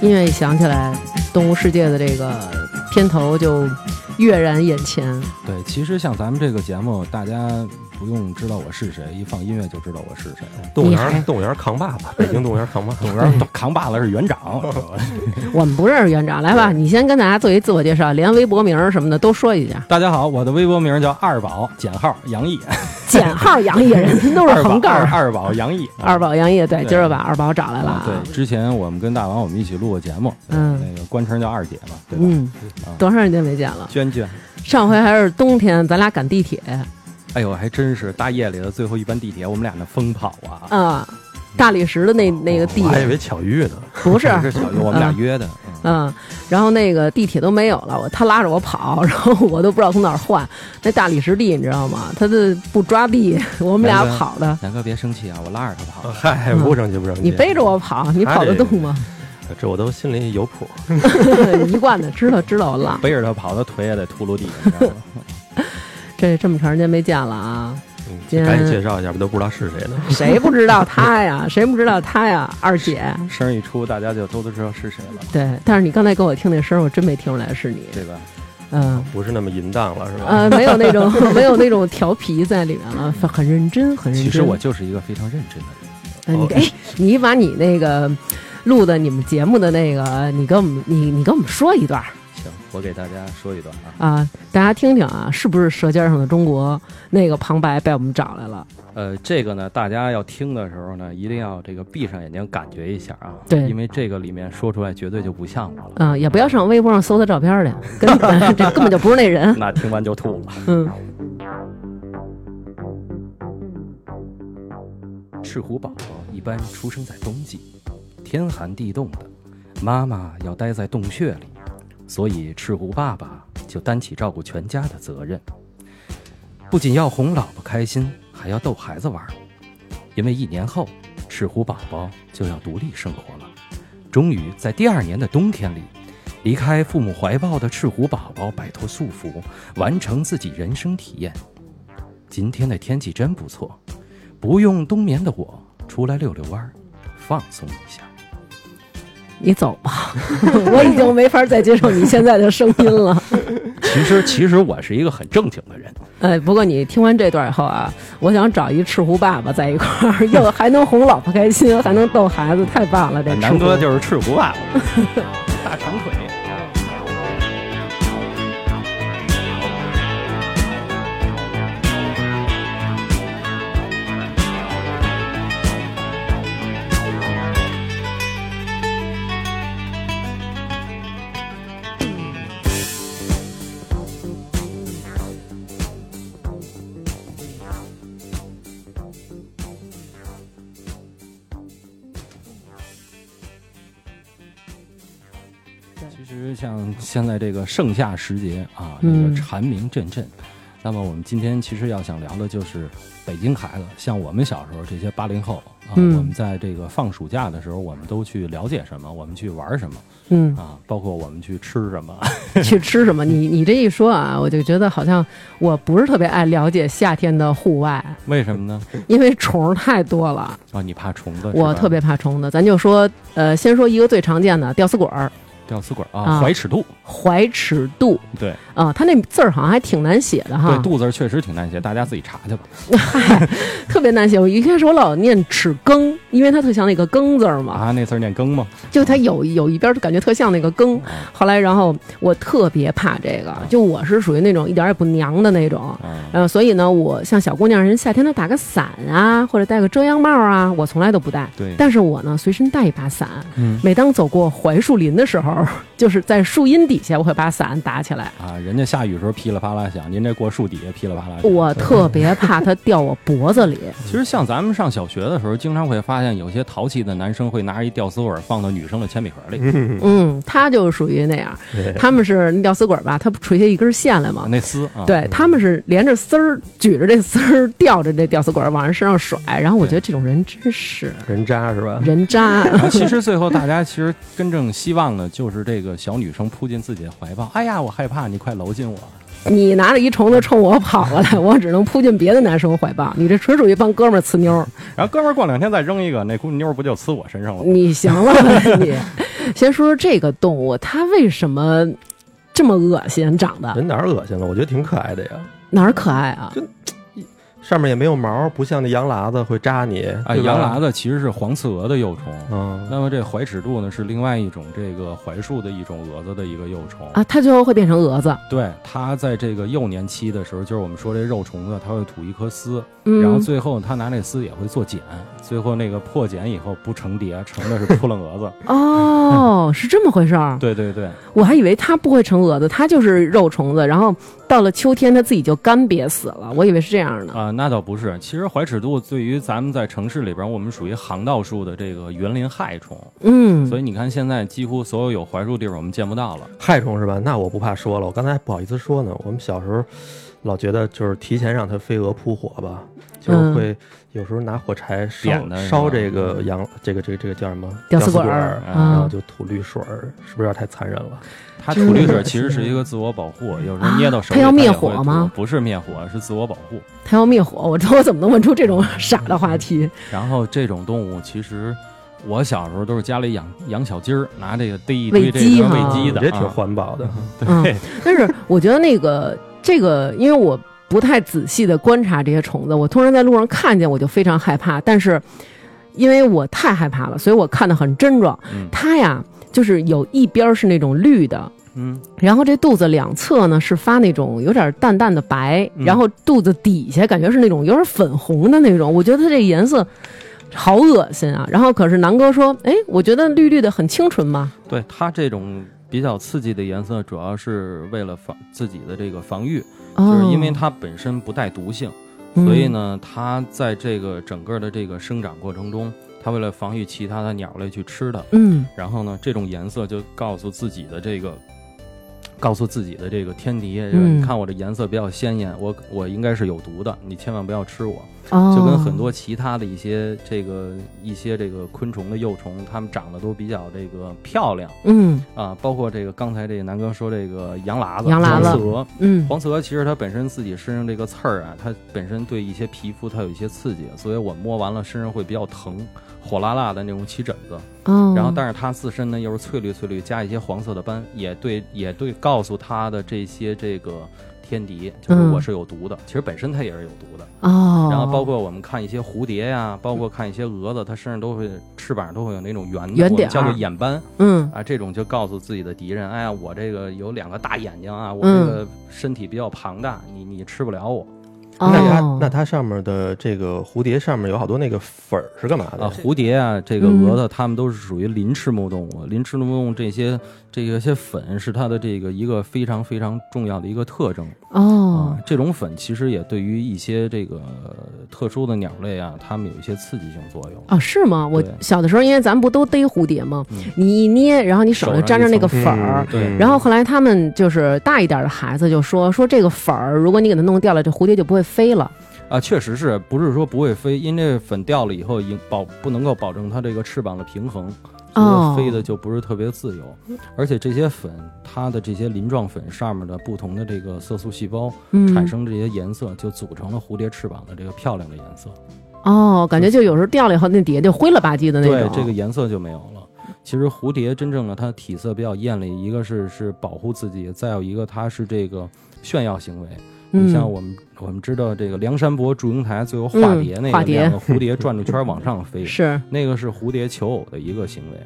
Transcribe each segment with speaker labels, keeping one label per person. Speaker 1: 音乐一响起来，动物世界的这个片头就跃然眼前。
Speaker 2: 对，其实像咱们这个节目，大家不用知道我是谁，一放音乐就知道我是谁。
Speaker 3: 动物
Speaker 1: 你还
Speaker 3: 园动物园扛把子，北京动物园扛把子。
Speaker 1: 嗯
Speaker 2: 动物园扛把子是园长，
Speaker 1: 我们不认识园长，来吧，你先跟大家做一自我介绍，连微博名儿什么的都说 一下
Speaker 2: 。大家好，我的微博名叫二宝减号杨毅，
Speaker 1: 减号杨野人 都是
Speaker 2: 二宝
Speaker 1: 横杠
Speaker 2: 二
Speaker 1: 儿。
Speaker 2: 二宝杨毅，
Speaker 1: 二宝杨野，对，
Speaker 2: 对
Speaker 1: 今儿把二宝找来了
Speaker 2: 啊。
Speaker 1: 啊。
Speaker 2: 对，之前我们跟大王我们一起录过节目，对
Speaker 1: 嗯
Speaker 2: 那个官称叫二姐嘛，对吧？
Speaker 1: 嗯，多长时间没见了？
Speaker 2: 娟娟，
Speaker 1: 上回还是冬天，咱俩赶地铁
Speaker 2: 哎呦，还真是大夜里的最后一班地铁，我们俩那疯跑啊！
Speaker 1: 啊，大理石的那那个地
Speaker 3: 我还以为巧遇呢，
Speaker 1: 不是，啊
Speaker 2: 是小月，我们俩约的，嗯
Speaker 1: 嗯，然后那个地铁都没有了，我他拉着我跑，然后我都不知道从哪儿换。那大理石地你知道吗？他就不抓地， 我们俩
Speaker 2: 明白
Speaker 1: 跑 的。
Speaker 2: 南哥别生气啊，我拉着他跑。
Speaker 3: 嗨，不生气不生气。
Speaker 1: 你背着我跑，你跑得动吗？
Speaker 3: 这我都心里有谱。
Speaker 1: 一贯的，知道知道我 浪。
Speaker 2: 背着他跑，他腿也得秃噜地，你知道吗？
Speaker 1: 这这么长时间没见了啊，
Speaker 3: 嗯
Speaker 1: 今天
Speaker 3: 赶紧介绍一下吧，都不知道是谁呢。
Speaker 1: 谁不知道他呀？谁不知道他呀？二姐，
Speaker 2: 声一出，大家就都都知道是谁了，
Speaker 1: 对。但是你刚才给我听那声儿，我真没听出来是你。
Speaker 2: 对吧？
Speaker 1: 嗯。
Speaker 3: 不是那么淫荡了，是吧？
Speaker 1: 呃，没有那种 没有那种调皮在里面了，很认真，很认真。
Speaker 2: 其实我就是一个非常认真的人。
Speaker 1: 哎，你哎， 你把你那个录的你们节目的那个，你跟我们，你你跟我们说一段儿
Speaker 2: 行，我给大家说一段啊。
Speaker 1: 啊，大家听听啊，是不是《舌尖上的中国》那个旁白被我们找来了？
Speaker 2: 呃，这个呢，大家要听的时候呢，一定要这个闭上眼睛感觉一下啊。
Speaker 1: 对
Speaker 2: 因为这个里面说出来绝对就不像我了。
Speaker 1: 啊，也不要上微博上搜他照片儿去，根本这根本就不是那人。
Speaker 2: 那听完就吐了。
Speaker 1: 嗯，
Speaker 2: 赤狐宝宝一般出生在冬季，天寒地冻的，妈妈要待在洞穴里，所以赤狐爸爸就担起照顾全家的责任，不仅要哄老婆开心，还要逗孩子玩儿。因为一年后，赤狐宝宝就要独立生活了。终于在第二年的冬天里，离开父母怀抱的赤狐宝宝摆脱束缚，完成自己人生体验。今天的天气真不错，不用冬眠的我出来遛遛弯儿，放松一下。
Speaker 1: 你走吧， 我已经没法再接受你现在的声音了。
Speaker 2: 其 实，其实我是一个很正经的人，
Speaker 1: 哎，不过你听完这段以后啊，我想找一赤狐爸爸在一块儿， 又还能哄老婆开心，还能逗孩子，太棒了！这
Speaker 2: 南哥
Speaker 1: 就。
Speaker 2: 就是赤狐爸爸，大长腿。其实像现在这个盛夏时节啊，这
Speaker 1: 嗯
Speaker 2: 个蝉鸣阵阵。那么我们今天其实要想聊的就是北京孩子，像我们小时候这些八零后啊，
Speaker 1: 嗯
Speaker 2: 我们在这个放暑假的时候，我们都去了解什么，我们去玩什么
Speaker 1: 嗯，
Speaker 2: 啊，包括我们去吃什么。
Speaker 1: 去吃什么？你你这一说啊，我就觉得好像我不是特别爱了解夏天的户外，
Speaker 2: 为什么呢？
Speaker 1: 因为虫儿太多了，
Speaker 2: 啊，你怕虫子？
Speaker 1: 我
Speaker 2: 是吧
Speaker 1: 特别怕虫子。咱就说，呃，先说一个最常见的吊死鬼儿，
Speaker 2: 吊死鬼
Speaker 1: 啊
Speaker 2: 啊，怀尺度。
Speaker 1: 怀尺度
Speaker 2: 对
Speaker 1: 啊，它那字儿好像还挺难写的
Speaker 2: 对，
Speaker 1: 哈，
Speaker 2: 肚子儿确实挺难写，大家自己查去吧。
Speaker 1: 特别难写。我一开始我老念尺庚，因为它特像那个庚字儿嘛，
Speaker 2: 啊，那字儿念“羹”吗？
Speaker 1: 就它有有一边儿就感觉特像那个庚。
Speaker 2: 啊
Speaker 1: 后来，然后我特别怕这个，就我是属于那种一点儿也不娘的那种，
Speaker 2: 啊，
Speaker 1: 呃，所以呢，我像小姑娘，人夏天她打个伞啊，或者戴个遮阳帽啊，我从来都不戴。
Speaker 2: 对，
Speaker 1: 但是我呢，随身带一把伞。
Speaker 2: 嗯
Speaker 1: 每当走过槐树林的时候， 就是在树荫底下，我会把伞打起来。
Speaker 2: 啊，人家下雨时候噼里啪啦响，您这过树底下噼里啪啦响。
Speaker 1: 我特别怕它掉我脖子 里。
Speaker 2: 其实像咱们上小学的时候，经常会发现有些淘气的男生会拿一吊死鬼放到女生的铅笔盒里，
Speaker 1: 嗯，它就属于那样。
Speaker 2: 哎
Speaker 1: 他们是那吊死鬼吧？它不垂下一根线来吗？
Speaker 2: 那丝啊，，
Speaker 1: 对，他们是连着丝儿，举着这丝儿，吊着这吊死鬼儿往人身上甩。然后我觉得这种人真是
Speaker 3: 人渣是吧？
Speaker 2: 嗯
Speaker 1: 人渣。啊
Speaker 2: 然后其实最后大家其实真正希望的就是这个小女生扑进自己的怀抱，哎呀，我害怕，你快搂紧我。
Speaker 1: 你拿着一虫子冲我跑过来， 我只能扑进别的男生怀抱。你这纯属一帮哥们儿呲妞儿，哦
Speaker 2: 然后哥们儿过两天再扔一个，那姑妞儿不就呲我身上了吗？
Speaker 1: 你行了吧你？先说说这个动物，它为什么这么恶心？长得
Speaker 3: 人哪儿恶心了？我觉得挺可爱的呀，
Speaker 1: 哪儿可爱啊？
Speaker 3: 上面也没有毛，不像那羊喇子会扎你
Speaker 2: 啊，羊喇，子其实是黄刺蛾的幼虫。
Speaker 3: 对吧嗯，
Speaker 2: 那么这槐尺蠹呢，是另外一种这个槐树的一种蛾子的一个幼虫。
Speaker 1: 啊，它最后会变成蛾子，
Speaker 2: 对，它在这个幼年期的时候，就是我们说这肉虫子，它会吐一颗丝，
Speaker 1: 嗯，
Speaker 2: 然后最后它拿那丝也会做茧，最后那个破茧以后不成蝶，成的是扑 棱蛾子。
Speaker 1: 哦，是这么回事儿。
Speaker 2: 对对对，
Speaker 1: 我还以为它不会成蛾子，它就是肉虫子，然后到了秋天它自己就干瘪死了，我以为是这样呢。
Speaker 2: 啊、那倒不是。其实槐尺蠹对于咱们在城市里边，我们属于行道树的这个园林害虫，
Speaker 1: 嗯，
Speaker 2: 所以你看现在几乎所有有槐树地方我们见不到了。
Speaker 3: 害虫是吧？那我不怕说了，我刚才还不好意思说呢。我们小时候老觉得就是提前让它飞蛾扑火吧，就是
Speaker 1: 嗯
Speaker 3: 会有时候拿火柴
Speaker 2: 点
Speaker 3: 烧
Speaker 2: 它是吧
Speaker 3: 烧这个羊，这个这个这个叫什么？
Speaker 1: 吊
Speaker 3: 死
Speaker 1: 死
Speaker 3: 鬼
Speaker 1: 鬼儿
Speaker 3: 儿，然后
Speaker 1: 啊，
Speaker 3: 就吐绿水儿，是不是有点太残忍了？
Speaker 2: 它吐绿水其实是一个自我保护，有时候捏到
Speaker 1: 啊
Speaker 2: 手里、
Speaker 1: 它要灭
Speaker 2: 也会
Speaker 1: 火吗
Speaker 2: 吐不是灭火，是自我保护。
Speaker 1: 它要灭火，我 我怎么能问出这种傻的话题？
Speaker 2: 然后这种动物其实。我小时候都是家里养养小鸡儿，拿这个逮一堆
Speaker 1: 喂
Speaker 2: 这
Speaker 1: 鸡
Speaker 2: 个
Speaker 1: 哈
Speaker 2: 喂鸡
Speaker 3: 我
Speaker 2: 的，
Speaker 3: 觉得挺
Speaker 2: 啊
Speaker 3: 环保的。
Speaker 1: 嗯， 但是我觉得那个这个，因为我不太仔细的观察这些虫子，我通常在路上看见我就非常害怕，但是因为我太害怕了，所以我看得很真着。
Speaker 2: 嗯
Speaker 1: 它呀，就是有一边儿是那种绿的，
Speaker 2: 嗯，
Speaker 1: 然后这肚子两侧呢是发那种有点淡淡的白，
Speaker 2: 嗯
Speaker 1: 然后肚子底下感觉是那种有点粉红的那种，我觉得它这颜色好恶心啊。然后可是南哥说，哎，我觉得绿绿的很清纯嘛，
Speaker 2: 对它这种比较刺激的颜色，主要是为了防自己的这个防御，就是因为它本身不带毒性，
Speaker 1: 哦
Speaker 2: 所以，呢，它在这个整个的这个生长过程中，它为了防御其他的鸟类去吃它，
Speaker 1: 嗯
Speaker 2: 然后呢，这种颜色就告诉自己的这个，告诉自己的这个天敌，就是
Speaker 1: 嗯
Speaker 2: 你看我的颜色比较鲜艳，我我应该是有毒的，你千万不要吃我。
Speaker 1: 嗯，哦，
Speaker 2: 就跟很多其他的一些这个一些这个昆虫的幼虫，它们长得都比较这个漂亮
Speaker 1: 嗯
Speaker 2: 啊，包括这个刚才这个南哥说这个羊喇子、
Speaker 1: 羊喇
Speaker 3: 子
Speaker 2: 黄刺蛾。
Speaker 1: 嗯
Speaker 2: 黄刺蛾其实它本身自己身上这个刺儿啊，它本身对一些皮肤它有一些刺激，所以我摸完了身上会比较疼，火辣辣的那种起疹子。
Speaker 1: 哦，
Speaker 2: 然后，但是它自身呢又是翠绿翠绿，加一些黄色的斑，也对也对，告诉它的这些这个天敌，就是
Speaker 1: 嗯
Speaker 2: 我是有毒的。其实本身它也是有毒的。
Speaker 1: 哦，
Speaker 2: 然后包括我们看一些蝴蝶呀、包括看一些蛾子，它身上都会翅膀都会有那种圆的，
Speaker 1: 圆
Speaker 2: 我
Speaker 1: 点儿
Speaker 2: 们叫做眼斑
Speaker 1: 嗯
Speaker 2: 啊。这种就告诉自己的敌人，哎呀，我这个有两个大眼睛啊，
Speaker 1: 嗯
Speaker 2: 我这个身体比较庞大，你你吃不了我
Speaker 1: 哦，
Speaker 3: 那它那它上面的这个蝴蝶上面有好多那个粉儿是干嘛的
Speaker 2: 啊。？蝴蝶啊，这个
Speaker 1: 嗯
Speaker 2: 蛾子，它们都是属于鳞翅目动物，鳞翅目动物这些这个些粉是它的这个一个非常非常重要的一个特征。
Speaker 1: 哦
Speaker 2: 啊，，这种粉其实也对于一些这个呃特殊的鸟类啊，它们有一些刺激性作用。
Speaker 1: 啊，是吗？我
Speaker 2: 对
Speaker 1: 小的时候，因为咱不都逮蝴蝶吗？
Speaker 2: 嗯
Speaker 1: 你一捏，然后你手
Speaker 2: 手
Speaker 1: 就
Speaker 2: 上
Speaker 1: 沾
Speaker 2: 一
Speaker 1: 着那个
Speaker 2: 层
Speaker 1: 粉儿
Speaker 3: 嗯，对
Speaker 1: 然后后来他们就是大一点的孩子就说说这个粉儿，如果你给它弄掉了，这蝴蝶就不会飞了。
Speaker 2: 啊，确实是不是说不会飞？因为粉掉了以后，影保不能够保证它这个翅膀的平衡，所以
Speaker 1: 哦嗯
Speaker 2: 说飞的就不是特别自由。而且这些粉，它的这些鳞状粉上面的不同的这个色素细胞
Speaker 1: 嗯，
Speaker 2: 产生这些颜色，就组成了蝴蝶翅膀的这个漂亮的颜色。
Speaker 1: 哦，感觉就有时候掉了以后，那底下就灰了吧唧的那
Speaker 2: 对
Speaker 1: 种。，
Speaker 2: 这个颜色就没有了。其实蝴蝶真正的它体色比较艳丽，一个是是保护自己，再有一个它是这个炫耀行为。
Speaker 1: 嗯
Speaker 2: 你像我们我们知道这个梁山伯祝英台最后化蝶
Speaker 1: 嗯
Speaker 2: 那
Speaker 1: 化
Speaker 2: 个
Speaker 1: 蝶
Speaker 2: 两个蝴蝶转着圈儿往上飞
Speaker 1: 嗯、， 是
Speaker 2: 那个是蝴蝶求偶的一个行为。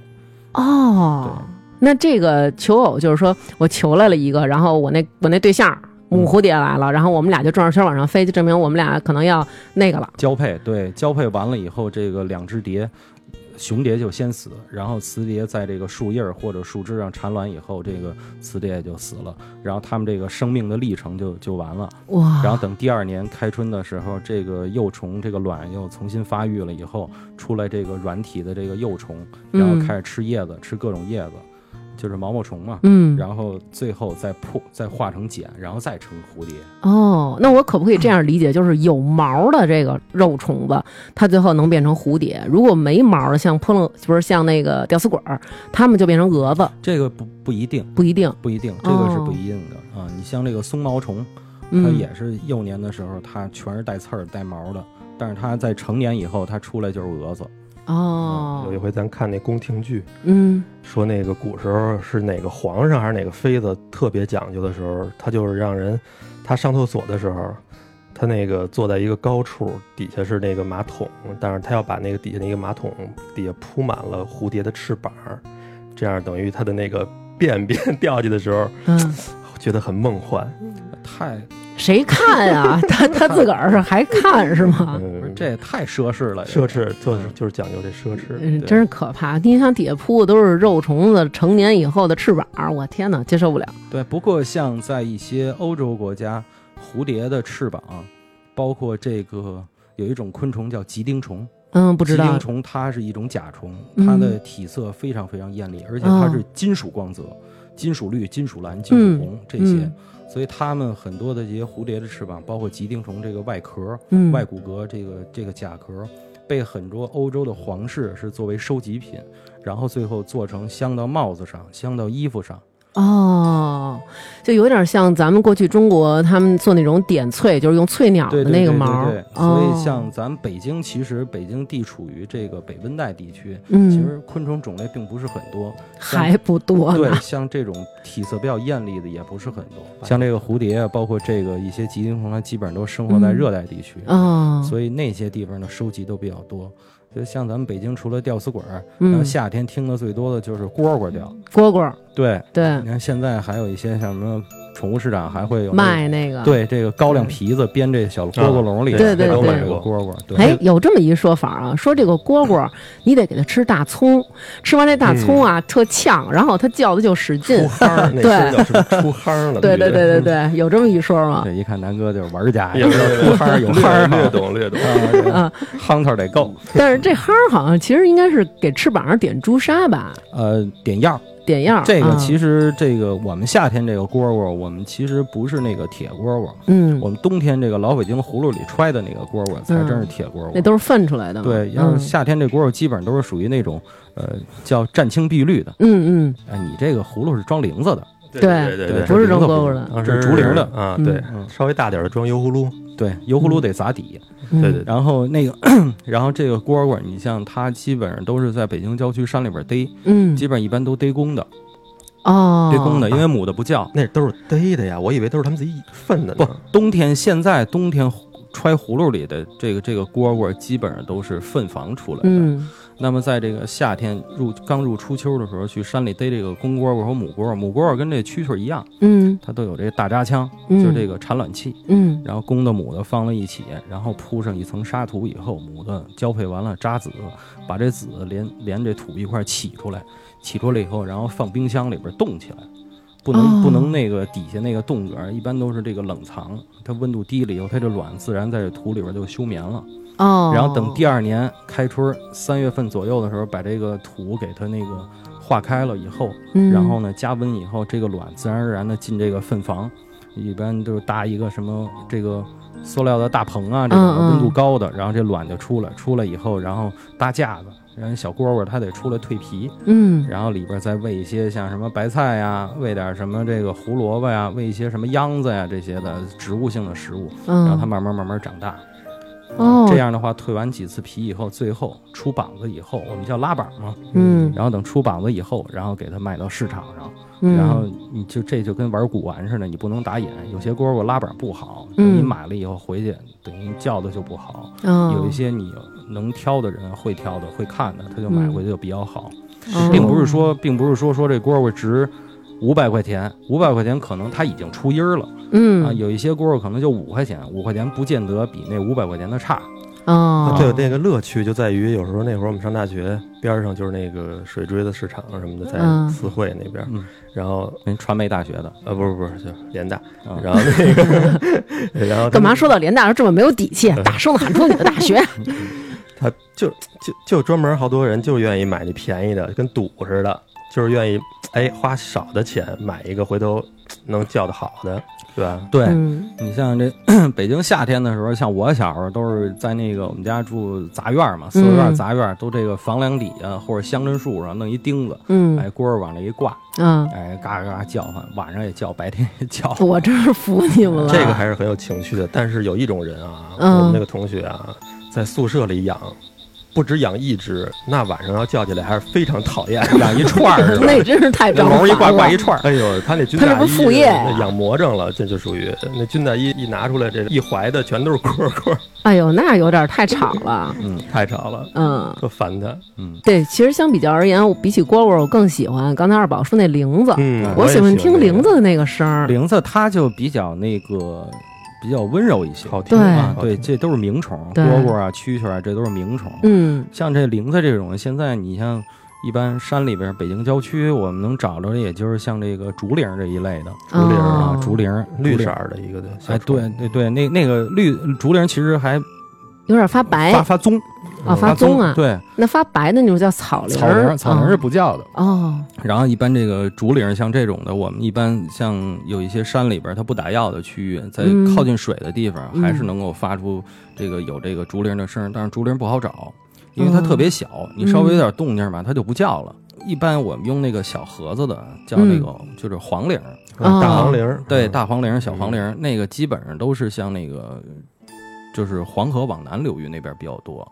Speaker 1: 哦，那这个求偶就是说我求来了一个，然后我那我那对象。母蝴蝶来了，然后我们俩就转着圈往上飞，就证明我们俩可能要那个了。
Speaker 2: 交配对，交配完了以后，这个两只蝶，雄蝶就先死，然后雌蝶在这个树叶儿或者树枝上产卵以后，这个雌蝶也就死了，然后它们这个生命的历程就就完了。
Speaker 1: 哇！
Speaker 2: 然后等第二年开春的时候，这个幼虫这个卵又重新发育了以后，出来这个软体的这个幼虫，
Speaker 1: 嗯
Speaker 2: 然后开始吃叶子，吃各种叶子，就是毛毛虫嘛。
Speaker 1: 嗯，
Speaker 2: 然后最后再破，再化成茧，然后再成蝴蝶。
Speaker 1: 哦，那我可不可以这样理解，就是有毛的这个肉虫子，它最后能变成蝴蝶；如果没毛的，像扑棱，不是像那个吊死鬼儿，它们就变成蛾子，
Speaker 2: 这个不不一定，
Speaker 1: 不一定。
Speaker 2: 不一定，这个是不一定的、啊。你像这个松毛虫，它
Speaker 1: 嗯，
Speaker 2: 也是幼年的时候，它全是带刺儿、带毛的，但是它在成年以后，它出来就是蛾子。
Speaker 1: 哦，
Speaker 3: 有一回咱看那宫廷剧，
Speaker 1: 嗯
Speaker 3: 说那个古时候是哪个皇上还是哪个妃子特别讲究的时候，他就是让人他上厕所的时候，他那个坐在一个高处，底下是那个马桶，但是他要把那个底下那个马桶底下铺满了蝴蝶的翅膀，这样等于他的那个便便 掉下去的时候，
Speaker 1: 嗯，
Speaker 3: 觉得很梦幻。
Speaker 2: 太
Speaker 1: 谁看啊？ 他他自个儿是还看啊是吗？
Speaker 2: 不是
Speaker 3: 嗯，
Speaker 2: 这也太奢侈了，
Speaker 3: 奢侈就是就是讲究这奢侈，
Speaker 1: 嗯，
Speaker 3: 对
Speaker 1: 真是可怕！你想底下铺的都是肉虫子，成年以后的翅膀，我天哪，接受不了。
Speaker 2: 对。不过像在一些欧洲国家，蝴蝶的翅膀，包括这个有一种昆虫叫吉丁虫，
Speaker 1: 嗯，不知
Speaker 2: 吉
Speaker 1: 道
Speaker 2: 丁。虫它是一种甲虫，
Speaker 1: 嗯啊
Speaker 2: 它的体色非常非常艳丽，而且它是金属光泽，金属绿、金属蓝、金属红这些
Speaker 1: 嗯，
Speaker 2: 所以它们很多的这些蝴蝶的翅膀，包括吉丁虫这个外壳、
Speaker 1: 嗯，
Speaker 2: 外骨骼这个这个甲壳，被很多欧洲的皇室是作为收集品，然后最后做成镶到帽子上、镶到衣服上。
Speaker 1: 哦，就有点像咱们过去中国他们做那种点翠，就是用翠鸟
Speaker 2: 对
Speaker 1: 的啊那
Speaker 2: 对对
Speaker 1: 个
Speaker 2: 对
Speaker 1: 毛
Speaker 2: 对
Speaker 1: 儿。，
Speaker 2: 所
Speaker 1: 哦
Speaker 2: 以像咱北京，其实北京地处于这个北温带地区，其
Speaker 1: 嗯，
Speaker 2: 实昆虫种类并不是很多，像
Speaker 1: 还不多
Speaker 2: 对
Speaker 1: 呢。，嗯
Speaker 2: 像这种体色比较艳丽的也不是很多，像这个蝴蝶啊，包括这个一些吉丁虫，它基本上都生活在
Speaker 1: 嗯
Speaker 2: 热带地区，
Speaker 1: 哦，
Speaker 2: 所以那些地方呢收集都比较多。就像咱们北京，除了吊死鬼儿，然后
Speaker 1: 嗯，
Speaker 2: 夏天听的最多的就是蝈蝈叫。
Speaker 1: 蝈蝈儿，
Speaker 2: 对，
Speaker 1: 对
Speaker 2: 你，看现在还有一些像什么宠物市场还会有那
Speaker 1: 卖那个。，
Speaker 2: 对这个高粱皮子编这小蝈蝈笼里，
Speaker 1: 对对
Speaker 2: 这都
Speaker 1: 对
Speaker 2: 买过蝈蝈。对，
Speaker 1: 哎，有这么一说法啊，说这个蝈蝈儿你得给它吃大葱，吃完这大葱
Speaker 2: 嗯
Speaker 1: 啊特呛，然后它叫的就使劲
Speaker 3: 出。憨儿，那
Speaker 1: 对
Speaker 3: 是叫什么出憨儿 了？
Speaker 1: 对对
Speaker 3: 不
Speaker 1: 对对对，有这么一说吗？
Speaker 2: 这一看南哥就是玩家，
Speaker 3: 也不是
Speaker 2: 有憨儿有憨儿
Speaker 3: 略略
Speaker 2: 哈，
Speaker 3: 懂略懂。
Speaker 1: 嗯
Speaker 2: 啊对 夯头得够。
Speaker 1: 但是这憨儿好像其实应该是给翅膀上点朱砂吧，
Speaker 2: 呃，点药，
Speaker 1: 点药儿。
Speaker 2: 这个
Speaker 1: 啊
Speaker 2: 其实这个我们夏天这个蝈蝈，我们其实不是那个铁蝈蝈，
Speaker 1: 嗯
Speaker 2: 我，们冬天这个老北京葫芦里揣的那个蝈蝈才真是铁蝈
Speaker 1: 那
Speaker 2: 蝈。
Speaker 1: 都是粪出来的嘛。
Speaker 2: 对，要是
Speaker 1: 嗯
Speaker 2: 夏天这蝈蝈基本上都是属于那种呃叫湛青碧绿的。
Speaker 1: 嗯嗯，
Speaker 2: 哎，你这个葫芦是装铃子的，
Speaker 3: 对
Speaker 1: 对
Speaker 3: 对
Speaker 2: 对
Speaker 3: 对，
Speaker 1: 不是扔
Speaker 2: 这
Speaker 1: 蝈
Speaker 2: 个
Speaker 1: 蝈
Speaker 2: 不
Speaker 1: 的，
Speaker 3: 当
Speaker 2: 这
Speaker 3: 时
Speaker 2: 是竹嗯林的
Speaker 3: 啊，
Speaker 1: 嗯
Speaker 3: 对，
Speaker 2: 嗯
Speaker 3: 稍微大点儿的装油葫芦，
Speaker 2: 对，油葫芦得砸底。
Speaker 1: 嗯
Speaker 3: 对对
Speaker 2: 然后那个，然后这个蝈蝈，你像它基本上都是在北京郊区山里边逮，
Speaker 1: 嗯
Speaker 2: 基本上一般都逮公的，
Speaker 1: 哦，
Speaker 2: 逮公的，因为母的不叫。
Speaker 3: 那都是逮的呀，我以为都是他们自己分的呢。
Speaker 2: 不，
Speaker 1: 嗯
Speaker 2: 冬天现在冬天揣葫芦里的这个这个蝈蝈，基本上都是粪房出来的。
Speaker 1: 嗯
Speaker 2: 那么在这个夏天入刚入初秋的时候，去山里逮这个公蝈蝈和母蝈，母蝈跟这蛐蛐一样，
Speaker 1: 嗯
Speaker 2: 它都有这个大扎枪，
Speaker 1: 嗯，
Speaker 2: 就是这个产卵器。
Speaker 1: 嗯
Speaker 2: 然后公的母的放在一起，然后铺上一层沙土以后，母的交配完了扎子，把这子连连这土一块儿起出来，起出来以后，然后放冰箱里边冻起来，不能、
Speaker 1: 哦
Speaker 2: 不能那个底下那个冻格，一般都是这个冷藏，它温度低了以后，它这卵自然在这土里边就休眠了。
Speaker 1: 哦，
Speaker 2: 然后等第二年开春三月份左右的时候，把这个土给它那个化开了以后，
Speaker 1: 嗯，
Speaker 2: 然后呢，加温以后，这个卵自然而然的进这个粪房，一般就是搭一个什么这个塑料的大棚啊，
Speaker 1: 嗯
Speaker 2: 这种
Speaker 1: 嗯
Speaker 2: 温度高的，然后这卵就出来，出来以后，然后搭架子，然后小蝈蝈它得出来蜕皮，
Speaker 1: 嗯
Speaker 2: 然后里边再喂一些像什么白菜呀、喂点什么这个胡萝卜呀、喂一些什么秧子呀、这些的植物性的食物，
Speaker 1: 嗯，
Speaker 2: 让它慢慢慢慢长大。
Speaker 1: 哦
Speaker 2: 这样的话，蜕完几次皮以后，最后出膀子以后，我们叫拉膀嘛。
Speaker 1: 嗯
Speaker 2: 然后等出膀子以后，然后给它卖到市场上。
Speaker 1: 嗯，
Speaker 2: 然后你就这就跟玩古玩似的，你不能打眼。有些蝈蝈拉板不好，
Speaker 1: 嗯
Speaker 2: 等你买了以后回去，等于叫的就不好。
Speaker 1: 哦
Speaker 2: 有一些你能挑的人会挑的会看的，他就买回去就比较好，
Speaker 1: 哦
Speaker 2: 并不是说并不是说说这蝈蝈值。五百块钱，五百块钱可能它已经出音儿了、啊。
Speaker 1: 嗯
Speaker 2: 有一些蝈蝈可能就五块钱，五块钱不见得比那五百块钱的差。
Speaker 1: 哦，
Speaker 3: 啊
Speaker 2: 啊
Speaker 3: 对，那个乐趣就在于有时候那会儿我们上大学，边上就是那个水锥子市场什么的，在
Speaker 1: 嗯
Speaker 3: 四惠那边，
Speaker 2: 嗯
Speaker 3: 然后
Speaker 2: 人传媒大学的，
Speaker 3: 呃不是不是就是联大，
Speaker 2: 啊
Speaker 3: 然后那个 然后他们
Speaker 1: 干嘛说到联大这么没有底气？大声的喊出你的大学，
Speaker 3: 他就就就专门好多人就愿意买那便宜的，跟赌似的，就是愿意哎花少的钱买一个回头能叫的好的，对吧？
Speaker 2: 对，
Speaker 1: 嗯
Speaker 2: 你像这 北京夏天的时候，像我小时候都是在那个我们家住杂院嘛，四合院杂院都这个房梁底下或者香椿树上弄一钉子，
Speaker 1: 嗯
Speaker 2: 哎，蝈儿往那一挂，
Speaker 1: 嗯，
Speaker 2: 哎，嘎嘎叫唤，晚上也叫，白天也 叫。
Speaker 1: 我真是服你们了，
Speaker 3: 这个还是很有情趣的。但是有一种人啊，
Speaker 1: 嗯
Speaker 3: 我们那个同学啊，在宿舍里养，不止养一只，那晚上要叫起来还是非常 讨厌。
Speaker 2: 养一串儿是吧？
Speaker 1: 那真是太
Speaker 2: 那
Speaker 1: 招
Speaker 2: 毛
Speaker 1: 烦
Speaker 2: 一挂挂
Speaker 1: 了
Speaker 2: 一。串儿，
Speaker 3: 哎呦，他那军
Speaker 1: 啊他
Speaker 3: 大
Speaker 1: 这不
Speaker 3: 衣
Speaker 1: 是副业啊呀
Speaker 3: 那养魔怔了，这就属于那军大衣一拿出来，这一怀的全都是棍儿棍儿，
Speaker 1: 哎呦，那有点太吵了。
Speaker 2: 嗯
Speaker 3: 太吵了，
Speaker 1: 嗯，
Speaker 3: 特烦他。
Speaker 2: 嗯，
Speaker 1: 对，其实相比较而言，我比起蝈蝈，我更喜欢刚才二宝说那铃子，
Speaker 3: 嗯，
Speaker 1: 我
Speaker 3: 也
Speaker 1: 喜欢听铃
Speaker 3: 那
Speaker 1: 子的那个声儿。
Speaker 2: 铃子它就比较那个比较温柔一些
Speaker 3: 个，好听
Speaker 1: 对
Speaker 2: 啊
Speaker 3: 啊，，
Speaker 2: 对，
Speaker 3: 好听
Speaker 2: 这都是鸣虫，
Speaker 1: 对
Speaker 2: 蝈蝈啊、蛐蛐啊，这都是鸣虫。
Speaker 1: 嗯，
Speaker 2: 像这铃子这种，现在你像一般山里边，北京郊区我们能找着的，也就是像这个竹铃这一类的
Speaker 3: 竹林儿
Speaker 2: 啊
Speaker 1: 哦，
Speaker 2: 竹铃、
Speaker 3: 绿
Speaker 2: 竹
Speaker 3: 色
Speaker 2: 铃。
Speaker 3: 儿的一个的小虫，
Speaker 2: 哎，对对对，那那个绿竹铃其实还
Speaker 1: 有点发白
Speaker 2: 发发棕
Speaker 1: 哎啊，发棕啊。
Speaker 2: 对，
Speaker 1: 那发白的那种叫草铃
Speaker 2: 草
Speaker 1: 儿，
Speaker 2: 铃草铃是
Speaker 1: 哦
Speaker 2: 不叫的。
Speaker 1: 哦，
Speaker 2: 然后一般这个竹林儿像这种的，我们一般像有一些山里边儿它不打药的区域，在
Speaker 1: 嗯
Speaker 2: 靠近水的地方，
Speaker 1: 嗯
Speaker 2: 还是能够发出这个有这个竹林儿的声儿。但是竹林儿不好找，因为它
Speaker 1: 嗯
Speaker 2: 特别小，你稍微有点动静吧，它就不叫了。一般我们用那个小盒子的，叫
Speaker 1: 嗯
Speaker 2: 那个就是黄铃儿，
Speaker 1: 哦
Speaker 3: 大黄铃儿，
Speaker 2: 对，
Speaker 3: 嗯
Speaker 2: 大黄铃儿、小黄铃儿，那个基本上都是像那个就是黄河往南流域那边比较多。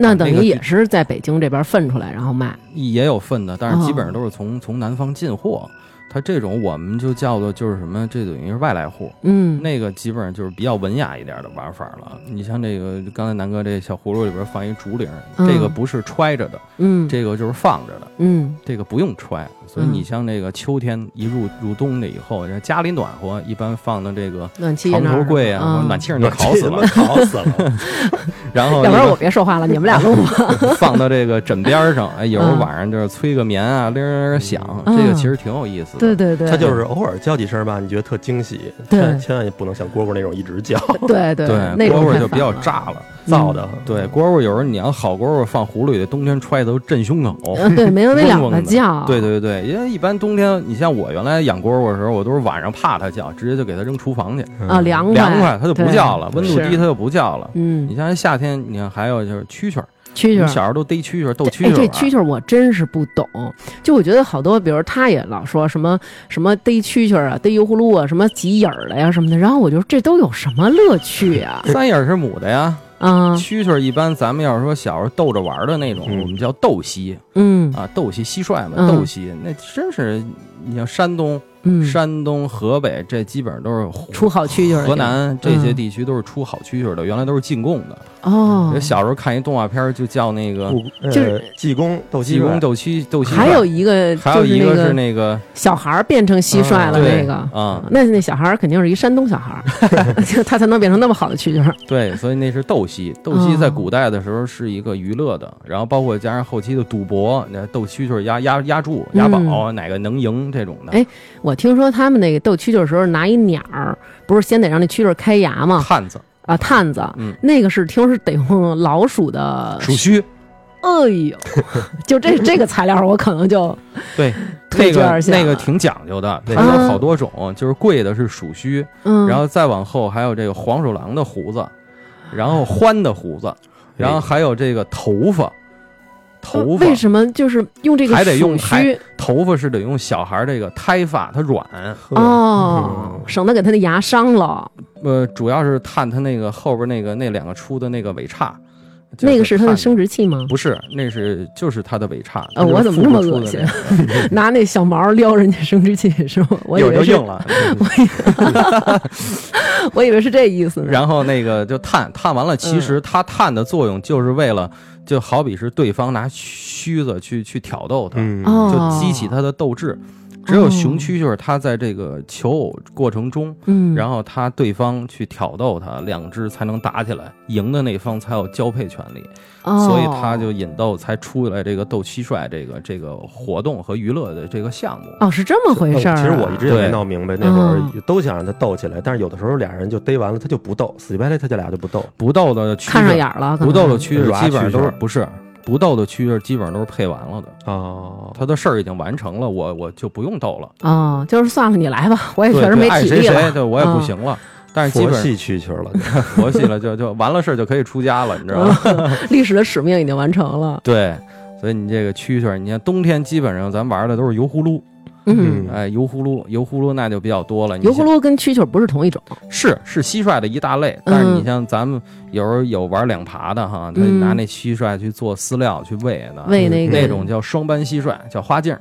Speaker 1: 那
Speaker 2: 啊
Speaker 1: 等
Speaker 2: 那个
Speaker 1: 于
Speaker 2: 地
Speaker 1: 也是在北京这边分出来然后卖。
Speaker 2: 也有份的，但是基
Speaker 1: 哦
Speaker 2: 本上都是从、从南方进货。它这种我们就叫做就是什么，这等于是外来户。
Speaker 1: 嗯，
Speaker 2: 那个基本上就是比较文雅一点的玩法了。你像这个刚才南哥这小葫芦里边放一竹铃，
Speaker 1: 嗯
Speaker 2: 这个不是揣着的，
Speaker 1: 嗯
Speaker 2: 这个就是放着的，
Speaker 1: 嗯
Speaker 2: 这个不用揣。所以
Speaker 1: 嗯
Speaker 2: 你像这个秋天一入入冬了以后，人家家里暖和，一般放到这个
Speaker 1: 暖气
Speaker 2: 床
Speaker 1: 那
Speaker 2: 头
Speaker 1: 儿
Speaker 2: 柜啊，或者
Speaker 1: 嗯
Speaker 2: 暖气上就
Speaker 3: 暖
Speaker 2: 烤死 了。
Speaker 3: 烤死了。
Speaker 2: 然后
Speaker 1: 要不
Speaker 2: 那
Speaker 1: 然
Speaker 2: 个
Speaker 1: 我别说话了，你们 俩录吧。
Speaker 2: 放到这个枕边儿上，哎，有时候
Speaker 1: 嗯
Speaker 2: 晚上就是吹个棉啊，铃儿铃儿响，这个其实挺有意思的。
Speaker 1: 对对对，
Speaker 3: 它就是偶尔叫几声吧，你觉得特惊喜，
Speaker 1: 对嗯
Speaker 3: 千千万也不能像蝈蝈那种一直叫
Speaker 1: 对对
Speaker 2: 对，
Speaker 1: 那
Speaker 2: 蝈
Speaker 1: 种
Speaker 2: 蝈
Speaker 1: 太
Speaker 2: 就比较
Speaker 1: 烦了。嗯
Speaker 2: 炸了。
Speaker 3: 造的。
Speaker 2: 对，蝈蝈有时候你要好蝈蝈放葫芦里，冬天揣的都震胸口。
Speaker 1: 嗯， 对，没完没了
Speaker 2: 嗡
Speaker 1: 的
Speaker 2: 嗡的
Speaker 1: 叫。
Speaker 2: 对对对，因为一般冬天，你像我原来养蝈蝈的时候，我都是晚上怕它叫，直接就给它扔厨房去，
Speaker 3: 嗯
Speaker 1: 啊，凉
Speaker 2: 凉快它就不
Speaker 1: 对
Speaker 2: 叫了，温度
Speaker 1: 是
Speaker 2: 低它就不叫了。
Speaker 1: 嗯
Speaker 2: 你，像夏天，你看还有就是蛐蛐儿，
Speaker 1: 蛐
Speaker 2: 我
Speaker 1: 蛐
Speaker 2: 们
Speaker 1: 儿。
Speaker 2: 小时候都逮蛐蛐儿，斗蛐
Speaker 1: 哎，
Speaker 2: 蛐儿啊
Speaker 1: 这
Speaker 2: 玩
Speaker 1: 蛐蛐儿我真是不懂。就我觉得好多，比如他也老说什么什么逮蛐蛐儿啊、逮油葫芦啊、什么挤眼儿的呀什么的，然后我就说这都有什么乐趣呀、
Speaker 2: 三眼儿是母的呀，
Speaker 1: 啊？
Speaker 2: 蛐蛐儿一般咱们要是说小时候逗着玩儿的那种，
Speaker 3: 嗯
Speaker 2: 我们叫斗蜥
Speaker 1: 嗯
Speaker 2: 啊，斗蜥蟋蟀嘛，
Speaker 1: 嗯
Speaker 2: 斗蜥那真是，你像山东、
Speaker 1: 嗯，
Speaker 2: 山东、河北这基本上都是
Speaker 1: 出好蛐蛐儿的地
Speaker 2: 啊河
Speaker 1: 方
Speaker 2: 南这
Speaker 1: 嗯
Speaker 2: 些地区都是出好蛐蛐的，原来都是进贡的。
Speaker 1: 哦
Speaker 2: 这，小时候看一动画片儿就叫那个
Speaker 3: 故呃
Speaker 1: 就是
Speaker 3: 济公斗
Speaker 2: 《
Speaker 3: 鸡
Speaker 2: 济公
Speaker 3: 公
Speaker 2: 斗蛐斗蛐》，
Speaker 1: 嗯还有一个
Speaker 2: 还有
Speaker 1: 就是
Speaker 2: 一
Speaker 1: 那
Speaker 2: 个
Speaker 1: 个
Speaker 2: 是那个
Speaker 1: 小孩儿变成蟋蟀了
Speaker 2: 嗯对
Speaker 1: 那个。
Speaker 2: 啊，
Speaker 1: 那那小孩儿肯定是一山东小孩儿， 就他才能变成那么好的蛐蛐儿。
Speaker 2: 对，所以那是斗蛐。斗蛐在
Speaker 1: 哦
Speaker 2: 古代的时候是一个娱乐的，然后包括加上后期的赌博，那斗蛐蛐压压压注、押宝，哪个能赢这种的
Speaker 1: 嗯哎，我听说他们那个斗蛐蛐儿的时候拿一鸟儿，不是先得让那蛐蛐儿开牙吗？
Speaker 2: 探子、
Speaker 1: 啊，探子，
Speaker 2: 嗯
Speaker 1: 那个是听说是得用老鼠的
Speaker 2: 鼠须，
Speaker 1: 哎呦， 就 这这个材料，我可能就
Speaker 2: 对，那
Speaker 1: 退居
Speaker 2: 个
Speaker 1: 二线了
Speaker 2: 那个挺讲究的，它
Speaker 3: 对
Speaker 2: 有好多种，就是贵的是鼠须，
Speaker 1: 嗯，
Speaker 2: 然后再往后还有这个黄鼠狼的胡子，然后獾的胡子，然
Speaker 3: 哎
Speaker 2: 后还有这个头发，头发
Speaker 1: 哦为什么就是用这个
Speaker 2: 还得用
Speaker 1: 鼠须
Speaker 2: 头发是得用小孩这个胎发，它软，
Speaker 1: 哦，
Speaker 2: 嗯
Speaker 1: 省得给他的牙伤了。
Speaker 2: 呃，主要是探它那个后边那个那两个出的那个尾叉，就
Speaker 1: 那个是他的
Speaker 2: 探
Speaker 1: 生殖器吗？
Speaker 2: 不是，那是就是它的尾叉。
Speaker 1: 呃
Speaker 2: 就是
Speaker 1: 我怎么这么恶
Speaker 2: 腹部出
Speaker 1: 心
Speaker 2: 的那个
Speaker 1: 拿那小毛撩人家生殖器是吗？ 我以
Speaker 2: 有就
Speaker 1: 为是
Speaker 2: 硬，了。
Speaker 1: 我以为是这意思呢。
Speaker 2: 然后那个就探探完了，其实它探的作用就是为了，就好比是对方拿须子去去挑逗它，
Speaker 3: 嗯，
Speaker 1: 哦
Speaker 2: 就激起它的斗志。只有雄蛐蛐儿，它在这个求偶过程中，
Speaker 1: 嗯，
Speaker 2: 然后它对方去挑逗它，两只才能打起来，赢的那方才有交配权利，
Speaker 1: 哦
Speaker 2: 所以它就引逗才出来这个斗蟋蟀这个这个活动和娱乐的这个项目。
Speaker 1: 哦是这么回事儿啊。
Speaker 3: 其实我一直也没
Speaker 2: 对
Speaker 3: 闹明白，那会儿
Speaker 1: 嗯
Speaker 3: 也都想让他斗起来，但是有的时候俩人就逮完了，他就不斗，死乞白赖他就俩就不斗。
Speaker 2: 不斗的蛐
Speaker 1: 看上
Speaker 2: 蛐
Speaker 1: 眼
Speaker 2: 儿，
Speaker 1: 儿了，可能
Speaker 2: 不斗的蛐蛐儿
Speaker 3: 软
Speaker 2: 基本上都是
Speaker 3: 蛐蛐儿
Speaker 2: 不是不斗的蛐蛐儿基本上都是配完了的，
Speaker 3: 哦，
Speaker 2: 他的事儿已经完成了，我我就不用斗了。
Speaker 1: 哦，就是算了，你来吧，我也
Speaker 2: 对
Speaker 1: 哎确实
Speaker 2: 对
Speaker 1: 没
Speaker 2: 爱
Speaker 1: 体
Speaker 2: 谁
Speaker 1: 力
Speaker 2: 谁，
Speaker 1: 了。
Speaker 2: 对我也不
Speaker 1: 嗯
Speaker 2: 行了。但是基
Speaker 3: 佛
Speaker 2: 本上
Speaker 3: 系蛐蛐了，
Speaker 2: 佛系了，就就完了事儿就可以出家了，你知道吗？
Speaker 1: 嗯 历史的使命已经完成了。
Speaker 2: 对，所以你这个蛐蛐儿，你看冬天基本上咱玩的都是油葫芦，
Speaker 1: 嗯，
Speaker 3: 嗯
Speaker 2: 哎，油葫芦，油葫芦那就比较多了。你
Speaker 1: 油葫
Speaker 2: 像
Speaker 1: 芦跟蛐蛐儿不是同一种，
Speaker 2: 是是蟋蟀的一大类，但是
Speaker 1: 嗯
Speaker 2: 你像咱们有时候有玩两爬的哈，他
Speaker 1: 嗯
Speaker 2: 拿那蟋蟀去做饲料去喂的，
Speaker 1: 喂
Speaker 3: 嗯
Speaker 1: 那个
Speaker 2: 那种叫双斑蟋蟀，叫花镜儿。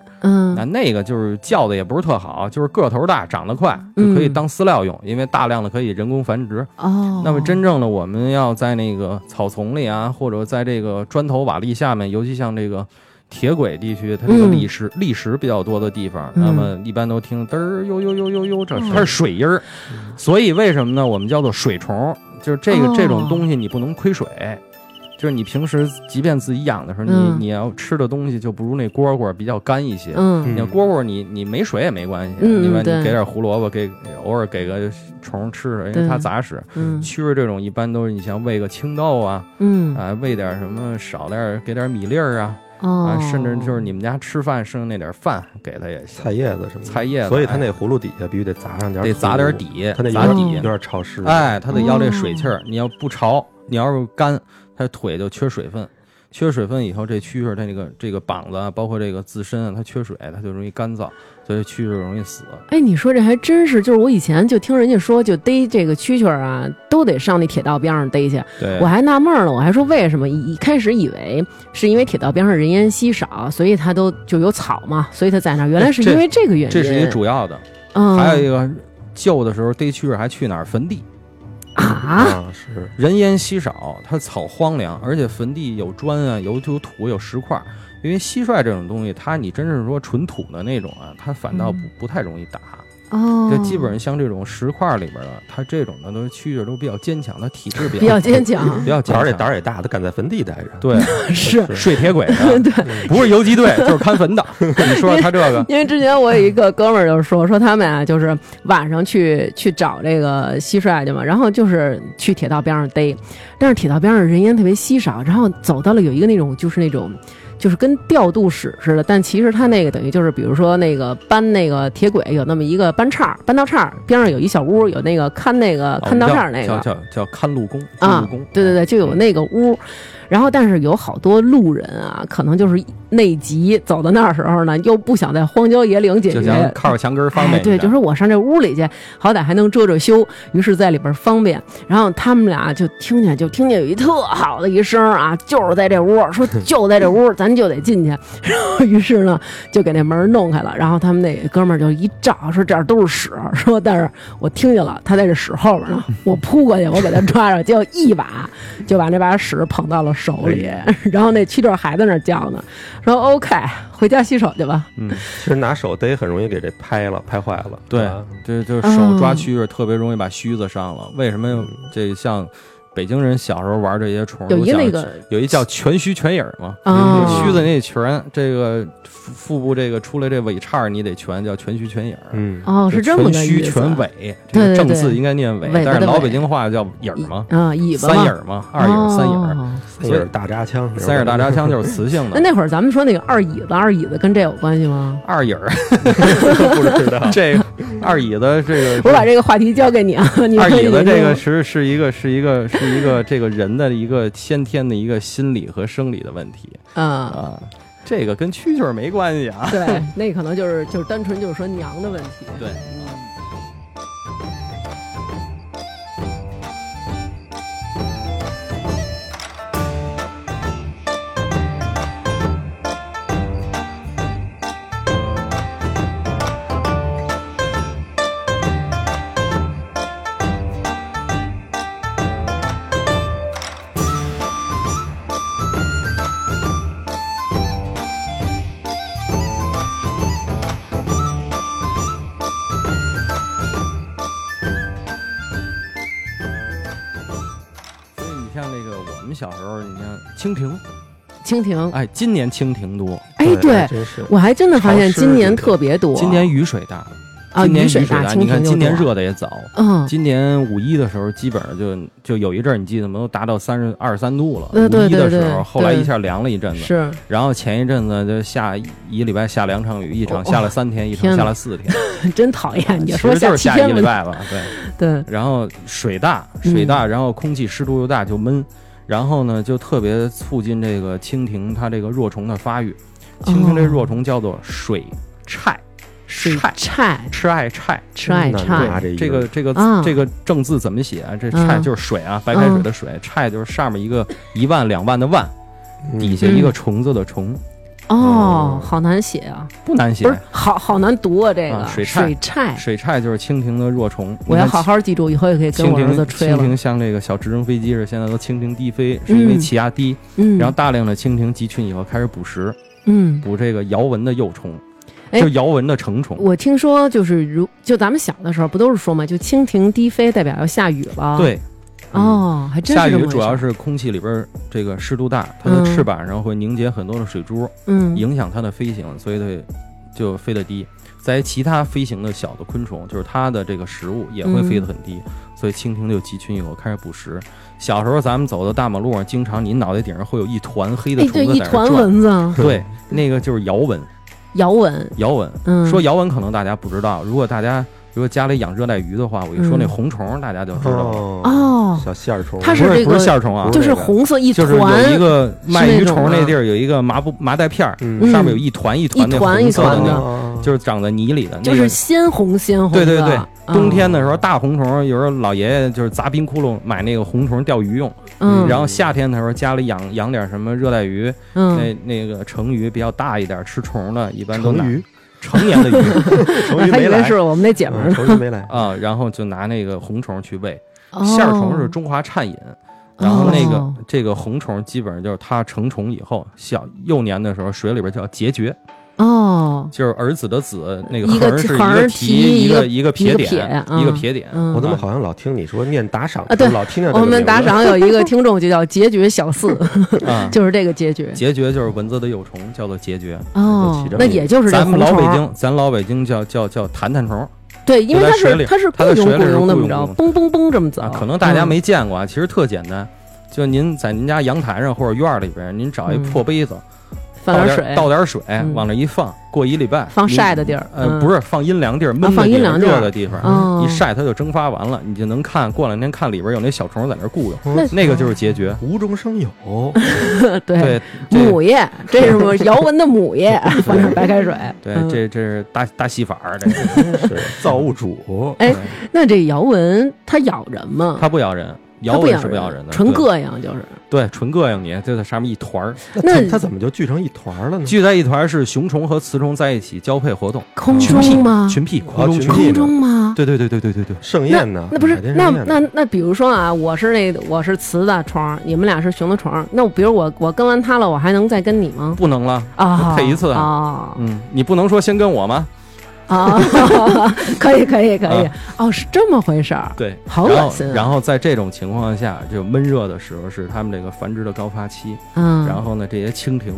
Speaker 2: 那
Speaker 1: 嗯
Speaker 2: 那个就是叫的也不是特好，就是个头大，长得快，就可以
Speaker 1: 嗯
Speaker 2: 当饲料用，因为大量的可以人工繁殖。
Speaker 1: 哦，
Speaker 2: 那么真正的我们要在那个草丛里啊，或者在这个砖头瓦砾下面，尤其像这个铁轨地区，它这个
Speaker 1: 嗯
Speaker 2: 砾石砾石比较多的地方，
Speaker 1: 嗯
Speaker 2: 那么一般都听嘚儿呦呦呦呦呦，这
Speaker 1: 嗯
Speaker 2: 它是水音儿，所以为什么呢？我们叫做水虫，就是这个
Speaker 1: 哦
Speaker 2: 这种东西你不能亏水。就是你平时即便自己养的时候，你
Speaker 1: 嗯
Speaker 2: 你要吃的东西就不如那蝈蝈比较干一些。
Speaker 1: 嗯
Speaker 2: 你
Speaker 3: 嗯
Speaker 2: 蝈蝈你你没水也没关系，
Speaker 1: 嗯
Speaker 2: 对吧？
Speaker 1: 对
Speaker 2: 你给点胡萝卜，给偶尔给个虫吃吃，因为它
Speaker 1: 对
Speaker 2: 杂食。
Speaker 1: 嗯
Speaker 2: 蛐儿这种一般都是你像喂个青豆啊，
Speaker 1: 嗯
Speaker 2: 啊喂点什么少点儿给点米粒儿啊，
Speaker 1: 哦
Speaker 2: 啊，甚至就是你们家吃饭剩下那点儿饭给它也行，
Speaker 3: 菜叶子什么的，
Speaker 2: 菜叶子啊
Speaker 3: 所以它那葫芦底下必须得砸上点，
Speaker 2: 得砸点，底
Speaker 3: 它那，
Speaker 2: 砸
Speaker 3: 有
Speaker 1: 油
Speaker 3: 点有
Speaker 2: 底，
Speaker 3: 点潮湿。，
Speaker 2: 哎，它得要这水
Speaker 1: 哦
Speaker 2: 气儿，你要不潮，你要是干，它腿就缺水分。缺水分以后，这蛐蛐儿它这个这个膀子啊，包括这个自身啊，它缺水，它就容易干燥，所以蛐蛐儿容易死。
Speaker 1: 哎，你说这还真是，就是我以前就听人家说，就逮这个蛐蛐儿啊，都得上那铁道边上逮去。
Speaker 2: 对
Speaker 1: 我，还纳闷儿呢，我还说为什么？一一开始以为是因为铁道边上人烟稀少，所以它都就有草嘛，所以它在那儿。原来是
Speaker 2: 哎这
Speaker 1: 因为这个原因。
Speaker 2: 这是一主要的，
Speaker 1: 嗯，
Speaker 2: 还有一个旧的时候逮蛐蛐儿还去哪儿坟地。
Speaker 1: 啊，
Speaker 3: 啊，是，
Speaker 2: 人烟稀少，它草荒凉，而且坟地有砖啊，有有土，有石块儿。因为蟋蟀这种东西，它你真是说纯土的那种啊，它反倒不
Speaker 1: 嗯
Speaker 2: 不太容易打。
Speaker 1: 哦，
Speaker 2: 这基本上像这种石块儿里边的，它这种的都是蛐蛐都比较坚强，它体质比较
Speaker 1: 比较坚强，
Speaker 2: 比较
Speaker 3: 胆
Speaker 2: 坚
Speaker 3: 儿也
Speaker 2: 强。
Speaker 3: 胆儿也大，它敢在坟地待着。
Speaker 2: 对，
Speaker 1: 是
Speaker 2: 睡铁轨的，
Speaker 3: 嗯
Speaker 2: 不是游击队就是看 坟的。你说说它这个，
Speaker 1: 因为之前我有一个哥们儿就说说他们啊，就是晚上去去找这个蟋蟀去嘛，然后就是去铁道边上逮，但是铁道边上人烟特别稀少，然后走到了有一个那种就是那种。就是跟调度室似的，但其实它那个等于就是，比如说那个搬那个铁轨有那么一个搬岔儿，搬道岔儿边上有一小屋，有那个看那
Speaker 2: 哦
Speaker 1: 个 看道岔儿那个
Speaker 2: 叫叫叫看路工，看
Speaker 1: 啊
Speaker 2: 路工，，
Speaker 1: 对对对，就
Speaker 2: 嗯
Speaker 1: 有那个屋。然后，但是有好多路人啊，可能就是内急，走到那儿时候呢，又不想在荒郊野岭解
Speaker 2: 就想
Speaker 1: 决。
Speaker 2: 靠着墙根儿方
Speaker 1: 哎，
Speaker 2: 便一点。
Speaker 1: 对，就说我上这屋里去，好歹还能遮遮羞，于是在里边方便。然后他们俩就听见，就听见有一特好的一声啊，就是在这屋， 说就在这屋，咱就得进去。然后于是呢，就给那门弄开了。然后他们那哥们儿就一照，说这儿都是屎，说但是我听见了，他在这屎后 边呢，我扑过去，我给他抓着，结果一把就把那把屎捧到了手里。
Speaker 2: 哎
Speaker 1: 然后那蛐蛐儿还在那儿叫呢，说 OK，回家洗手去吧。
Speaker 3: 其实拿手逮很容易给这拍了，拍坏了。
Speaker 2: 对
Speaker 3: 啊，
Speaker 2: 这就手
Speaker 1: 嗯
Speaker 2: 抓蛐蛐特别容易把须子上了。为什么
Speaker 3: 嗯
Speaker 2: 这像北京人小时候玩这些虫，
Speaker 1: 有
Speaker 2: 都
Speaker 1: 一
Speaker 2: 讲
Speaker 1: 那个
Speaker 2: 有一叫全须全影儿嘛，嗯
Speaker 1: 啊，
Speaker 2: 须子那全，这个腹腹部这个出来这尾叉儿你得全，叫全须全影儿。
Speaker 3: 嗯，
Speaker 1: 哦，是这么个
Speaker 2: 全
Speaker 1: 意
Speaker 2: 须
Speaker 1: 思。
Speaker 2: 全尾，这
Speaker 1: 对
Speaker 2: 个
Speaker 1: 对
Speaker 2: 正
Speaker 1: 对
Speaker 2: 字应该念尾
Speaker 1: 尾，巴
Speaker 2: 但是
Speaker 1: 的
Speaker 2: 老
Speaker 1: 尾
Speaker 2: 北京话叫影儿嘛，
Speaker 1: 啊，尾巴
Speaker 2: 三
Speaker 1: 嘛
Speaker 2: 影儿嘛，二影儿三影儿，
Speaker 1: 哦
Speaker 3: 那是大扎枪，
Speaker 2: 三影儿大扎枪 就是雌性
Speaker 1: 那
Speaker 2: 的。
Speaker 1: 那会儿咱们说那个二椅子，二椅子跟这有关系吗？
Speaker 2: 二影儿，
Speaker 3: 不知道。
Speaker 2: 这个二椅子这个
Speaker 1: 我把这个话题交给你啊，你
Speaker 2: 嗯 二
Speaker 1: 可以
Speaker 2: 椅子这个
Speaker 1: 用
Speaker 2: 是是一个是一个是一个这个人的一个先天的一个心理和生理的问题
Speaker 1: 啊，
Speaker 2: 啊，这个跟蛐蛐儿没关系啊。
Speaker 1: 对，那可能就是就是单纯就是说娘的问题。
Speaker 2: 对，所以你像那个我们小时候，你像蜻蜓，
Speaker 1: 蜻蜓，
Speaker 2: 哎，今年蜻蜓多，
Speaker 1: 哎，对
Speaker 3: 真是。
Speaker 1: 我还真的发现今年
Speaker 3: 潮湿
Speaker 1: 特别多，
Speaker 2: 今年雨水大，
Speaker 1: 啊
Speaker 2: 今年
Speaker 1: 雨
Speaker 2: 雨水
Speaker 1: 大，蜻
Speaker 2: 你看
Speaker 1: 蜓就
Speaker 2: 今年
Speaker 1: 多，
Speaker 2: 热的也早。
Speaker 1: 嗯，
Speaker 2: 今年五一的时候，基本上就就有一阵，你记得没有，达到三十二三度了。
Speaker 1: 对对
Speaker 2: 五一的
Speaker 1: 对
Speaker 2: 时
Speaker 1: 对
Speaker 2: 候，后来
Speaker 1: 对
Speaker 2: 一下凉了一阵子，
Speaker 1: 是
Speaker 2: 然后前一阵子就下一一礼拜下两场雨，一场下了三天，一场
Speaker 1: 哦天
Speaker 2: 下
Speaker 1: 哪
Speaker 2: 了四天。
Speaker 1: 真讨厌，你
Speaker 2: 其
Speaker 1: 说
Speaker 2: 实就是
Speaker 1: 七
Speaker 2: 下一
Speaker 1: 天嗯
Speaker 2: 礼
Speaker 1: 吧，
Speaker 2: 拜吧，对。
Speaker 1: 对，
Speaker 2: 然后水大， 水大，然后空气湿度又大，就闷。然后呢，就特别促进这个蜻蜓它这个若虫的发育。蜻蜓这
Speaker 1: 哦
Speaker 2: 若虫叫做水虿，
Speaker 1: 水
Speaker 2: 虿
Speaker 1: 虿
Speaker 2: 吃爱虿。
Speaker 1: 吃爱
Speaker 3: 真
Speaker 1: 虿
Speaker 3: 难啊这
Speaker 2: 这个这个
Speaker 1: 啊
Speaker 2: 这个正字怎么写啊？这
Speaker 1: 嗯
Speaker 2: 虿就是水啊，白开水的水，虿就是上面一个一万两万的万，底
Speaker 3: 你
Speaker 2: 下
Speaker 1: 嗯
Speaker 2: 一个虫子的虫，
Speaker 1: 哦
Speaker 3: 哦，
Speaker 1: 好难写啊，
Speaker 2: 不难写
Speaker 1: 不。是好好难读啊，这个
Speaker 2: 啊水虿
Speaker 1: 水虿，
Speaker 2: 水虿就是蜻蜓的若虫，
Speaker 1: 我
Speaker 2: 你
Speaker 1: 要
Speaker 2: 看
Speaker 1: 好好记住，以后也可以跟
Speaker 2: 蜻
Speaker 1: 我儿子
Speaker 2: 蜓，
Speaker 1: 吹了。
Speaker 2: 蜻蜓像这个小直升飞机似的，现在都蜻蜓低飞，是因为
Speaker 1: 嗯
Speaker 2: 气压低。
Speaker 1: 嗯，
Speaker 2: 然后大量的蜻蜓集群以后开始捕食，
Speaker 1: 嗯，
Speaker 2: 捕这个摇蚊的幼虫，
Speaker 1: 哎
Speaker 2: 就摇蚊的成虫。
Speaker 1: 我听说就是如就咱们小的时候不都是说嘛，就蜻蜓低飞代表要下雨了。，
Speaker 2: 对，
Speaker 1: 哦，还真
Speaker 2: 下
Speaker 1: 是这么
Speaker 2: 雨
Speaker 1: 回
Speaker 2: 主
Speaker 1: 事
Speaker 2: 要
Speaker 1: 儿
Speaker 2: 是空气里边儿这个湿度大，它的
Speaker 1: 嗯
Speaker 2: 翅膀上会凝结很多的水珠，
Speaker 1: 嗯
Speaker 2: 影响它的飞行，所以它就飞得低。在其他飞行的小的昆虫，就是它的这个食物也会飞得很低，
Speaker 1: 嗯
Speaker 2: 所以蜻蜓就集群以后开始捕食。小时候咱们走到大马路上，经常你脑袋顶上会有一团黑的
Speaker 1: 哎，
Speaker 2: 虫
Speaker 1: 对，
Speaker 2: 子
Speaker 1: 一
Speaker 2: 在那
Speaker 1: 团
Speaker 2: 转，
Speaker 1: 蚊子，
Speaker 3: 嗯
Speaker 2: 对，那个就是摇蚊，
Speaker 1: 摇蚊，
Speaker 2: 摇蚊。
Speaker 1: 嗯，
Speaker 2: 说摇蚊可能大家不知道，如果大家如果家里养热带鱼的话，我一
Speaker 1: 嗯
Speaker 2: 说那红虫，大家就知道了。
Speaker 3: 哦，
Speaker 1: 哦，
Speaker 3: 小线儿虫，
Speaker 1: 它
Speaker 2: 不
Speaker 1: 是这
Speaker 2: 是
Speaker 1: 个
Speaker 2: 不是线虫啊，
Speaker 3: 不
Speaker 1: 就是
Speaker 3: 这个
Speaker 1: 红色一
Speaker 2: 就是有一
Speaker 1: 团，
Speaker 2: 个卖
Speaker 1: 是那
Speaker 2: 鱼
Speaker 1: 种
Speaker 2: 虫
Speaker 1: 吗
Speaker 2: 那地儿有一个麻布麻袋片儿，
Speaker 3: 嗯
Speaker 1: 嗯
Speaker 2: 上面有一团一团那
Speaker 1: 一团
Speaker 2: 红色的
Speaker 1: 一团
Speaker 2: 那
Speaker 1: 的
Speaker 2: 个，
Speaker 3: 哦
Speaker 2: 就是长在泥里的那
Speaker 1: 就
Speaker 2: 个
Speaker 1: 是。鲜红鲜红的。
Speaker 2: 对对对，
Speaker 1: 嗯
Speaker 2: 冬天的时候大红虫，有时候老爷爷就是砸冰窟窿买那个红虫钓鱼用，
Speaker 1: 嗯，
Speaker 2: 然后夏天的时候家里养养点什么热带鱼，那
Speaker 1: 嗯，
Speaker 2: 那个成鱼比较大一点，吃虫的一般都拿
Speaker 3: 成鱼，
Speaker 2: 成年 的鱼。
Speaker 3: 成鱼
Speaker 1: 还以为
Speaker 3: 没来
Speaker 1: 是，我们那姐们儿
Speaker 3: 嗯
Speaker 1: 呢。
Speaker 3: 成鱼 没来，
Speaker 2: 啊，然后就拿那个红虫去喂。
Speaker 1: 哦
Speaker 2: 线嗯儿虫是中华颤饮，然后那个、
Speaker 1: 哦
Speaker 2: 这个红虫基本上就是它成虫以后，小幼年的时候水里边叫结节，
Speaker 1: 哦，
Speaker 2: 就是儿子的子，那个
Speaker 1: 一个
Speaker 2: 横是一
Speaker 1: 横
Speaker 2: 个
Speaker 1: 儿
Speaker 2: 提
Speaker 1: 提
Speaker 2: 一
Speaker 1: 一个
Speaker 2: 一个
Speaker 1: 一
Speaker 2: 撇
Speaker 1: 个
Speaker 2: 点
Speaker 1: 撇
Speaker 2: 一个
Speaker 1: 嗯
Speaker 2: 撇点。
Speaker 1: 嗯
Speaker 3: 我怎么
Speaker 2: 啊
Speaker 3: 好像老听你说念打赏
Speaker 1: 啊对
Speaker 3: 老听见这个
Speaker 1: 我们
Speaker 3: 名字
Speaker 1: 打 赏有一个听众就叫结局小四，
Speaker 2: 啊？
Speaker 1: 就是这个结局。
Speaker 2: 结节就是蚊子的幼虫，叫做结节。
Speaker 1: 哦
Speaker 3: 就起这，
Speaker 1: 那
Speaker 3: 名字
Speaker 1: 也就是这
Speaker 2: 咱
Speaker 1: 红
Speaker 2: 们老北
Speaker 1: 虫。
Speaker 2: 京，咱老北京叫叫叫弹弹虫啊
Speaker 1: 对，因为
Speaker 2: 就在
Speaker 1: 它
Speaker 2: 水里
Speaker 1: 是它是
Speaker 2: 它
Speaker 1: 雇佣
Speaker 2: 在水里
Speaker 1: 雇
Speaker 2: 是
Speaker 1: 佣那
Speaker 2: 雇
Speaker 1: 么
Speaker 2: 佣
Speaker 1: 着
Speaker 2: 雇
Speaker 1: 嘣
Speaker 2: 佣，
Speaker 1: 嘣嘣这么走
Speaker 2: 啊，。可能大家
Speaker 1: 嗯
Speaker 2: 没见过啊，其实特简单，就您在您家阳台上或者院儿里边，您找一
Speaker 1: 嗯
Speaker 2: 破杯子，
Speaker 1: 放点
Speaker 2: 倒
Speaker 1: 水，
Speaker 2: 倒点水
Speaker 1: 嗯
Speaker 2: 往那一放，过一礼拜
Speaker 1: 放
Speaker 2: 你
Speaker 1: 晒的地儿
Speaker 2: 呃，
Speaker 1: 嗯
Speaker 2: 不是放阴凉地儿，闷的
Speaker 1: 放
Speaker 2: 地
Speaker 1: 阴
Speaker 2: 儿
Speaker 1: 凉地
Speaker 2: 热
Speaker 1: 儿
Speaker 2: 的地方，
Speaker 1: 哦
Speaker 2: 一晒它就蒸发完了，你就能看过两天看里边有那小虫在那儿雇佣，
Speaker 1: 那哎
Speaker 2: 那个就是结节。
Speaker 3: 无中生有，
Speaker 1: 对
Speaker 2: 对，这
Speaker 1: 母 夜，这是我姚文的母夜，放点白开水。
Speaker 2: 对
Speaker 1: 嗯，
Speaker 2: 这这是大大戏法儿，这个
Speaker 3: 是造物主，
Speaker 1: 哎那这姚文它咬人吗？
Speaker 2: 它不咬人，咬
Speaker 1: 它不
Speaker 2: 吻
Speaker 1: 咬
Speaker 2: 是不咬人的，
Speaker 1: 纯
Speaker 2: 对
Speaker 1: 膈应就是。
Speaker 2: 对纯膈应你，就在上面一团儿
Speaker 1: 那
Speaker 3: 它怎么就聚成一团儿了呢？
Speaker 2: 聚在一团儿是雄虫和雌虫在一起交配活动，
Speaker 1: 空
Speaker 2: 群屁
Speaker 1: 中吗？
Speaker 2: 群屁空中
Speaker 3: 群
Speaker 2: 群
Speaker 3: 屁
Speaker 2: 屁
Speaker 1: 空，中吗？
Speaker 2: 对对对对对对对，
Speaker 3: 盛宴呢？
Speaker 1: 那不是
Speaker 3: 海天
Speaker 1: 那
Speaker 3: 盛宴呢
Speaker 1: 那那，比如说啊，我是那个我是雌的虫，你们俩是雄的虫，那我比如我我跟完它了，我还能再跟你吗？
Speaker 2: 不能了，
Speaker 1: 啊，
Speaker 2: 配一次啊
Speaker 1: 啊
Speaker 2: 嗯，你不能说先跟我吗？
Speaker 1: 啊，可以可以可
Speaker 2: 啊
Speaker 1: 以，哦，是这么回事儿，
Speaker 2: 对，
Speaker 1: 好
Speaker 2: 然后
Speaker 1: 恶心啊
Speaker 2: 然后在这种情况下，就闷热的时候是它们这个繁殖的高发期，
Speaker 1: 嗯，
Speaker 2: 然后呢，这些蜻蜓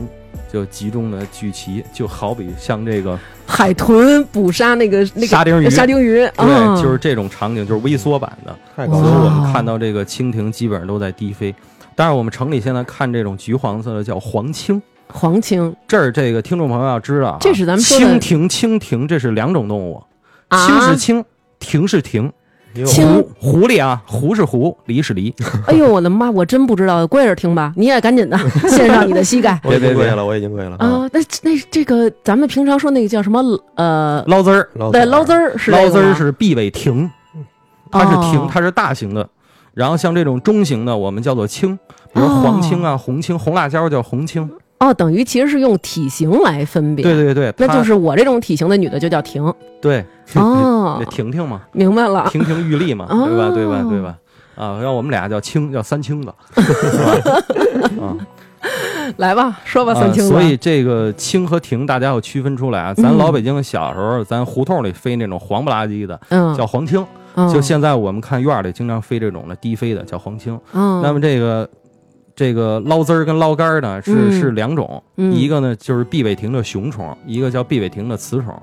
Speaker 2: 就集中的聚齐，就好比像这个
Speaker 1: 海豚捕杀那个那个
Speaker 2: 沙丁鱼，
Speaker 1: 沙丁鱼，啊
Speaker 2: 对，就是这种场景，就是微缩版的。
Speaker 3: 太
Speaker 1: 哇
Speaker 3: 搞
Speaker 2: 所以
Speaker 3: 笑
Speaker 2: 我
Speaker 3: 了，
Speaker 2: 们看到这个蜻蜓基本上都在低飞，但是我们城里现在看这种橘黄色的叫黄青。
Speaker 1: 黄青
Speaker 2: 这儿这个听众朋友要知道、啊，
Speaker 1: 这是咱们说的
Speaker 2: 蜻蜓，蜻蜓这是两种动物，
Speaker 1: 啊
Speaker 2: 蜻是蜻，蜓是蜓，
Speaker 3: 因为我
Speaker 1: 青
Speaker 2: 狐狐狸啊，狐是狐，狸是 狸，
Speaker 1: 哎呦我的妈！我真不知道，跪着听吧，你也赶 紧的献上你的膝盖
Speaker 3: 我已经
Speaker 2: 别别
Speaker 3: 跪
Speaker 2: 别
Speaker 3: 了，我已经跪了。
Speaker 1: 啊！那那这个咱们平常说那个叫什么呃，
Speaker 2: 捞汁儿，
Speaker 3: 老
Speaker 1: 对
Speaker 3: 早
Speaker 1: 捞汁儿是这个
Speaker 2: 捞
Speaker 1: 吗
Speaker 2: 汁儿是碧尾蜓，它是
Speaker 1: 哦
Speaker 2: 蜓，它是大型的。然后像这种中型的，我们叫做青，比如黄青啊、红青、红辣椒叫红青。
Speaker 1: 哦，等于其实是用体型来分别，
Speaker 2: 对对对，
Speaker 1: 那
Speaker 2: 它
Speaker 1: 就是我这种体型的女的就叫婷
Speaker 2: 对
Speaker 1: 哦
Speaker 2: 那，婷婷嘛，
Speaker 1: 明白了，
Speaker 2: 亭亭玉立嘛，
Speaker 1: 哦
Speaker 2: 对吧？对吧？对吧？啊，然后我们俩叫青，叫三青子， 是吧 啊，
Speaker 1: 来吧，说吧，三
Speaker 2: 啊
Speaker 1: 清吧
Speaker 2: 所以这个青和亭大家要区分出来啊。咱老北京小时候，咱胡同里飞那种黄不拉几的
Speaker 1: 嗯，
Speaker 2: 叫黄青，
Speaker 1: 嗯
Speaker 2: 就现在我们看院儿里经常飞这种的低飞的叫黄青。
Speaker 1: 嗯，
Speaker 2: 那么这个这个捞汁儿跟捞杆儿呢是、
Speaker 1: 嗯
Speaker 2: 是两种，
Speaker 1: 嗯
Speaker 2: 一个呢就是碧尾蜓的雄虫，一个叫碧尾蜓的雌虫。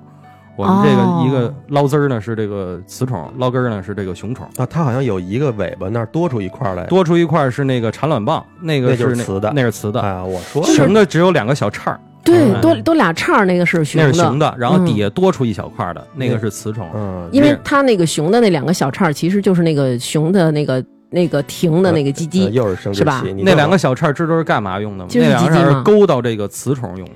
Speaker 2: 我们这
Speaker 1: 哦
Speaker 2: 个一个捞汁儿呢是这个雌虫，捞根儿呢是这个雄虫。
Speaker 3: 啊，它好像有一个尾巴那儿多出一块儿来，
Speaker 2: 多出一块儿是那个产卵棒，那个
Speaker 3: 那就是
Speaker 2: 那
Speaker 3: 雌的
Speaker 2: 那是雌的，
Speaker 3: 啊，我说
Speaker 1: 就是
Speaker 2: 雄的只有两个小叉儿，
Speaker 1: 对
Speaker 3: 嗯
Speaker 1: 多多俩叉儿那个是雄
Speaker 2: 那是
Speaker 1: 的
Speaker 2: 雄，的，然后
Speaker 1: 嗯
Speaker 2: 底下多出一小块儿的，那个是雌虫。
Speaker 3: 嗯，
Speaker 1: 因为
Speaker 2: 是
Speaker 1: 它那个雄的那两个小叉儿其实就是那个雄的那个那个婷的那个鸡
Speaker 3: 呃
Speaker 1: 鸡，
Speaker 3: 又是生殖
Speaker 1: 是吧
Speaker 3: 器，你
Speaker 2: 那
Speaker 3: 知道
Speaker 2: 两个小叉儿知道是干嘛用的吗？
Speaker 1: 就是
Speaker 2: 那两个
Speaker 1: 鸡
Speaker 2: 叉
Speaker 1: 鸡
Speaker 2: 儿
Speaker 1: 吗
Speaker 2: 勾到这个雌虫用的。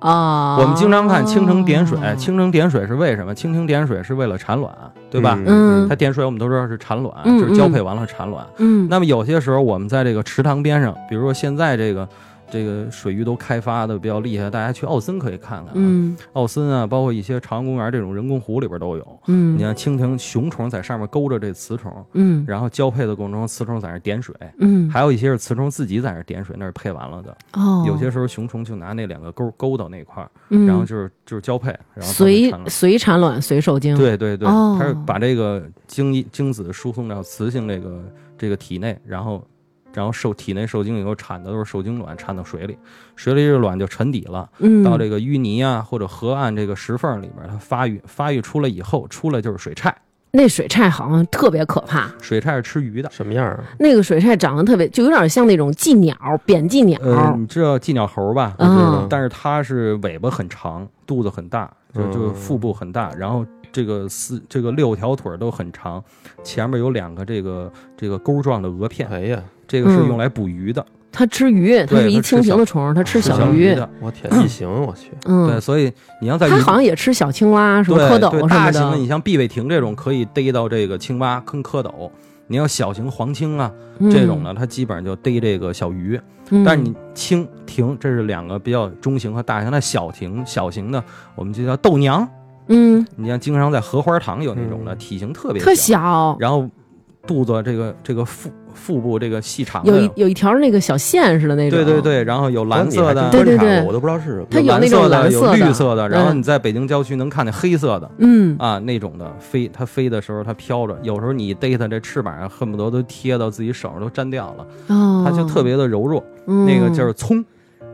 Speaker 1: 啊，哦
Speaker 2: 我们经常看蜻蜓点水，蜻蜓点水是为什么？蜻蜓点水是为了产卵，对吧？
Speaker 1: 嗯
Speaker 2: 它点水我们都知道是产卵，
Speaker 1: 嗯
Speaker 2: 就是交配完了产卵。
Speaker 1: 嗯，
Speaker 2: 那么有些时候我们在这个池塘边上，比如说现在这个这个水域都开发的比较厉害，大家去奥森可以看看、啊，
Speaker 1: 嗯
Speaker 2: 奥森啊，包括一些朝阳公园这种人工湖里边都有。
Speaker 1: 嗯
Speaker 2: 你看蜻蜓、雄虫在上面勾着这雌虫，
Speaker 1: 嗯
Speaker 2: 然后交配的过程中，雌虫在那点水，
Speaker 1: 嗯，
Speaker 2: 还有一些是雌虫自己在那点水，那是配完了的。
Speaker 1: 哦，
Speaker 2: 有些时候雄虫就拿那两个钩勾到那块儿，
Speaker 1: 嗯，
Speaker 2: 然后就是就是交配，然后
Speaker 1: 随
Speaker 2: 产卵
Speaker 1: 随产卵随受精，
Speaker 2: 对对对，
Speaker 1: 哦
Speaker 2: 它是把这个精液精子输送到雌性这个这个体内，然后然后受体内受精以后产的都是受精卵，产到水里，水里这卵就沉底了，
Speaker 1: 嗯，
Speaker 2: 到这个淤泥啊或者河岸这个石缝里边，它发育发育出来以后，出来就是水菜，
Speaker 1: 那水菜好像特别可怕，
Speaker 2: 水菜是吃鱼的。
Speaker 3: 什么样啊？
Speaker 1: 那个水菜长得特别，就有点像那种寄鸟扁寄鸟，
Speaker 2: 呃，你知道寄鸟猴吧？
Speaker 1: 嗯
Speaker 3: 我知道
Speaker 2: 但是它是尾巴很长，肚子很大，就就
Speaker 3: 嗯
Speaker 2: 腹部很大，然后这个四这个六条腿儿都很长，前面有两个这个这个钩状的颚片，
Speaker 3: 哎呀，
Speaker 2: 这个是
Speaker 1: 嗯
Speaker 2: 用来捕鱼的，
Speaker 1: 它吃鱼，它
Speaker 2: 对
Speaker 1: 是一
Speaker 2: 它吃
Speaker 1: 蜻蜓
Speaker 2: 小
Speaker 1: 的虫，它吃
Speaker 3: 吃
Speaker 1: 小
Speaker 3: 小
Speaker 1: 鱼，
Speaker 2: 的。
Speaker 3: 我天，异形，我去，
Speaker 2: 对，
Speaker 1: 嗯，
Speaker 2: 所以你要在
Speaker 1: 它
Speaker 2: 鱼
Speaker 1: 好像也吃小青蛙，什么
Speaker 2: 对
Speaker 1: 蝌蚪
Speaker 2: 对
Speaker 1: 什么
Speaker 2: 大型的，你
Speaker 1: 的，
Speaker 2: 像碧尾蜓这种可以逮到这个青蛙跟蝌蚪。你要小型黄青啊，
Speaker 1: 嗯
Speaker 2: 这种，呢，它基本上就逮这个小鱼。
Speaker 1: 嗯
Speaker 2: 但是你青蜓，这是两个比较中型和大型。那小型小型的，我们就叫豆娘，
Speaker 1: 嗯，
Speaker 2: 你像经常在荷花塘有那种的，
Speaker 3: 嗯
Speaker 2: 体型特别
Speaker 1: 特小，
Speaker 2: 然后肚子这个这个腹腹部这个细长的，
Speaker 1: 有一有一条那个小线似的那种，
Speaker 2: 对对，对，然后有 蓝色的，
Speaker 1: 对
Speaker 3: 观
Speaker 1: 对
Speaker 3: 察
Speaker 1: 对
Speaker 3: 过我都不知道是什么。
Speaker 1: 它有
Speaker 2: 蓝
Speaker 1: 那种
Speaker 2: 色的，
Speaker 1: 蓝色
Speaker 2: 有
Speaker 1: 的
Speaker 2: 绿色
Speaker 1: 嗯
Speaker 2: 的，然后你在北京郊区能看见黑色的。
Speaker 1: 嗯，
Speaker 2: 啊，那种的飞，它飞的时候它飘着，有时候你逮它这翅膀上恨不得都贴到自己手上都粘掉了，
Speaker 1: 哦，
Speaker 2: 它就特别的柔弱。
Speaker 1: 嗯，
Speaker 2: 那个就是葱，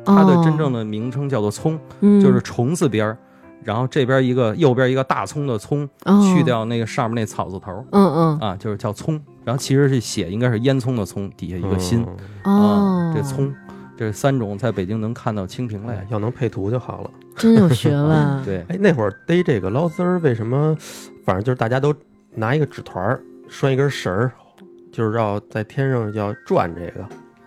Speaker 2: 它的真正
Speaker 1: 的
Speaker 2: 的名称叫做葱，
Speaker 1: 就
Speaker 2: 就是虫字边儿，然后这边一个右边一个大葱的葱，去，
Speaker 1: 哦
Speaker 2: 掉那个上面那草字头，
Speaker 1: 嗯
Speaker 2: 啊，就是叫葱，然后其实是写应该是烟囱的葱，底下一个心、
Speaker 3: 嗯，
Speaker 1: 嗯，哦
Speaker 2: 啊，，这葱，这三种在北京能看到蜻蜓类
Speaker 3: 哎。要能配图就好了。
Speaker 1: 真有学 问，
Speaker 2: 对，
Speaker 3: 哎，那会儿逮这个捞丝儿，为什么？反正就是大家都拿一个纸团儿拴一根绳儿，就是要在天上要转这个，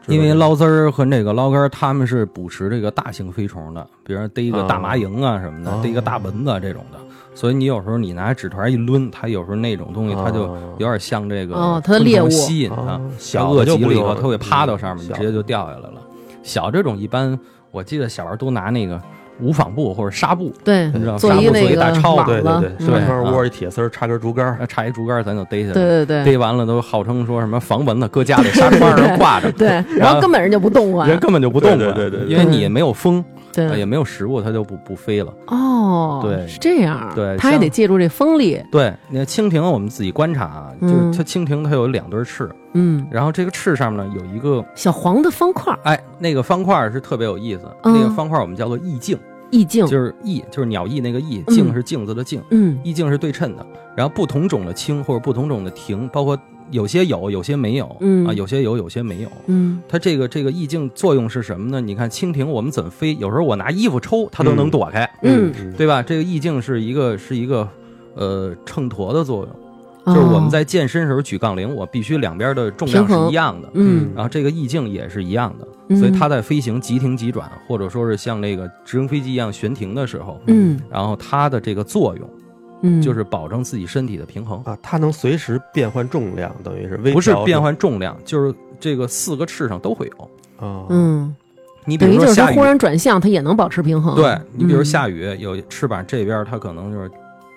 Speaker 2: 因为
Speaker 3: 知道吗
Speaker 2: 捞丝儿和那个捞竿儿，他们是捕食这个大型飞虫的，比如说逮一个大麻蝇啊什么的，
Speaker 3: 哦
Speaker 2: 逮一个大蚊子啊这种的。所以你有时候你拿纸团一抡，它有时候那种东西它就有点像这个
Speaker 1: 哦它的猎物
Speaker 2: 昆虫吸引它，
Speaker 3: 啊，
Speaker 2: 它
Speaker 3: 小
Speaker 2: 饿
Speaker 3: 的就
Speaker 2: 极
Speaker 3: 不
Speaker 2: 了以
Speaker 3: 用
Speaker 2: 后，
Speaker 3: 了，
Speaker 2: 它会趴到上面，
Speaker 3: 嗯
Speaker 2: 你直接就掉下来了。小这种一般，我记得小时候都拿那个无纺布或者纱布，
Speaker 1: 对
Speaker 2: 你知道吗
Speaker 1: 做
Speaker 2: 纱
Speaker 1: 一
Speaker 2: 布
Speaker 1: 那
Speaker 2: 做一
Speaker 1: 个
Speaker 2: 大抄
Speaker 1: 网
Speaker 3: 对
Speaker 1: 了
Speaker 3: 对对，
Speaker 1: 嗯
Speaker 3: 手里
Speaker 2: 对
Speaker 3: 边
Speaker 2: 啊
Speaker 3: 握着铁丝儿，插根竹竿儿，
Speaker 2: 那插一竹竿，咱就逮下来。
Speaker 1: 对对对，
Speaker 2: 逮完了都号称说什么防蚊的，搁家里 纱窗上挂着
Speaker 1: 对，然
Speaker 2: 然
Speaker 1: 后
Speaker 2: 后
Speaker 1: 根本人就不动啊，
Speaker 2: 人根本就不动了。
Speaker 3: 对对对对对
Speaker 2: 因为你也没有风，呃也
Speaker 1: 对，
Speaker 2: 没有食物，它就不不飞了。
Speaker 1: 哦，
Speaker 2: 对
Speaker 1: 是这样，
Speaker 2: 对
Speaker 1: 它还
Speaker 2: 像
Speaker 1: 得借助这风力，
Speaker 2: 对，你看蜻蜓，我们自己观察啊，就
Speaker 1: 嗯
Speaker 2: 是它蜻蜓它有两对翅，
Speaker 1: 嗯，
Speaker 2: 然后这个翅上面呢有一个，
Speaker 1: 小黄的方块儿
Speaker 2: 哎，那个方块是特别有意思，
Speaker 1: 嗯
Speaker 2: 那个方块我们叫做翼镜，
Speaker 1: 意境，
Speaker 2: 就是翼就是鸟翼那个翼，
Speaker 1: 嗯
Speaker 2: 镜是镜子的镜，
Speaker 1: 嗯
Speaker 2: 翼镜是对称的。然后不同种的蜻或者不同种的蜓，包括有些有，有些没有，
Speaker 1: 嗯
Speaker 2: 啊，有些有，有些没有。
Speaker 1: 嗯，
Speaker 2: 它这个这个意境作用是什么呢？你看蜻蜓，我们怎么飞？有时候我拿衣服抽，它都能躲开，
Speaker 1: 嗯
Speaker 3: 嗯，
Speaker 2: 对吧？这个意境是一个是一个呃秤砣的作用，就是我们
Speaker 1: 哦，
Speaker 2: 在健身时候举杠铃，我必须两边的重量
Speaker 1: 平衡
Speaker 2: 是一样的，
Speaker 1: 嗯
Speaker 2: 然后这个意境也是一样的，
Speaker 1: 嗯
Speaker 2: 所以它在飞行急停急转，或者说是像那个直升飞机一样悬停的时候，
Speaker 1: 嗯
Speaker 2: 然后它的这个作用
Speaker 1: 嗯，
Speaker 2: 就是保证自己身体的平衡，
Speaker 3: 啊，它能随时变换重量，等于是微
Speaker 2: 不是
Speaker 3: 调
Speaker 2: 变换重量，就是这个四个翅上都会有。
Speaker 3: 啊，，
Speaker 1: 嗯，
Speaker 2: 你比
Speaker 1: 等于
Speaker 2: 如
Speaker 1: 就
Speaker 2: 说
Speaker 1: 是它
Speaker 2: 下雨
Speaker 1: 忽然转向，它也能保持平衡，
Speaker 2: 对你，比如
Speaker 1: 嗯
Speaker 2: 下雨，有翅膀这边它可能就是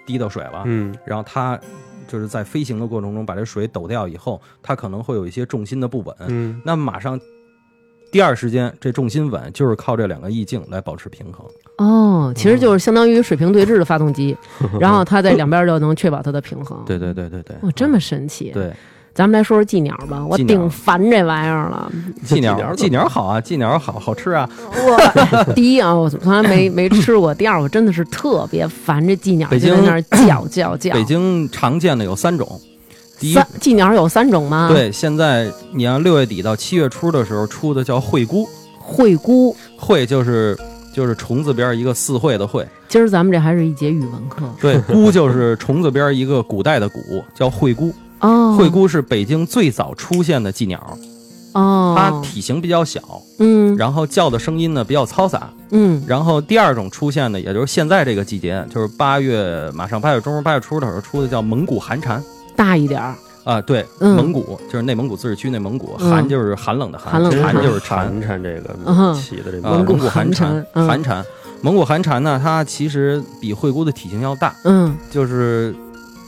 Speaker 2: 滴到水了，
Speaker 3: 嗯，
Speaker 2: 然后它就是在飞行的过程中把这水抖掉以后，它可能会有一些重心的不稳。
Speaker 3: 嗯，
Speaker 2: 那马上第二时间，这重心稳就是靠这两个翼镜来保持平衡。
Speaker 1: 哦，其实
Speaker 2: 嗯
Speaker 1: 就是相当于水平对置的发动 机，然后它在两边就能确保它的平衡，
Speaker 2: 对对对对对，
Speaker 1: 哇，这么神奇，啊
Speaker 2: 对
Speaker 1: 咱们来说说寄鸟吧，我
Speaker 2: 寄鸟
Speaker 1: 顶烦这玩意儿了。
Speaker 2: 寄
Speaker 3: 寄鸟
Speaker 2: 鸟
Speaker 3: 怎
Speaker 2: 寄鸟好啊，寄鸟好好吃啊，
Speaker 1: 我第一啊，我从来没没吃过。第二，我真的是特别烦这寄鸟，
Speaker 2: 北京
Speaker 1: 就在那儿叫叫叫。
Speaker 2: 北京常见的有三种，第一
Speaker 1: 三。寄鸟有三种吗？，
Speaker 2: 对，现在你要六月底到七月初的时候出的叫喙菇，
Speaker 1: 惠姑。
Speaker 2: 喙就是就是虫字边一个四会的会，
Speaker 1: 今儿咱们这还是一节语文课
Speaker 2: 对，菇就是虫字边一个古代的“古”，叫喙菇。
Speaker 1: 哦。
Speaker 2: 喙，菇是北京最早出现的寄鸟，
Speaker 1: 哦，
Speaker 2: 它体型比较小，
Speaker 1: 嗯
Speaker 2: 然后叫的声音呢比较嘈杂。
Speaker 1: 嗯
Speaker 2: 然后第二种出现的，也就是现在这个季节，就是八月马上八月中八月初的时候出的叫蒙古寒蝉
Speaker 1: 大一点儿，
Speaker 2: 啊，对，
Speaker 1: 嗯
Speaker 2: 蒙古就是内蒙古自治区内蒙古，
Speaker 1: 嗯
Speaker 2: 寒就是寒冷的
Speaker 1: 寒
Speaker 2: 寒，
Speaker 1: 冷的
Speaker 2: 蝉
Speaker 1: 寒
Speaker 2: 就是蝉。
Speaker 3: 馋馋这个
Speaker 1: 嗯哼
Speaker 3: 起的这
Speaker 2: 啊，
Speaker 1: 蒙
Speaker 3: 名
Speaker 1: 古
Speaker 2: 蒙
Speaker 3: 字
Speaker 2: 古寒
Speaker 1: 寒
Speaker 2: 蝉，
Speaker 1: 蝉嗯
Speaker 2: 寒蝉，蒙古寒蝉呢，它其实比惠姑的体型要大，
Speaker 1: 嗯，
Speaker 2: 就是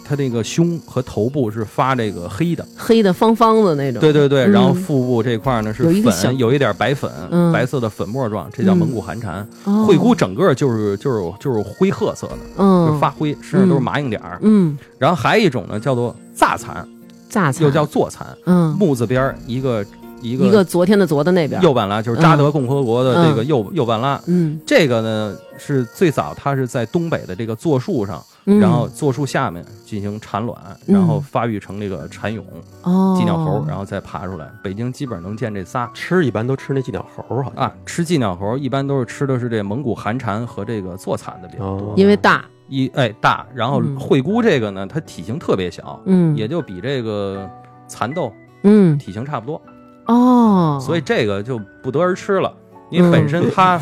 Speaker 2: 它这个胸和头部是发这个黑的，
Speaker 1: 黑的方方的那种，
Speaker 2: 对对对，然后
Speaker 1: 嗯
Speaker 2: 腹部这块呢是
Speaker 1: 有一个小
Speaker 2: 粉，有一点白粉
Speaker 1: 嗯，
Speaker 2: 白色的粉末状，这叫
Speaker 1: 嗯
Speaker 2: 蒙古寒蝉。
Speaker 1: 哦，
Speaker 2: 惠姑整个就是就是就是灰褐色的，就是
Speaker 1: 嗯
Speaker 2: 发灰，身上都是麻硬点儿。
Speaker 1: 嗯
Speaker 2: 然后还有一种呢叫做杂蚕，
Speaker 1: 榨菜，
Speaker 2: 又叫坐蚕，
Speaker 1: 嗯
Speaker 2: 木字边儿一个一
Speaker 1: 一
Speaker 2: 个
Speaker 1: 个嗯昨天的昨的那边，
Speaker 2: 右半拉，就是扎德共和国的这个右右半拉。
Speaker 1: 嗯
Speaker 2: 这个呢是最早，它是在东北的这个柞树上，
Speaker 1: 嗯，
Speaker 2: 然后柞树下面进行产卵，
Speaker 1: 嗯
Speaker 2: 然后发育成这个蚕蛹、
Speaker 1: 哦，
Speaker 2: 寄鸟猴，然后再爬出来。北京基本上能见这仨
Speaker 3: 吃一般都吃那寄鸟猴儿好像
Speaker 2: 啊。吃寄鸟猴一般都是吃的是这蒙古寒蝉和这个坐蚕的比较
Speaker 3: 哦
Speaker 2: 多，
Speaker 1: 因为大，
Speaker 2: 一哎大，然后
Speaker 1: 嗯
Speaker 2: 惠姑这个呢，它体型特别小，
Speaker 1: 嗯，
Speaker 2: 也就比这个蚕豆
Speaker 1: 嗯
Speaker 2: 体型差不多，
Speaker 1: 哦，嗯
Speaker 2: 所以这个就不得而知了。因为本身它、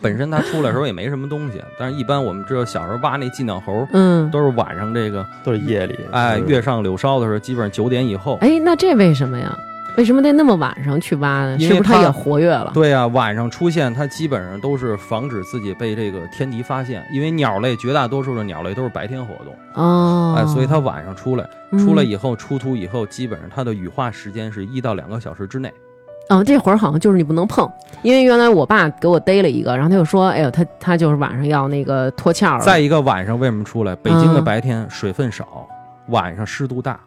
Speaker 2: 本身它出来的时候也没什么东西，但是一般我们知道小时候挖那寄鸟猴
Speaker 1: 嗯，
Speaker 2: 都是晚上这个
Speaker 3: 都是夜里
Speaker 2: 哎
Speaker 3: 就是
Speaker 2: 月上柳梢的时候，基本上九点以后。
Speaker 1: 哎，那这为什么呀？为什么得那么晚上去挖呢？
Speaker 2: 因
Speaker 1: 是
Speaker 2: 为
Speaker 1: 不是它
Speaker 2: 它
Speaker 1: 也活跃了？
Speaker 2: 对呀、啊晚上出现它基本上都是防止自己被这个天敌发现，因为鸟类绝大多数的鸟类都是白天活动，
Speaker 1: 哦，
Speaker 2: 哎，所以它晚上出来，出来
Speaker 1: 嗯
Speaker 2: 以后出土以后，基本上它的羽化时间是一到两个小时之内。
Speaker 1: 哦，这会儿好像就是你不能碰，因为原来我爸给我逮了一个，然后他就说，哎呦，他他就是晚上要那个脱壳了，
Speaker 2: 再一个晚上为什么出来？北京的
Speaker 1: 嗯
Speaker 2: 白天水分少，晚上湿度大，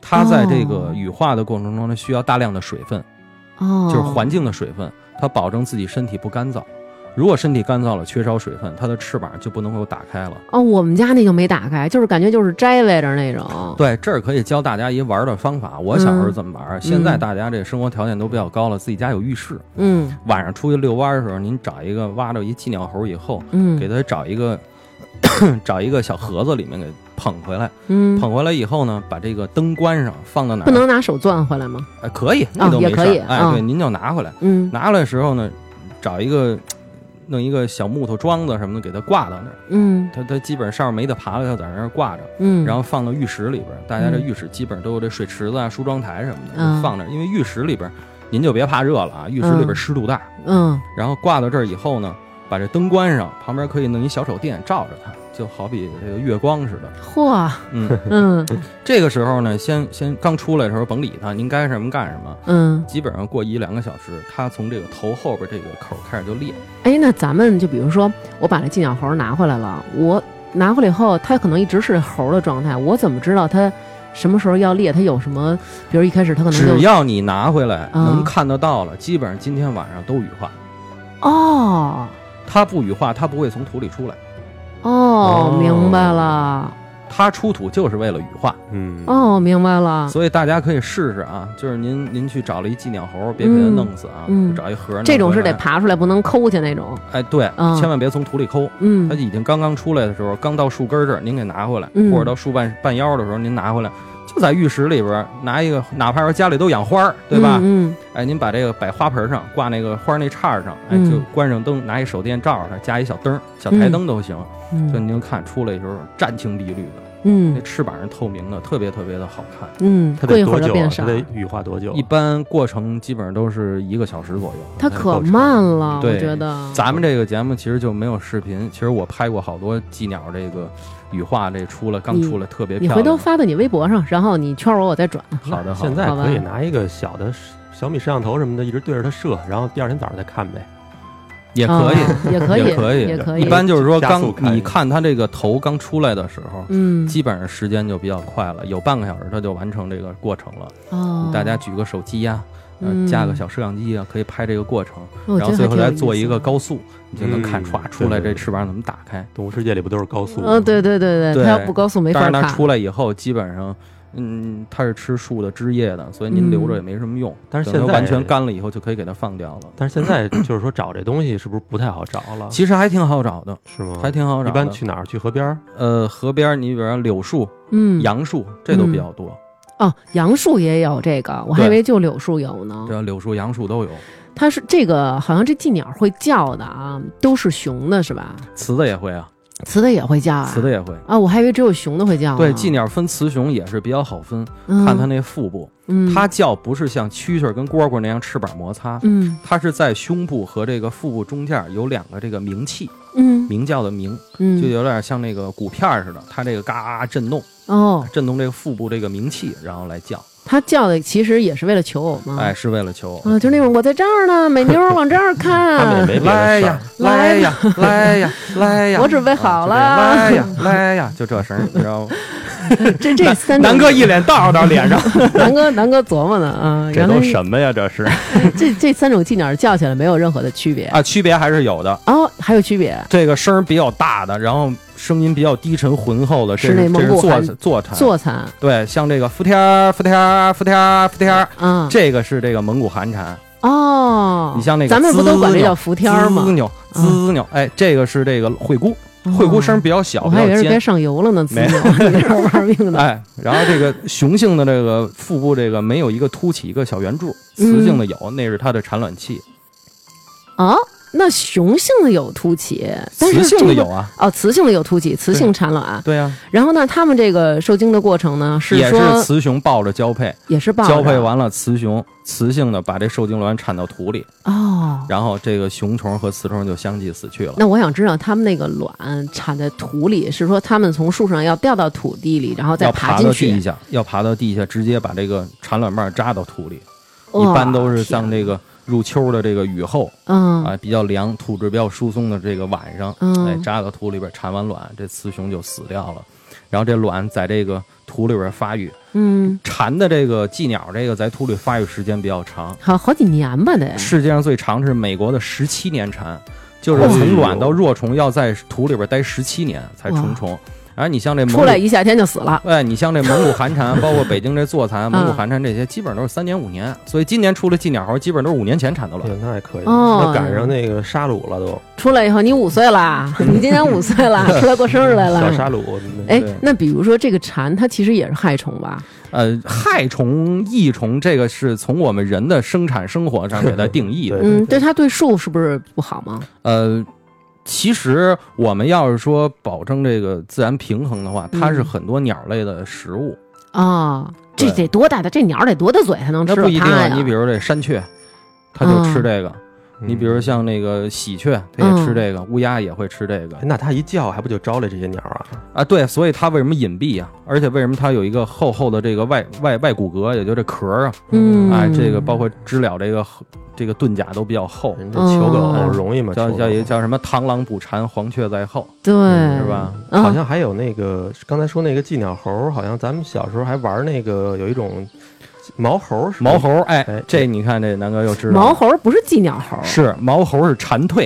Speaker 2: 它在这
Speaker 1: 哦
Speaker 2: 个羽化的过程中，它需要大量的水分，
Speaker 1: 哦，
Speaker 2: 就是环境的水分，它保证自己身体不干燥。如果身体干燥了，缺少水分，它的翅膀就不能够打开了。
Speaker 1: 哦，我们家那个没打开，就是感觉就是摘来着那种，
Speaker 2: 对，这儿可以教大家一玩的方法。我小时候怎么玩？现在
Speaker 1: 嗯
Speaker 2: 大家这生活条件都比较高了，自己家有浴室，
Speaker 1: 嗯
Speaker 2: 晚上出去遛弯儿的时候，您找一个挖到一寄鸟猴以后，
Speaker 1: 嗯，
Speaker 2: 给它找一个 找一个小盒子里面给捧回来。
Speaker 1: 嗯，
Speaker 2: 捧回来以后呢，把这个灯关上，放到哪儿？
Speaker 1: 不能拿手攥回来吗？
Speaker 2: 哎，可以，那都
Speaker 1: 也
Speaker 2: 没事
Speaker 1: 可以
Speaker 2: 儿。哎，对，
Speaker 1: 嗯
Speaker 2: 您就拿回来。
Speaker 1: 嗯
Speaker 2: 拿来的时候呢，找一个弄一个小木头桩子什么的，给它挂到那儿。
Speaker 1: 嗯
Speaker 2: 它它基本上上面没得爬了，它在那儿挂着，
Speaker 1: 嗯，
Speaker 2: 然
Speaker 1: 后
Speaker 2: 后放到浴室里边儿。大家这
Speaker 1: 嗯
Speaker 2: 浴室基本上都有这水池子啊、梳妆台什么的，
Speaker 1: 嗯
Speaker 2: 就放那儿。因为浴室里边儿您就别怕热了啊，浴室里边
Speaker 1: 嗯
Speaker 2: 儿湿度大。
Speaker 1: 嗯
Speaker 2: 然后挂到这儿以后呢，把这灯关上，旁边可以弄一小手电照着它，就好比这个月光似的。
Speaker 1: 嚯，
Speaker 2: 嗯。
Speaker 1: 嗯
Speaker 2: 这个时候呢，先先刚出来的时候甭理它，您该什么干什么。
Speaker 1: 嗯，
Speaker 2: 基本上过一两个小时，它从这个头后边这个口开始就裂。
Speaker 1: 哎，那咱们就比如说，我把这寄鸟猴拿回来了，我拿回来以后，它可能一直是猴的状态，我怎么知道它什么时候要裂？它有什么？比如一开始它可能就
Speaker 2: 只要你拿回来
Speaker 1: 嗯
Speaker 2: 能看得到了，基本上今天晚上都羽化。
Speaker 1: 哦
Speaker 2: 它不羽化，它不会从土里出来。
Speaker 1: 哦
Speaker 3: 哦，
Speaker 1: 明白了，
Speaker 2: 它出土就是为了羽化，
Speaker 3: 嗯
Speaker 1: 哦，明白了。
Speaker 2: 所以大家可以试试啊。就是您您去找了一寄鸟猴，别给它
Speaker 1: 嗯
Speaker 2: 弄死啊，
Speaker 1: 嗯
Speaker 2: 就找一盒弄回来。
Speaker 1: 这种是得爬出来，不能抠去那种。
Speaker 2: 哎，对，
Speaker 1: 嗯
Speaker 2: 千万别从土里抠。它
Speaker 1: 嗯
Speaker 2: 已经刚刚出来的时候，刚到树根儿这儿，您给拿回来，
Speaker 1: 嗯
Speaker 2: 或者到树半半腰的时候您拿回来，就在浴室里边儿拿一个，哪怕说家里都养花儿，对吧？
Speaker 1: 嗯
Speaker 2: 哎，您把这个摆花盆上，挂那个花儿那杈儿上，哎，
Speaker 1: 嗯
Speaker 2: 就关上灯，拿一手电照着它，加一小灯儿、小台灯都行。
Speaker 1: 嗯
Speaker 2: 就
Speaker 1: 嗯
Speaker 2: 您就看出来的时候湛青碧绿的，那
Speaker 1: 嗯
Speaker 2: 翅膀是透明的，特别特别的好看。
Speaker 1: 嗯，
Speaker 3: 它
Speaker 1: 过一
Speaker 3: 得
Speaker 1: 会
Speaker 3: 多
Speaker 1: 儿就
Speaker 3: 久
Speaker 1: 变
Speaker 3: 啊？
Speaker 1: 少
Speaker 3: 它，得羽化多久啊？
Speaker 2: 一般过程基本上都是一个小时左右。
Speaker 1: 它可慢了，我
Speaker 2: 对
Speaker 1: 觉得。
Speaker 2: 咱们这个节目其实就没有视频，其实我拍过好多寄鸟这个羽化这出来刚
Speaker 1: 你
Speaker 2: 出来特别
Speaker 1: 嗯你
Speaker 2: 漂
Speaker 1: 回
Speaker 2: 亮。
Speaker 1: 头发到你微博上，然后你圈我，我再转。
Speaker 2: 好的好的
Speaker 3: 现在
Speaker 1: 好吧
Speaker 3: 可以拿一个小的小米摄像头什么的，一直对着它射，然后第二天早上再看呗。
Speaker 2: 也可以，
Speaker 1: 以，啊嗯也可以，
Speaker 2: 也可以
Speaker 1: 也可以。
Speaker 2: 一般就是说
Speaker 3: 加
Speaker 2: 刚
Speaker 3: 速看
Speaker 2: 你看它这个头刚出来的时候，
Speaker 1: 嗯，
Speaker 2: 基本上时间就比较快了，有半个小时它就完成这个过程了。
Speaker 1: 哦，
Speaker 2: 大家举个手机呀、呃
Speaker 1: 嗯
Speaker 2: 架个小摄像机啊，可以拍这个过程，
Speaker 1: 我觉
Speaker 2: 然后
Speaker 1: 得
Speaker 2: 最
Speaker 1: 还
Speaker 2: 后
Speaker 1: 挺有
Speaker 2: 再
Speaker 1: 意
Speaker 2: 做一
Speaker 1: 思
Speaker 2: 个
Speaker 1: 的。
Speaker 2: 高速，你就能看
Speaker 3: 嗯
Speaker 2: 歘出来
Speaker 3: 对对
Speaker 2: 这
Speaker 3: 对
Speaker 2: 翅膀怎么打开。
Speaker 3: 动物世界里不都是高速？
Speaker 1: 嗯，对对对
Speaker 2: 对
Speaker 1: 它要不高速没
Speaker 2: 但
Speaker 1: 法
Speaker 2: 是它
Speaker 1: 看。
Speaker 2: 出来以后，基本上，嗯，它是吃树的枝叶的，所以您
Speaker 1: 嗯
Speaker 2: 留着也没什么用。
Speaker 3: 但是
Speaker 2: 等它
Speaker 3: 现在嗯
Speaker 2: 完全干了以后，就可以给它放掉了。
Speaker 3: 但是现在就是说找这东西是不是不太好找了？
Speaker 2: 其实还挺好找的，
Speaker 3: 是吗？
Speaker 2: 还挺好找的。
Speaker 3: 一般去哪儿？去河边儿？
Speaker 2: 呃，河边儿你比如说柳树、
Speaker 1: 嗯，
Speaker 2: 杨树，这都比较多。
Speaker 1: 哦，杨树也有这个，我还以为就柳树有呢。
Speaker 2: 对啊，柳树、杨树都有，
Speaker 1: 它是这个，好像这寄鸟会叫的啊，都是雄的是吧？
Speaker 2: 雌的也会啊，
Speaker 1: 雌的也会叫啊？
Speaker 2: 雌的也会。
Speaker 1: 啊，我还以为只有雄的会叫呢。
Speaker 2: 对，寄鸟分雌雄也是比较好分，
Speaker 1: 嗯
Speaker 2: 看它那腹部，
Speaker 1: 嗯
Speaker 2: 它叫不是像蛐蛐儿跟蝈蝈那样翅膀摩擦，
Speaker 1: 嗯
Speaker 2: 它是在胸部和这个腹部中间儿有两个这个鸣器，
Speaker 1: 嗯
Speaker 2: 鸣叫的鸣，
Speaker 1: 嗯，
Speaker 2: 就有点像那个骨片儿似的，它这个嘎嘎震动，
Speaker 1: 哦，
Speaker 2: 震动这个腹部这个鸣器，然后来叫，
Speaker 1: 它叫的其实也是为了求偶吗？
Speaker 2: 哎，是为了求偶。
Speaker 1: 啊，就那种我在这儿呢，美妞儿往这儿
Speaker 3: 他们也
Speaker 1: 看，
Speaker 3: 没别
Speaker 2: 来
Speaker 3: 的事
Speaker 2: 呀
Speaker 3: 儿，
Speaker 2: 来呀，来呀，来呀！
Speaker 1: 我准备好了
Speaker 2: 啊就这 样来呀，来呀，就这声儿，你知道吗？
Speaker 1: 这这三
Speaker 2: 南
Speaker 1: 种
Speaker 2: 哥一脸道到脸上，
Speaker 1: 南 哥南哥琢磨呢啊，
Speaker 3: 这
Speaker 1: 原来
Speaker 3: 都什么呀？这是
Speaker 1: 这这三种寄鸟叫起来没有任何的区别
Speaker 2: 啊，区别还是有的。
Speaker 1: 哦，还有区别，
Speaker 2: 这个声儿比较大的，然后声音比较低沉浑厚的，
Speaker 1: 是
Speaker 2: 这是
Speaker 1: 内蒙
Speaker 2: 这是
Speaker 1: 古
Speaker 2: 坐
Speaker 1: 还
Speaker 2: 坐禅。
Speaker 1: 坐蚕
Speaker 2: 对，像这个伏天儿伏天儿伏天儿伏天儿，
Speaker 1: 啊
Speaker 2: 这个是这个蒙古寒蝉。
Speaker 1: 哦，
Speaker 2: 你像那个
Speaker 1: 咱们不都管这
Speaker 2: 滋
Speaker 1: 叫伏天儿
Speaker 2: 滋
Speaker 1: 吗？嗯哦
Speaker 2: 扭滋扭，哎，这个是这个惠姑，惠姑声比较小，
Speaker 1: 我
Speaker 2: 比
Speaker 1: 还以为
Speaker 2: 较
Speaker 1: 是
Speaker 2: 尖
Speaker 1: 该。上油了呢，自
Speaker 2: 没
Speaker 1: 牛，你这玩命 的。
Speaker 2: 哎，然后这个雄性的这个腹部这个没有一个凸起一个小圆柱，
Speaker 1: 嗯
Speaker 2: 雌性的有，那是它的产卵器，
Speaker 1: 啊，那雄性的有凸起，呃但
Speaker 2: 雌
Speaker 1: 是
Speaker 2: 性
Speaker 1: 这个
Speaker 2: 的有啊，
Speaker 1: 哦，雌性的有凸起，雌
Speaker 2: 对
Speaker 1: 性产卵。
Speaker 2: 对啊，
Speaker 1: 然后呢，他们这个受精的过程呢，是
Speaker 2: 也是
Speaker 1: 说
Speaker 2: 雌雄抱着交配，
Speaker 1: 也是抱
Speaker 2: 交配
Speaker 1: 着啊
Speaker 2: 完了雌雄，雌性的把这受精卵产到土里，
Speaker 1: 哦。
Speaker 2: 然后这个雄虫和雌虫就相继死去了。
Speaker 1: 那我想知道他们那个卵产在土里，是说他们从树上要掉到土地里，然后再
Speaker 2: 要爬
Speaker 1: 进
Speaker 2: 到地
Speaker 1: 去？
Speaker 2: 下，要爬到地下，直接把这个产卵棒扎到土里。一
Speaker 1: 哇
Speaker 2: 般都是像
Speaker 1: 天
Speaker 2: 这个入秋的这个雨后
Speaker 1: 嗯
Speaker 2: 啊，比较凉，土质比较疏松的这个晚上，哎，
Speaker 1: 嗯
Speaker 2: 扎到土里边产完卵，这雌雄就死掉了。然后这卵在这个土里边发育，
Speaker 1: 嗯，
Speaker 2: 蝉的这个寄鸟这个在土里发育时间比较长，
Speaker 1: 好好几年吧得。
Speaker 2: 世界上最长是美国的十七年蝉，就是
Speaker 1: 哇
Speaker 2: 从卵到若虫要在土里边待十七年才成虫。而你像这蒙
Speaker 1: 出来
Speaker 2: 古，
Speaker 1: 一夏天就死了，
Speaker 2: 哎，你像这蒙古寒蝉，包括北京这坐蚕、蒙古
Speaker 1: 嗯
Speaker 2: 寒蝉这些，基本都是三年五年。所以今年出了寄鸟猴，基本都是五年前产的卵
Speaker 3: 对。嗯那还可以，
Speaker 1: 哦
Speaker 3: 那赶上那个沙鲁了都，
Speaker 1: 出来以后你五岁 啦，你今年五岁啦，出来过生日来
Speaker 3: 小
Speaker 1: 了。
Speaker 3: 沙鲁，那
Speaker 1: 哎
Speaker 2: 对，
Speaker 1: 那比如说这个蝉，它其实也是害虫吧？
Speaker 2: 呃，害虫、益虫，这个是从我们人的生产生活上给它定义的。
Speaker 3: 对
Speaker 1: 嗯，对，它对树是不是不好吗？
Speaker 2: 呃，其实我们要是说保证这个自然平衡的话，它是
Speaker 1: 嗯
Speaker 2: 很多鸟类的食物。
Speaker 1: 啊，这
Speaker 2: 对
Speaker 1: 得多大的这鸟得多大嘴才能
Speaker 2: 那
Speaker 1: 吃
Speaker 2: 不
Speaker 1: 到
Speaker 2: 一定
Speaker 1: 它
Speaker 2: 啊，
Speaker 1: 呀？
Speaker 2: 你比如这山雀，它就吃这个；
Speaker 3: 嗯
Speaker 2: 你比如像那个喜鹊，它也吃这个；乌鸦也会吃这个
Speaker 3: 哎那它一叫还不就招来这些鸟啊？
Speaker 2: 啊。对，所以它为什么隐蔽啊？而且为什么它有一个厚厚的这个外外外骨骼，也就这壳儿啊？
Speaker 1: 嗯，
Speaker 2: 哎，这个包括知了这个这个盾甲都比较厚，
Speaker 3: 人
Speaker 1: 哦
Speaker 3: 家求个偶容易吗？
Speaker 2: 叫
Speaker 3: 求个
Speaker 2: 叫
Speaker 3: 偶
Speaker 2: 一个叫什么“螳螂捕蝉，黄雀在后
Speaker 1: 对
Speaker 3: 嗯
Speaker 2: 是吧？
Speaker 1: 嗯
Speaker 3: 好像还有那个刚才说那个寄鸟猴，好像咱们小时候还玩那个有一种毛猴”。是吧，
Speaker 2: 毛猴，哎
Speaker 3: 哎，
Speaker 2: 这你看，这南哥又知道了
Speaker 1: 毛猴不是寄鸟猴
Speaker 2: 啊是毛猴是蝉蜕，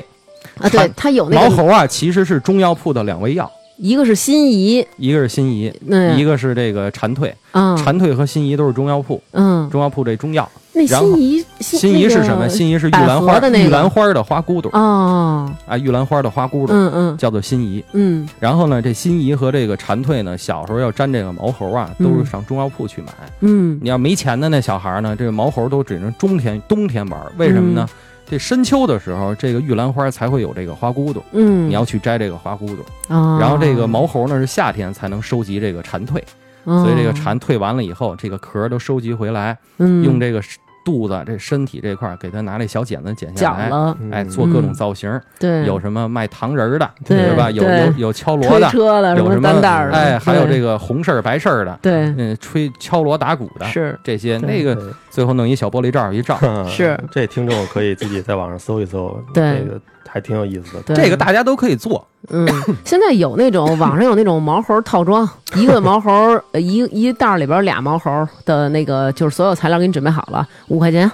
Speaker 1: 啊，对
Speaker 2: 蝉，
Speaker 1: 它有那
Speaker 2: 毛
Speaker 1: 个
Speaker 2: 猴啊其实是中药铺的两味药，
Speaker 1: 一个是心仪，
Speaker 2: 一个是辛夷，
Speaker 1: 那
Speaker 2: 一个是这个蝉蜕。
Speaker 1: 啊，
Speaker 2: 蝉蜕和辛夷都是中药铺，
Speaker 1: 嗯，
Speaker 2: 中药铺这中药。
Speaker 1: 那
Speaker 2: 然后
Speaker 1: 心仪
Speaker 2: 辛夷是什么？
Speaker 1: 心
Speaker 2: 辛夷是玉
Speaker 1: 百
Speaker 2: 兰
Speaker 1: 合
Speaker 2: 花
Speaker 1: 的那
Speaker 2: 玉
Speaker 1: 个
Speaker 2: 兰花的花骨朵
Speaker 1: 那个哦，
Speaker 2: 啊，玉兰花的花骨朵
Speaker 1: 嗯嗯
Speaker 2: 叫做辛夷。
Speaker 1: 嗯，
Speaker 2: 然后呢，这辛夷和这个蝉蜕呢，小时候要沾这个毛猴啊，都是上中药铺去买。
Speaker 1: 嗯，
Speaker 2: 你要没钱的那小孩呢，这个毛猴都只能冬天冬天玩，为什么呢？
Speaker 1: 嗯
Speaker 2: 这深秋的时候，这个玉兰花才会有这个花骨朵，
Speaker 1: 嗯，
Speaker 2: 你要去摘这个花骨朵。
Speaker 1: 哦，
Speaker 2: 然后这个毛猴呢是夏天才能收集这个蝉蜕，
Speaker 1: 哦，
Speaker 2: 所以这个蝉蜕完了以后，这个壳儿都收集回来，
Speaker 1: 嗯
Speaker 2: 用这个肚子这身体这块儿给它拿这小剪子剪下
Speaker 1: 绞
Speaker 2: 来。
Speaker 1: 了，
Speaker 3: 嗯
Speaker 2: 哎，做各种造型，
Speaker 1: 对，
Speaker 2: 有什么卖糖人儿的，
Speaker 1: 对
Speaker 2: 是吧？有有
Speaker 1: 对
Speaker 2: 有敲锣
Speaker 1: 推
Speaker 2: 的，
Speaker 1: 车的，
Speaker 2: 有什
Speaker 1: 么
Speaker 2: 么
Speaker 1: 单带儿的，
Speaker 2: 哎，还有这
Speaker 1: 个
Speaker 2: 个红事儿白事儿的，
Speaker 1: 对
Speaker 2: 嗯，吹敲锣打鼓的，
Speaker 1: 是
Speaker 2: 这些
Speaker 1: 对
Speaker 2: 那个最后弄一小玻璃罩儿一罩，
Speaker 3: 对
Speaker 1: 是
Speaker 3: 这听众可以自己在网上搜一搜，
Speaker 1: 对
Speaker 3: 这个还挺有意思的。
Speaker 1: 对
Speaker 2: 这个大家都可以做。
Speaker 1: 嗯，现在有那种网上有那种毛猴套装，一个毛猴 呃一一袋儿里边儿俩毛猴的那个，就是所有材料给你准备好了，五块钱。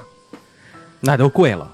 Speaker 2: 那就贵了，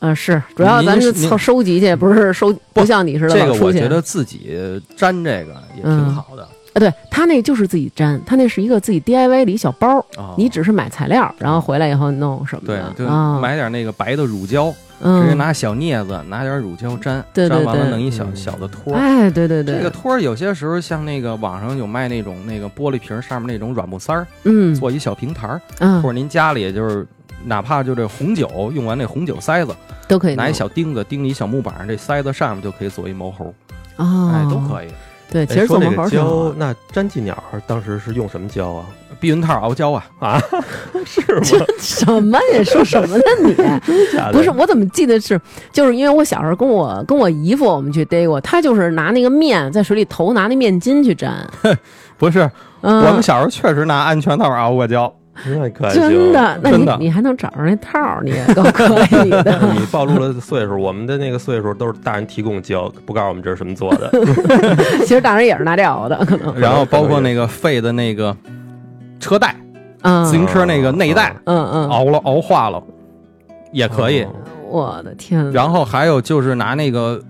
Speaker 1: 嗯、是，主要咱们是
Speaker 2: 您您
Speaker 1: 凑收集去，不是收，不像你似的
Speaker 2: 这个
Speaker 1: 老出
Speaker 2: 我
Speaker 1: 去。
Speaker 2: 觉得自己粘这个也挺好的，
Speaker 1: 啊，对他那就是自己粘，他那是一个自己 DIY 的一小包，
Speaker 2: 啊
Speaker 1: 你只是买材料，然后回来以后弄什么
Speaker 2: 对
Speaker 1: 的，
Speaker 2: 就
Speaker 1: 啊，
Speaker 2: 买点那个白的乳胶，直接
Speaker 1: 嗯，
Speaker 2: 拿小镊子拿点乳胶粘，
Speaker 1: 对对
Speaker 2: 粘完了
Speaker 1: 对
Speaker 2: 弄一小
Speaker 3: 嗯
Speaker 2: 小的托儿。
Speaker 1: 哎，对对对，
Speaker 2: 这个托儿有些时候像那个网上有卖那种那个玻璃瓶儿上面那种软木塞儿，
Speaker 1: 嗯
Speaker 2: 做一小平台儿，或
Speaker 1: 嗯
Speaker 2: 者您家里就是哪怕就这红酒用完那红酒塞子，
Speaker 1: 都可以
Speaker 2: 拿一
Speaker 1: 弄
Speaker 2: 小钉子钉一小木板儿，这塞子上面就可以做一毛猴，
Speaker 1: 哦，
Speaker 2: 哎，都可以。
Speaker 1: 对，其
Speaker 3: 哎
Speaker 1: 实做
Speaker 3: 说那
Speaker 1: 毛
Speaker 3: 个
Speaker 1: 猴挺好
Speaker 3: 胶，
Speaker 1: 玩
Speaker 3: 那粘寄鸟儿当时是用什么胶啊？
Speaker 2: 避孕套熬胶啊，
Speaker 1: 什么呀？说什么呢你？
Speaker 2: 啊
Speaker 3: 假的
Speaker 1: 不是，我怎么记得是，就是因为我小时候跟我跟我姨夫我们去逮过，他就是拿那个面在水里头拿那面筋去粘，
Speaker 2: 不是，
Speaker 1: 嗯，
Speaker 2: 我们小时候确实拿安全套熬过胶，
Speaker 3: 那可还行
Speaker 1: 真的，那
Speaker 2: 真
Speaker 1: 你
Speaker 2: 的
Speaker 1: 你还能找着那套儿，你也够可以的。
Speaker 3: 你暴露了岁数，我们的那个岁数都是大人提供胶，不告诉我们这是什么做的。
Speaker 1: 其实大人也是拿这熬的， 嗯可能，
Speaker 2: 然后包括那个废的那个车带，自
Speaker 1: 嗯
Speaker 2: 行车那个内带
Speaker 1: 嗯嗯，
Speaker 2: 熬了熬化了，也可以。
Speaker 3: 哦
Speaker 1: 我的天，
Speaker 2: 然后还有就是拿那个，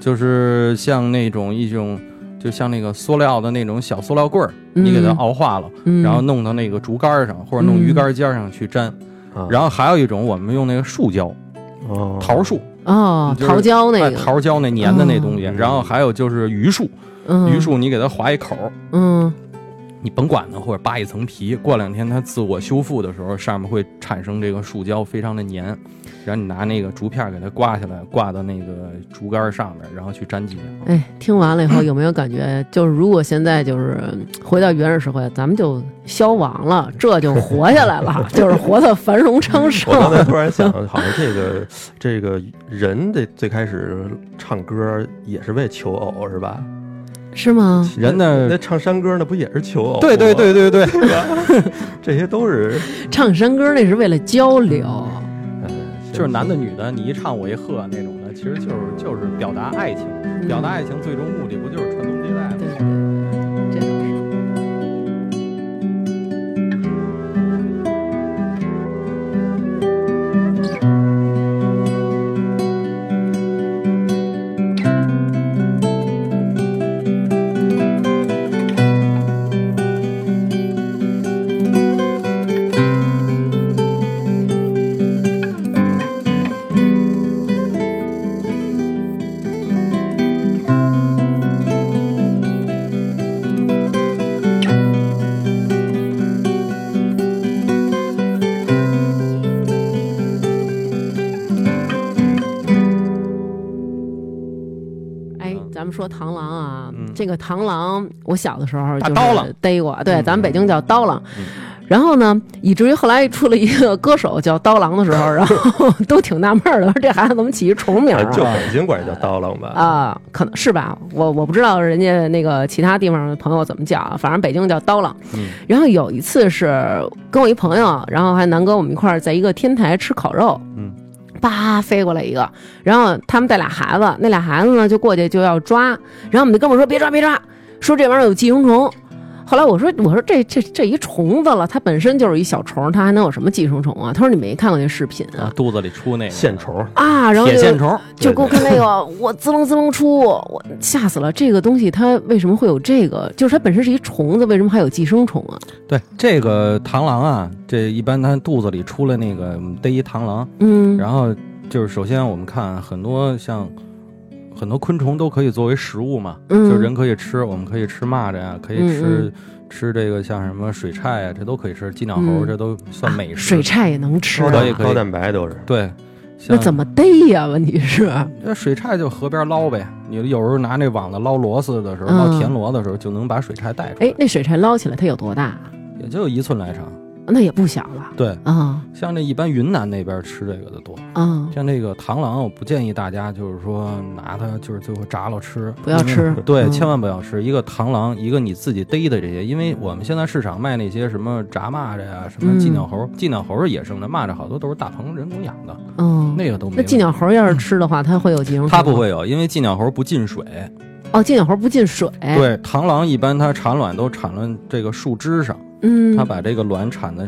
Speaker 2: 就是像那种一种，就像那个塑料的那种小塑料棍儿，你给它
Speaker 1: 嗯
Speaker 2: 熬化了，
Speaker 1: 嗯
Speaker 2: 然后弄到那个竹竿上或者弄鱼竿尖上去粘。
Speaker 1: 嗯
Speaker 3: 啊
Speaker 2: 然后还有一种我们用那个树胶，
Speaker 3: 哦
Speaker 2: 桃树，
Speaker 1: 哦，
Speaker 2: 就是
Speaker 1: 桃胶那
Speaker 2: 哎
Speaker 1: 个，
Speaker 2: 桃胶那粘的那东西。
Speaker 3: 哦
Speaker 2: 然后还有就是榆树，
Speaker 1: 嗯
Speaker 2: 榆，树你给它划一口儿，
Speaker 1: 嗯，
Speaker 2: 你甭管它，或者扒一层皮，过两天它自我修复的时候，上面会产生这个树胶，非常的粘。然后你拿那个竹片给它刮下来，挂到那个竹竿上面，然后去粘几两。
Speaker 1: 哎，听完了以后有没有感 觉，就是如果现在就是回到原始社会，咱们就消亡了，这就活下来 了，就是活得繁荣昌
Speaker 3: 我刚
Speaker 1: 盛。
Speaker 3: 才突然想，好像这个这个人得最开始唱歌也是为求偶是吧？
Speaker 1: 是吗？
Speaker 2: 人呢
Speaker 3: 那唱山歌那不也是求偶？
Speaker 2: 对对，对对对，
Speaker 3: 这些都是，
Speaker 1: 唱山歌那是为了交流，
Speaker 3: 呃
Speaker 2: 哎就是男的女的，你一唱我一和那种的，其实就是就是表达爱情，表达爱情最终目的不就是传宗接代吗？
Speaker 1: 嗯对对对，这倒是。哎，咱们说螳螂啊，
Speaker 2: 嗯
Speaker 1: 这个螳螂，我小的时候就
Speaker 2: 大刀郎
Speaker 1: 是逮过，对，
Speaker 2: 嗯
Speaker 1: 咱们北京叫刀郎。
Speaker 2: 嗯
Speaker 1: 然后呢，以至于后来出了一个歌手叫刀郎的时候，然后 都挺纳闷儿的，说这孩子怎么起一重名儿
Speaker 3: 哎
Speaker 1: 啊？
Speaker 3: 就北京管人叫刀郎吧？，
Speaker 1: 啊，可能是吧，我我不知道人家那个其他地方的朋友怎么叫啊，反正北京叫刀郎。
Speaker 2: 嗯
Speaker 1: 然后有一次是跟我一朋友，然后还南哥我们一块儿在一个天台吃烤肉，
Speaker 2: 嗯，
Speaker 1: 叭飞过来一个，然后他们带俩孩子，那俩孩子呢就过去就要抓，然后我们那哥们儿说别抓别抓，说这玩意儿有寄生虫。后来我说我说这这这一虫子了，它本身就是一小虫，它还能有什么寄生虫啊？他说你没看过那视频
Speaker 2: 啊
Speaker 1: 啊，
Speaker 2: 肚子里出那个
Speaker 3: 线虫，
Speaker 1: 啊，然后
Speaker 2: 铁
Speaker 1: 就
Speaker 2: 线虫，
Speaker 1: 就给我
Speaker 3: 对
Speaker 1: 看 那个，我滋楞滋楞出，我 吓死了。这个东西它为什么会有这个？就是它本身是一虫子，为什么还有寄生虫啊？
Speaker 2: 对这个螳螂啊，这一般它肚子里出了那个我们逮一螳螂，
Speaker 1: 嗯，
Speaker 2: 然后就是首先我们看很多像很多昆虫都可以作为食物嘛，
Speaker 1: 嗯
Speaker 2: 就人可以吃，我们可以吃蚂蚱呀，可以
Speaker 1: 嗯
Speaker 2: 吃、吃这个像什么水菜呀，这都可以吃，鸡鸟猴、
Speaker 1: 嗯
Speaker 2: 这都算美
Speaker 1: 啊
Speaker 2: 食。
Speaker 1: 水菜也能吃
Speaker 2: 是
Speaker 1: 啊，
Speaker 2: 可以可以
Speaker 3: 高蛋白都是。
Speaker 2: 对，
Speaker 1: 那怎
Speaker 2: 么？
Speaker 1: 么逮呀？问题是，
Speaker 2: 那水菜就河边捞呗，你有时候拿那网子捞螺丝的时候，
Speaker 1: 嗯
Speaker 2: 捞田螺的时候，就能把水菜带出来，
Speaker 1: 哎，那水菜捞起来它有多大？
Speaker 2: 也就一寸来长。
Speaker 1: 那也不小了
Speaker 2: 对，
Speaker 1: 啊
Speaker 2: 像这一般云南那边吃这个的多，
Speaker 1: 啊！
Speaker 2: 像这个螳螂，我不建议大家就是说拿它就是最后炸了吃，
Speaker 1: 不要吃
Speaker 2: 因为对，
Speaker 1: 嗯
Speaker 2: 千万不要吃。一个螳螂，一个你自己逮的这些，因为我们现在市场卖那些什么炸蚂蚱呀、什么寄鸟猴，寄鸟猴是野生的，蚂蚱好多都是大棚人工养的，
Speaker 1: 嗯，
Speaker 2: 那个都没
Speaker 1: 那
Speaker 2: 问题。
Speaker 1: 寄鸟猴要是吃的话，嗯它会有寄生虫吗？
Speaker 2: 它不会有，因为寄鸟猴不进水。
Speaker 1: 哦，寄鸟猴不进水。，
Speaker 2: 对，螳螂一般它产卵都产卵这个树枝上，
Speaker 1: 嗯，
Speaker 2: 它把这个卵产在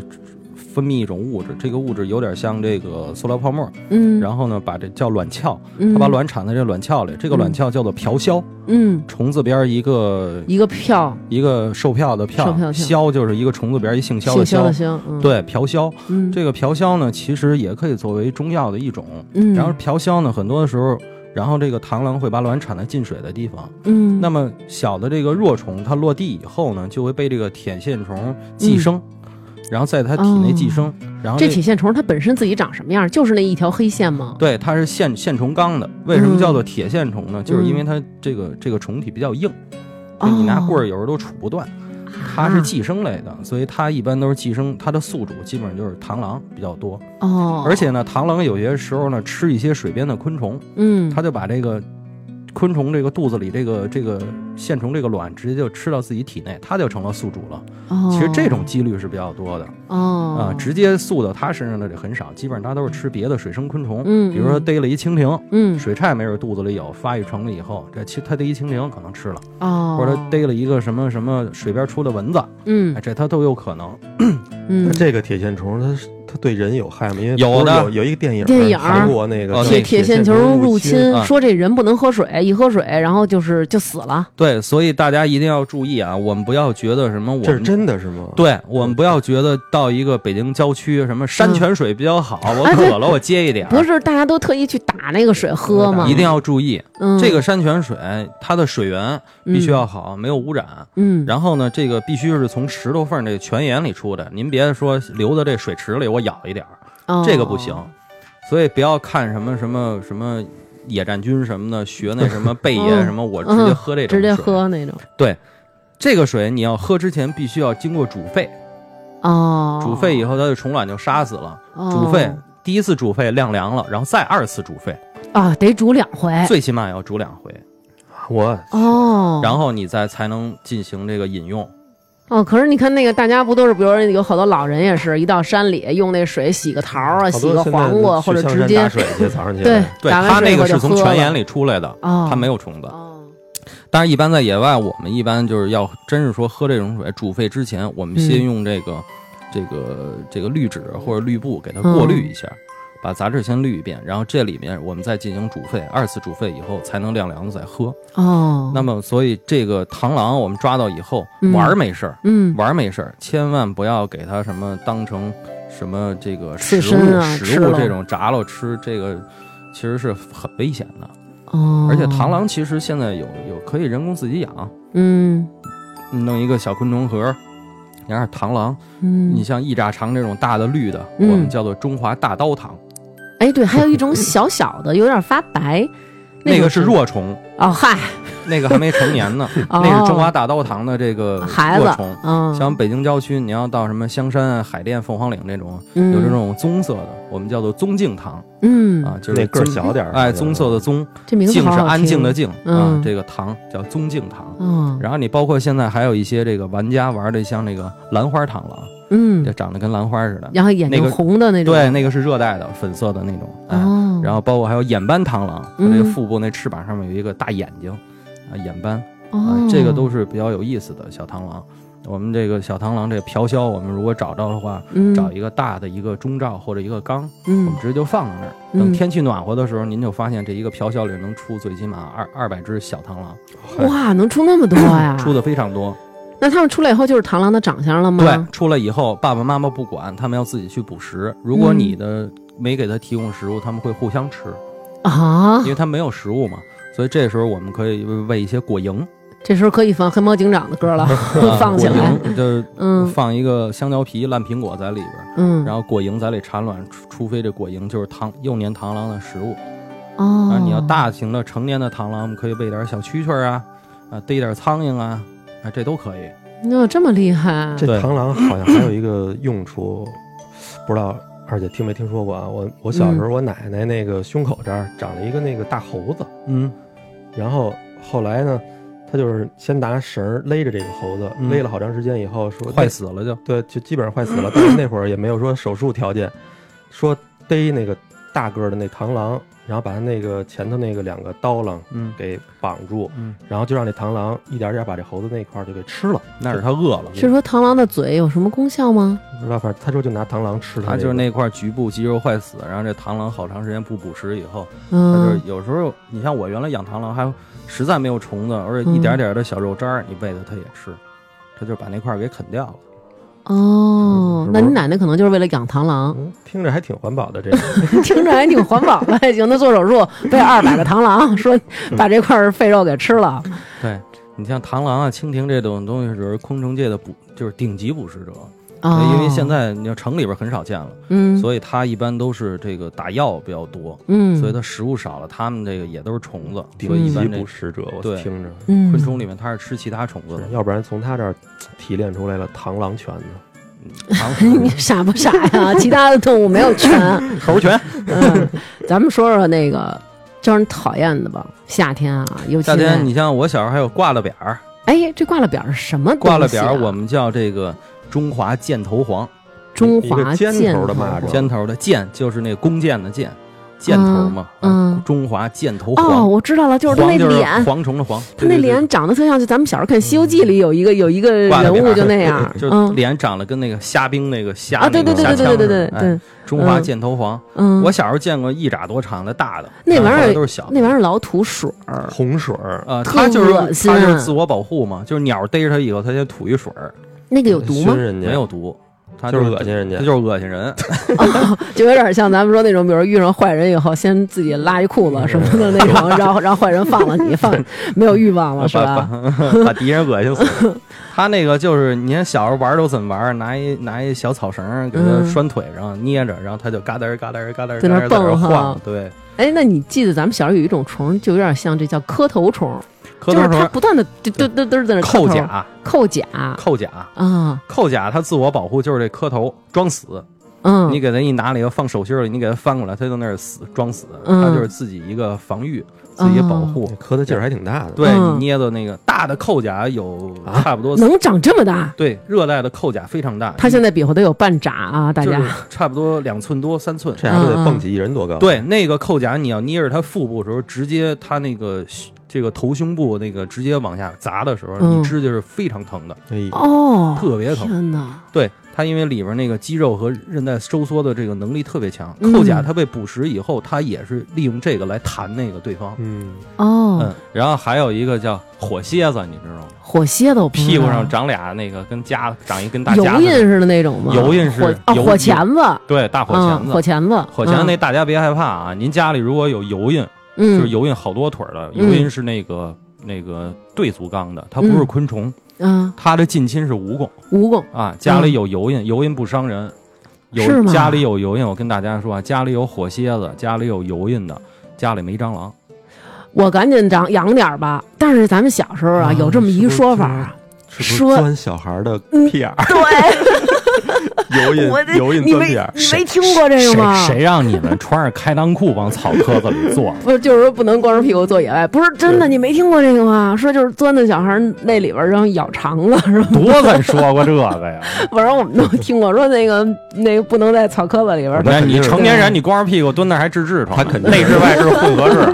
Speaker 2: 分泌一种物质，这个物质有点像这个塑料泡沫，
Speaker 1: 嗯，
Speaker 2: 然后呢，把这叫卵鞘，
Speaker 1: 嗯
Speaker 2: 它把卵产在这卵鞘里，这个卵鞘叫做瓢鸮，
Speaker 1: 嗯
Speaker 2: 虫字边一个
Speaker 1: 一个票，
Speaker 2: 一个售票的票
Speaker 1: 售，票票
Speaker 2: 鸮就是一个虫字边一姓肖
Speaker 1: 姓
Speaker 2: 的
Speaker 1: 肖
Speaker 2: 肖
Speaker 1: 的，肖，嗯，
Speaker 2: 对，瓢鸮。
Speaker 1: 嗯，
Speaker 2: 这个瓢鸮呢，其实也可以作为中药的一种。
Speaker 1: 嗯，
Speaker 2: 然后瓢鸮呢，很多的时候，然后这个螳螂会把卵产在进水的地方。
Speaker 1: 嗯，
Speaker 2: 那么小的这个若虫，它落地以后呢，就会被这个舔线虫寄生，然后在它体内寄生，然
Speaker 1: 嗯哦
Speaker 2: 后
Speaker 1: 这
Speaker 2: 那
Speaker 1: 铁线虫它本身自己长什么样？就是那一条黑线吗？
Speaker 2: 对它是线线虫纲的。为
Speaker 1: 嗯
Speaker 2: 什么叫做铁线虫呢？就是因为它这个这个虫体比较硬，就你
Speaker 1: 哦
Speaker 2: 拿棍儿有时候都杵不断。它是寄生类的，所以它一般都是寄生，它的宿主基本上就是螳螂比较多。
Speaker 1: 哦，
Speaker 2: 而且呢，螳螂有些时候呢吃一些水边的昆虫，
Speaker 1: 嗯，
Speaker 2: 它就把这个昆虫这个肚子里这个这个线虫这个卵直接就吃到自己体内，它就成了宿主了。
Speaker 1: 哦
Speaker 2: 其实这种几率是比较多的
Speaker 1: 哦
Speaker 2: 啊，直接宿到它身上的这很少，基本上它都是吃别的水生昆虫，
Speaker 1: 嗯，
Speaker 2: 比如说逮了一蜻蜓。
Speaker 1: 嗯
Speaker 2: 水菜没准肚子里有，发育成了以后，这其它逮一蜻蜓可能吃了，
Speaker 1: 哦，
Speaker 2: 或者逮了一个什么什么水边出的蚊子，
Speaker 1: 嗯
Speaker 2: 哎，这它都有可能。
Speaker 1: 嗯
Speaker 2: 哎
Speaker 3: 那这个铁线虫它是它对人有害吗？因为
Speaker 2: 有
Speaker 3: 不是
Speaker 2: 的
Speaker 3: 有有一个电影，
Speaker 1: 电影
Speaker 3: 韩国那个
Speaker 2: 哦
Speaker 3: 叫
Speaker 1: 铁
Speaker 2: 对
Speaker 1: 铁线
Speaker 3: 线
Speaker 1: 虫入侵
Speaker 2: 啊，
Speaker 1: 说这人不能喝水，一喝水然后就是就死了。
Speaker 2: 对，所以大家一定要注意啊，我们不要觉得什么我
Speaker 3: 这是
Speaker 2: 们
Speaker 3: 真的是吗？，
Speaker 2: 对我们不要觉得到一个北京郊区什么山泉水比较好，我
Speaker 1: 哎嗯对
Speaker 2: 渴了我接一点儿，
Speaker 1: 不是大家都特意去打那个水喝吗
Speaker 2: 一？定要注意
Speaker 1: 嗯，
Speaker 2: 这个山泉水它的水源必须要好，没有污染。
Speaker 1: 嗯，
Speaker 2: 然后呢，这个必须是从石头缝这个泉眼里出的，您别说流到这水池里，我舀一点儿，
Speaker 1: 哦
Speaker 2: 这个不行。所以不要看什么什么什么野战军什么的，学那什么贝爷
Speaker 1: 嗯
Speaker 2: 什么，我直接喝这种
Speaker 1: 直接
Speaker 2: 水。
Speaker 1: 喝那种
Speaker 2: 这个水你要喝之前必须要经过煮沸，
Speaker 1: 哦，
Speaker 2: 煮沸以后它的虫卵就杀死了。
Speaker 1: 哦
Speaker 2: 煮沸，第一次煮沸晾凉了，然后再二次煮沸，
Speaker 1: 啊，得煮两回
Speaker 2: 最起码要煮两回，
Speaker 3: 我
Speaker 1: 哦。
Speaker 2: 然后你再才能进行这个饮用。
Speaker 1: 哦，可是你看那个，大家不都是，比如说有好多老人也是一到山里用那水洗个桃儿啊，
Speaker 3: 好
Speaker 1: 洗
Speaker 3: 多
Speaker 1: 个
Speaker 3: 现在
Speaker 1: 黄瓜，或者
Speaker 3: 去
Speaker 1: 直
Speaker 3: 香山
Speaker 1: 接
Speaker 3: 打水去早上起来
Speaker 1: 对，
Speaker 2: 对，
Speaker 1: 打完
Speaker 2: 它
Speaker 1: 水
Speaker 2: 那
Speaker 1: 以后
Speaker 2: 个
Speaker 1: 就是
Speaker 2: 从
Speaker 1: 喝
Speaker 2: 泉
Speaker 1: 了
Speaker 2: 眼里出来的，
Speaker 1: 哦，
Speaker 2: 它没有虫子。
Speaker 1: 哦，
Speaker 2: 但是，一般在野外，我们一般就是要真是说喝这种水，煮沸之前，我们先
Speaker 1: 嗯
Speaker 2: 用这个、这个这个滤纸或者滤布给
Speaker 1: 嗯
Speaker 2: 它过滤一下。把杂质先滤一遍，然后这里面我们再进行煮沸，二次煮沸以后才能晾凉了再喝。
Speaker 1: 哦，
Speaker 2: 那么，所以这个螳螂我们抓到以后、
Speaker 1: 嗯
Speaker 2: 玩儿没事儿，
Speaker 1: 嗯，
Speaker 2: 玩儿没事儿，千万不要给它什么当成什么这个食
Speaker 1: 刺
Speaker 2: 物、
Speaker 1: 身啊
Speaker 2: 食物
Speaker 1: 吃了
Speaker 2: 这种炸了吃，这个其实是很危险的。
Speaker 1: 哦，
Speaker 2: 而且螳，螂其实现在有有可以人工自己养，
Speaker 1: 嗯
Speaker 2: 弄一个小昆虫盒。然后螳螂，
Speaker 1: 嗯，
Speaker 2: 你像异炸肠这种大的绿的，
Speaker 1: 嗯
Speaker 2: 我们叫做中华大刀螳，
Speaker 1: 哎，对，还有一种小小的，有点发白，
Speaker 2: 那
Speaker 1: 种
Speaker 2: 个是弱虫，
Speaker 1: 哦，嗨，
Speaker 2: 那个还没成年呢，
Speaker 1: 哦
Speaker 2: 那是中华大刀螳的这个
Speaker 1: 孩
Speaker 2: 弱
Speaker 1: 子
Speaker 2: 虫。，
Speaker 1: 嗯，
Speaker 2: 像北京郊区，你要到什么香山啊、海淀、凤凰岭这种，有
Speaker 1: 有
Speaker 2: 这，种棕色的，我们叫做棕茎螳啊
Speaker 1: 嗯，，
Speaker 2: 就是
Speaker 3: 那个儿
Speaker 2: 棕
Speaker 3: 小点儿，
Speaker 2: 哎，棕色的棕，
Speaker 1: 这名字
Speaker 2: 静
Speaker 1: 好
Speaker 2: 是
Speaker 1: 好
Speaker 2: 安静的
Speaker 1: 听，
Speaker 2: 静啊
Speaker 1: 嗯，
Speaker 2: 这个螳叫棕茎螳。
Speaker 1: 嗯
Speaker 2: 然后你包括现在还有一些这个玩家玩的像那个兰花螳螂，这
Speaker 1: 嗯，
Speaker 2: 长得跟兰花似的，
Speaker 1: 然后眼
Speaker 2: 那
Speaker 1: 睛
Speaker 2: 个
Speaker 1: 红的那种，
Speaker 2: 对，那个是热带的粉色的那种，哎，
Speaker 1: 哦，
Speaker 2: 然后包括还有眼斑螳螂，它
Speaker 1: 嗯
Speaker 2: 这个腹部那翅膀上面有一个大眼睛，啊，眼斑
Speaker 1: 哦
Speaker 2: 啊，，这个都是比较有意思的小螳螂。我们这个小螳螂这个瓢鸮，我们如果找到的话，
Speaker 1: 嗯
Speaker 2: 找一个大的一个中罩或者一个缸，我
Speaker 1: 嗯
Speaker 2: 们直接就放到那儿。
Speaker 1: 嗯
Speaker 2: 等天气暖和的时候，您就发现这一个瓢鸮里能出最起码二二百只小螳螂，
Speaker 1: 哇，能出那么多呀？
Speaker 2: 出的非常多。
Speaker 1: 那他们出来以后就是螳螂的长相了吗？
Speaker 2: 对，出来以后爸爸妈妈不管，他们要自己去捕食。如
Speaker 1: 嗯
Speaker 2: 果你的没给它提供食物，他们会互相吃，
Speaker 1: 啊
Speaker 2: 因，为它没有食物嘛。所以这时候我们可以喂一些 果蝇，
Speaker 1: 这时候可以放黑猫警长的歌 了，
Speaker 2: 啊
Speaker 1: 放起来
Speaker 2: 果。蝇就是
Speaker 1: 嗯
Speaker 2: 放一个香蕉皮、烂苹果在里边儿，
Speaker 1: 嗯
Speaker 2: 然，后果蝇在里产卵，除除非这果蝇就是螳幼年螳螂的食物。
Speaker 1: 哦
Speaker 2: 啊，，你要大型的成年的螳螂，我们可以喂点小蛐蛐儿啊，啊，逮点苍蝇啊，啊，这都可以。
Speaker 1: 那这么厉害？
Speaker 3: 这
Speaker 2: 对
Speaker 3: 螳螂好像还有一个用处，不知道二姐听没听说过啊？我我小时
Speaker 1: 嗯
Speaker 3: 候我奶奶那个胸口这儿长了一个那个大猴子，
Speaker 2: 嗯，
Speaker 3: 然后后来呢，她就是先拿绳儿勒着这个猴子，
Speaker 2: 嗯
Speaker 3: 勒了好长时间以后说
Speaker 2: 坏，死了就。
Speaker 3: 对，就基本上坏死了。但是那会儿也没有说手术条件，说逮那个大个儿的那螳螂，然后把它那个前头那个两个刀郎
Speaker 2: 嗯
Speaker 3: 给绑住，
Speaker 2: 嗯，
Speaker 3: 然后就让那螳螂一点点把这猴子那块儿就给吃了。
Speaker 2: 那是他饿了，
Speaker 1: 是说螳螂的嘴有什么功效吗？
Speaker 3: 不知道，反正他说就拿螳螂吃它
Speaker 2: 他就是
Speaker 3: 个
Speaker 2: 那块局部肌肉坏死，然后这螳螂好长时间不捕食以后，他就是
Speaker 1: 嗯，
Speaker 2: 有时候你像我原来养螳螂，还实在没有虫子，而且一
Speaker 1: 嗯
Speaker 2: 点点的小肉渣儿你喂它它也吃，它就把那块儿给啃掉了。
Speaker 1: 哦
Speaker 3: 是，不
Speaker 1: 那
Speaker 3: 是
Speaker 1: 你奶奶可能就是为了养螳螂，
Speaker 3: 嗯，听着还挺环保的 这个。
Speaker 1: 听着还挺环保的，还行。她做手术喂二百个螳螂，说
Speaker 2: 嗯
Speaker 1: 把这块儿废肉给吃了。
Speaker 2: 对你像螳螂啊、蜻蜓这种东西，就是昆虫界的捕，就是顶级捕食者。
Speaker 1: 啊，
Speaker 2: 因为现在你要城里边很少见了，
Speaker 1: 嗯
Speaker 2: 所以它一般都是这个打药比较多，
Speaker 1: 嗯，
Speaker 2: 所以它食物少了，它们这个也都是虫子，所
Speaker 3: 顶
Speaker 2: 以一
Speaker 3: 级
Speaker 2: 般这
Speaker 3: 捕食者，我
Speaker 2: 对
Speaker 3: 听着，
Speaker 1: 嗯
Speaker 2: 昆虫里面它是吃其他虫子
Speaker 3: 是
Speaker 2: 的。
Speaker 3: 要不然从他这儿提炼出来了螳螂拳呢，
Speaker 1: 你
Speaker 2: 嗯螳
Speaker 1: 傻不傻呀？其他的动物没有权。
Speaker 2: 猴拳，
Speaker 1: 嗯，咱们说说那个叫人讨厌的吧。夏天啊，尤其
Speaker 2: 夏
Speaker 1: 在
Speaker 2: 天你像我小时候还有挂了匾儿，
Speaker 1: 哎，这挂了匾儿是什么东西啊？
Speaker 2: 挂了匾儿我们叫这个中华箭头黄，
Speaker 1: 中
Speaker 3: 一
Speaker 1: 华
Speaker 3: 个尖
Speaker 1: 箭
Speaker 3: 头的蚂蚱
Speaker 2: 尖头的箭就是那弓箭的箭，箭头嘛，啊
Speaker 1: 嗯嗯
Speaker 2: 中华箭头
Speaker 1: 哦，
Speaker 2: 黄，
Speaker 1: 我知道了，就是他那
Speaker 2: 黄就是
Speaker 1: 脸，
Speaker 2: 蝗虫的蝗，
Speaker 1: 他那
Speaker 2: 对对对
Speaker 1: 脸长得特像，就咱们小时候看《西游记》里有一个有一个
Speaker 2: 挂了
Speaker 1: 人
Speaker 2: 匾
Speaker 1: 物
Speaker 2: 儿
Speaker 1: 就那样，
Speaker 2: 就是
Speaker 1: 嗯
Speaker 2: 脸长得跟那个虾兵那个虾
Speaker 1: 啊，对对对
Speaker 2: 那
Speaker 1: 对对对
Speaker 2: 个虾枪
Speaker 1: 对
Speaker 2: 似的
Speaker 1: 对
Speaker 2: 哎
Speaker 1: 对，
Speaker 2: 中华箭头黄，
Speaker 1: 嗯，
Speaker 2: 我小时候见过一拃多长的大的，
Speaker 1: 那
Speaker 2: 但
Speaker 1: 玩意儿
Speaker 2: 后来都是小的
Speaker 1: 那玩意儿老吐水儿，
Speaker 3: 洪水儿
Speaker 2: 呃，
Speaker 1: 特
Speaker 2: 它就是
Speaker 1: 恶心
Speaker 2: 它就
Speaker 1: 啊
Speaker 2: 是自我保护嘛，就是鸟逮着它以后，它先吐一水儿，
Speaker 1: 那个有毒吗
Speaker 3: 熏？人家
Speaker 2: 没有毒，它
Speaker 3: 嗯就是是恶心人家
Speaker 2: 它。就是恶心人。
Speaker 1: 就有点像咱们说那种，比如遇上坏人以后，先自己拉一裤子什么的那 种，然后让坏人放了你，放没有欲望了是吧？
Speaker 2: 啊把把把敌人恶心 死了。他那个就是，你看小时候玩儿都怎么玩儿？拿一拿一小草绳儿给他
Speaker 1: 嗯
Speaker 2: 拴腿上，捏着，然后他就嘎噔儿嘎噔儿嘎噔儿
Speaker 1: 在那
Speaker 2: 嘎噔
Speaker 1: 儿
Speaker 2: 儿在那儿
Speaker 1: 蹦哈
Speaker 2: 晃。对，
Speaker 1: 哎，那你记得咱们小时候有一种虫，就有点像这叫磕头虫，
Speaker 2: 磕
Speaker 1: 就
Speaker 2: 头
Speaker 1: 是它
Speaker 2: 虫
Speaker 1: 不断的嘟嘟嘟嘟在那
Speaker 2: 扣
Speaker 1: 甲
Speaker 2: 甲，
Speaker 1: 扣甲
Speaker 2: 扣甲，
Speaker 1: 啊，
Speaker 2: 扣甲，它自我保护就是这磕头装死。
Speaker 1: 嗯，
Speaker 2: 你给它一拿里头放手心儿里，你给它翻过来，它就那儿死装死。
Speaker 1: 嗯
Speaker 2: 它就是自己一个防御，自己保护。
Speaker 3: 磕的劲儿还挺大的，
Speaker 2: 对你
Speaker 1: 嗯
Speaker 2: 捏的那个大的扣甲有
Speaker 3: 啊
Speaker 2: 差不多，
Speaker 1: 能长这么大？
Speaker 2: 对热带的扣甲非常大，
Speaker 1: 它现在比划得有半拃啊，大
Speaker 2: 就
Speaker 1: 家
Speaker 2: 是差不多两寸多三寸。
Speaker 3: 这还不得
Speaker 1: 嗯嗯
Speaker 3: 蹦起一人多高？，
Speaker 2: 对，那个扣甲，你要捏着他腹部的时候，直接他那个胸这个头胸部那个直接往下砸的时候，
Speaker 1: 嗯
Speaker 2: 你指甲是非常疼的，
Speaker 3: 哎，
Speaker 1: 哦，
Speaker 2: 特别疼。
Speaker 1: 天哪，
Speaker 2: 对，它因为里边那个肌肉和韧带收缩的这个能力特别强，
Speaker 1: 嗯
Speaker 2: 扣甲它被捕食以后，它也是利用这个来弹那个对方。
Speaker 3: 嗯，
Speaker 1: 哦
Speaker 2: 嗯，，然后还有一个叫火蝎子，你知道吗？
Speaker 1: 火蝎子我不知道
Speaker 2: 屁股上长俩那个跟夹长一根大夹
Speaker 1: 油
Speaker 2: 子
Speaker 1: 印似的那种吗？
Speaker 2: 油印是
Speaker 1: 火啊，
Speaker 2: 油
Speaker 1: 火
Speaker 2: 印
Speaker 1: 钳子，
Speaker 2: 对，大火钳
Speaker 1: 嗯，
Speaker 2: 子。
Speaker 1: 火钳子，
Speaker 2: 火钳子那大家别害怕啊，您家里如果有油印，
Speaker 1: 嗯，
Speaker 2: 就是油印好多腿儿的，
Speaker 1: 嗯
Speaker 2: 油印是那个那个对足纲的，它不是昆虫，
Speaker 1: 嗯，
Speaker 2: 它的近亲是蜈蚣
Speaker 1: 蜈蚣，
Speaker 2: 啊。家里有油印，油印不伤人。
Speaker 1: 嗯是
Speaker 2: 有
Speaker 1: 吗
Speaker 2: 家里有油印，我跟大家说啊，家里有火蝎子，家里有油印的，家里没蟑螂。
Speaker 1: 我赶紧长养点儿吧。但是咱们小时候啊，
Speaker 3: 啊
Speaker 1: 有这么一说法儿，
Speaker 3: 是不是
Speaker 1: 说
Speaker 3: 钻小孩的屁眼儿，
Speaker 1: 对，
Speaker 3: 油
Speaker 1: 我
Speaker 3: 印
Speaker 1: 这
Speaker 3: 油印
Speaker 1: 你
Speaker 3: 钻
Speaker 1: 没
Speaker 3: 屁眼儿，
Speaker 1: 你没听过这个吗？
Speaker 2: 谁让你 们穿着开裆裤往草壳子里 坐？
Speaker 1: 不是，就是说不能光着屁股坐野外，不是真的，你没听过这个吗？说就是钻到小孩儿那里边儿，然后咬肠子， 是吧？
Speaker 2: 多咱说过这个呀！
Speaker 1: 反正我们都听过，说那个那个不能在草壳子里边儿。
Speaker 2: 那你成年人，你光着屁股蹲那儿还治痔疮呢，
Speaker 3: 他肯定
Speaker 2: 内痔外痔 混合痔。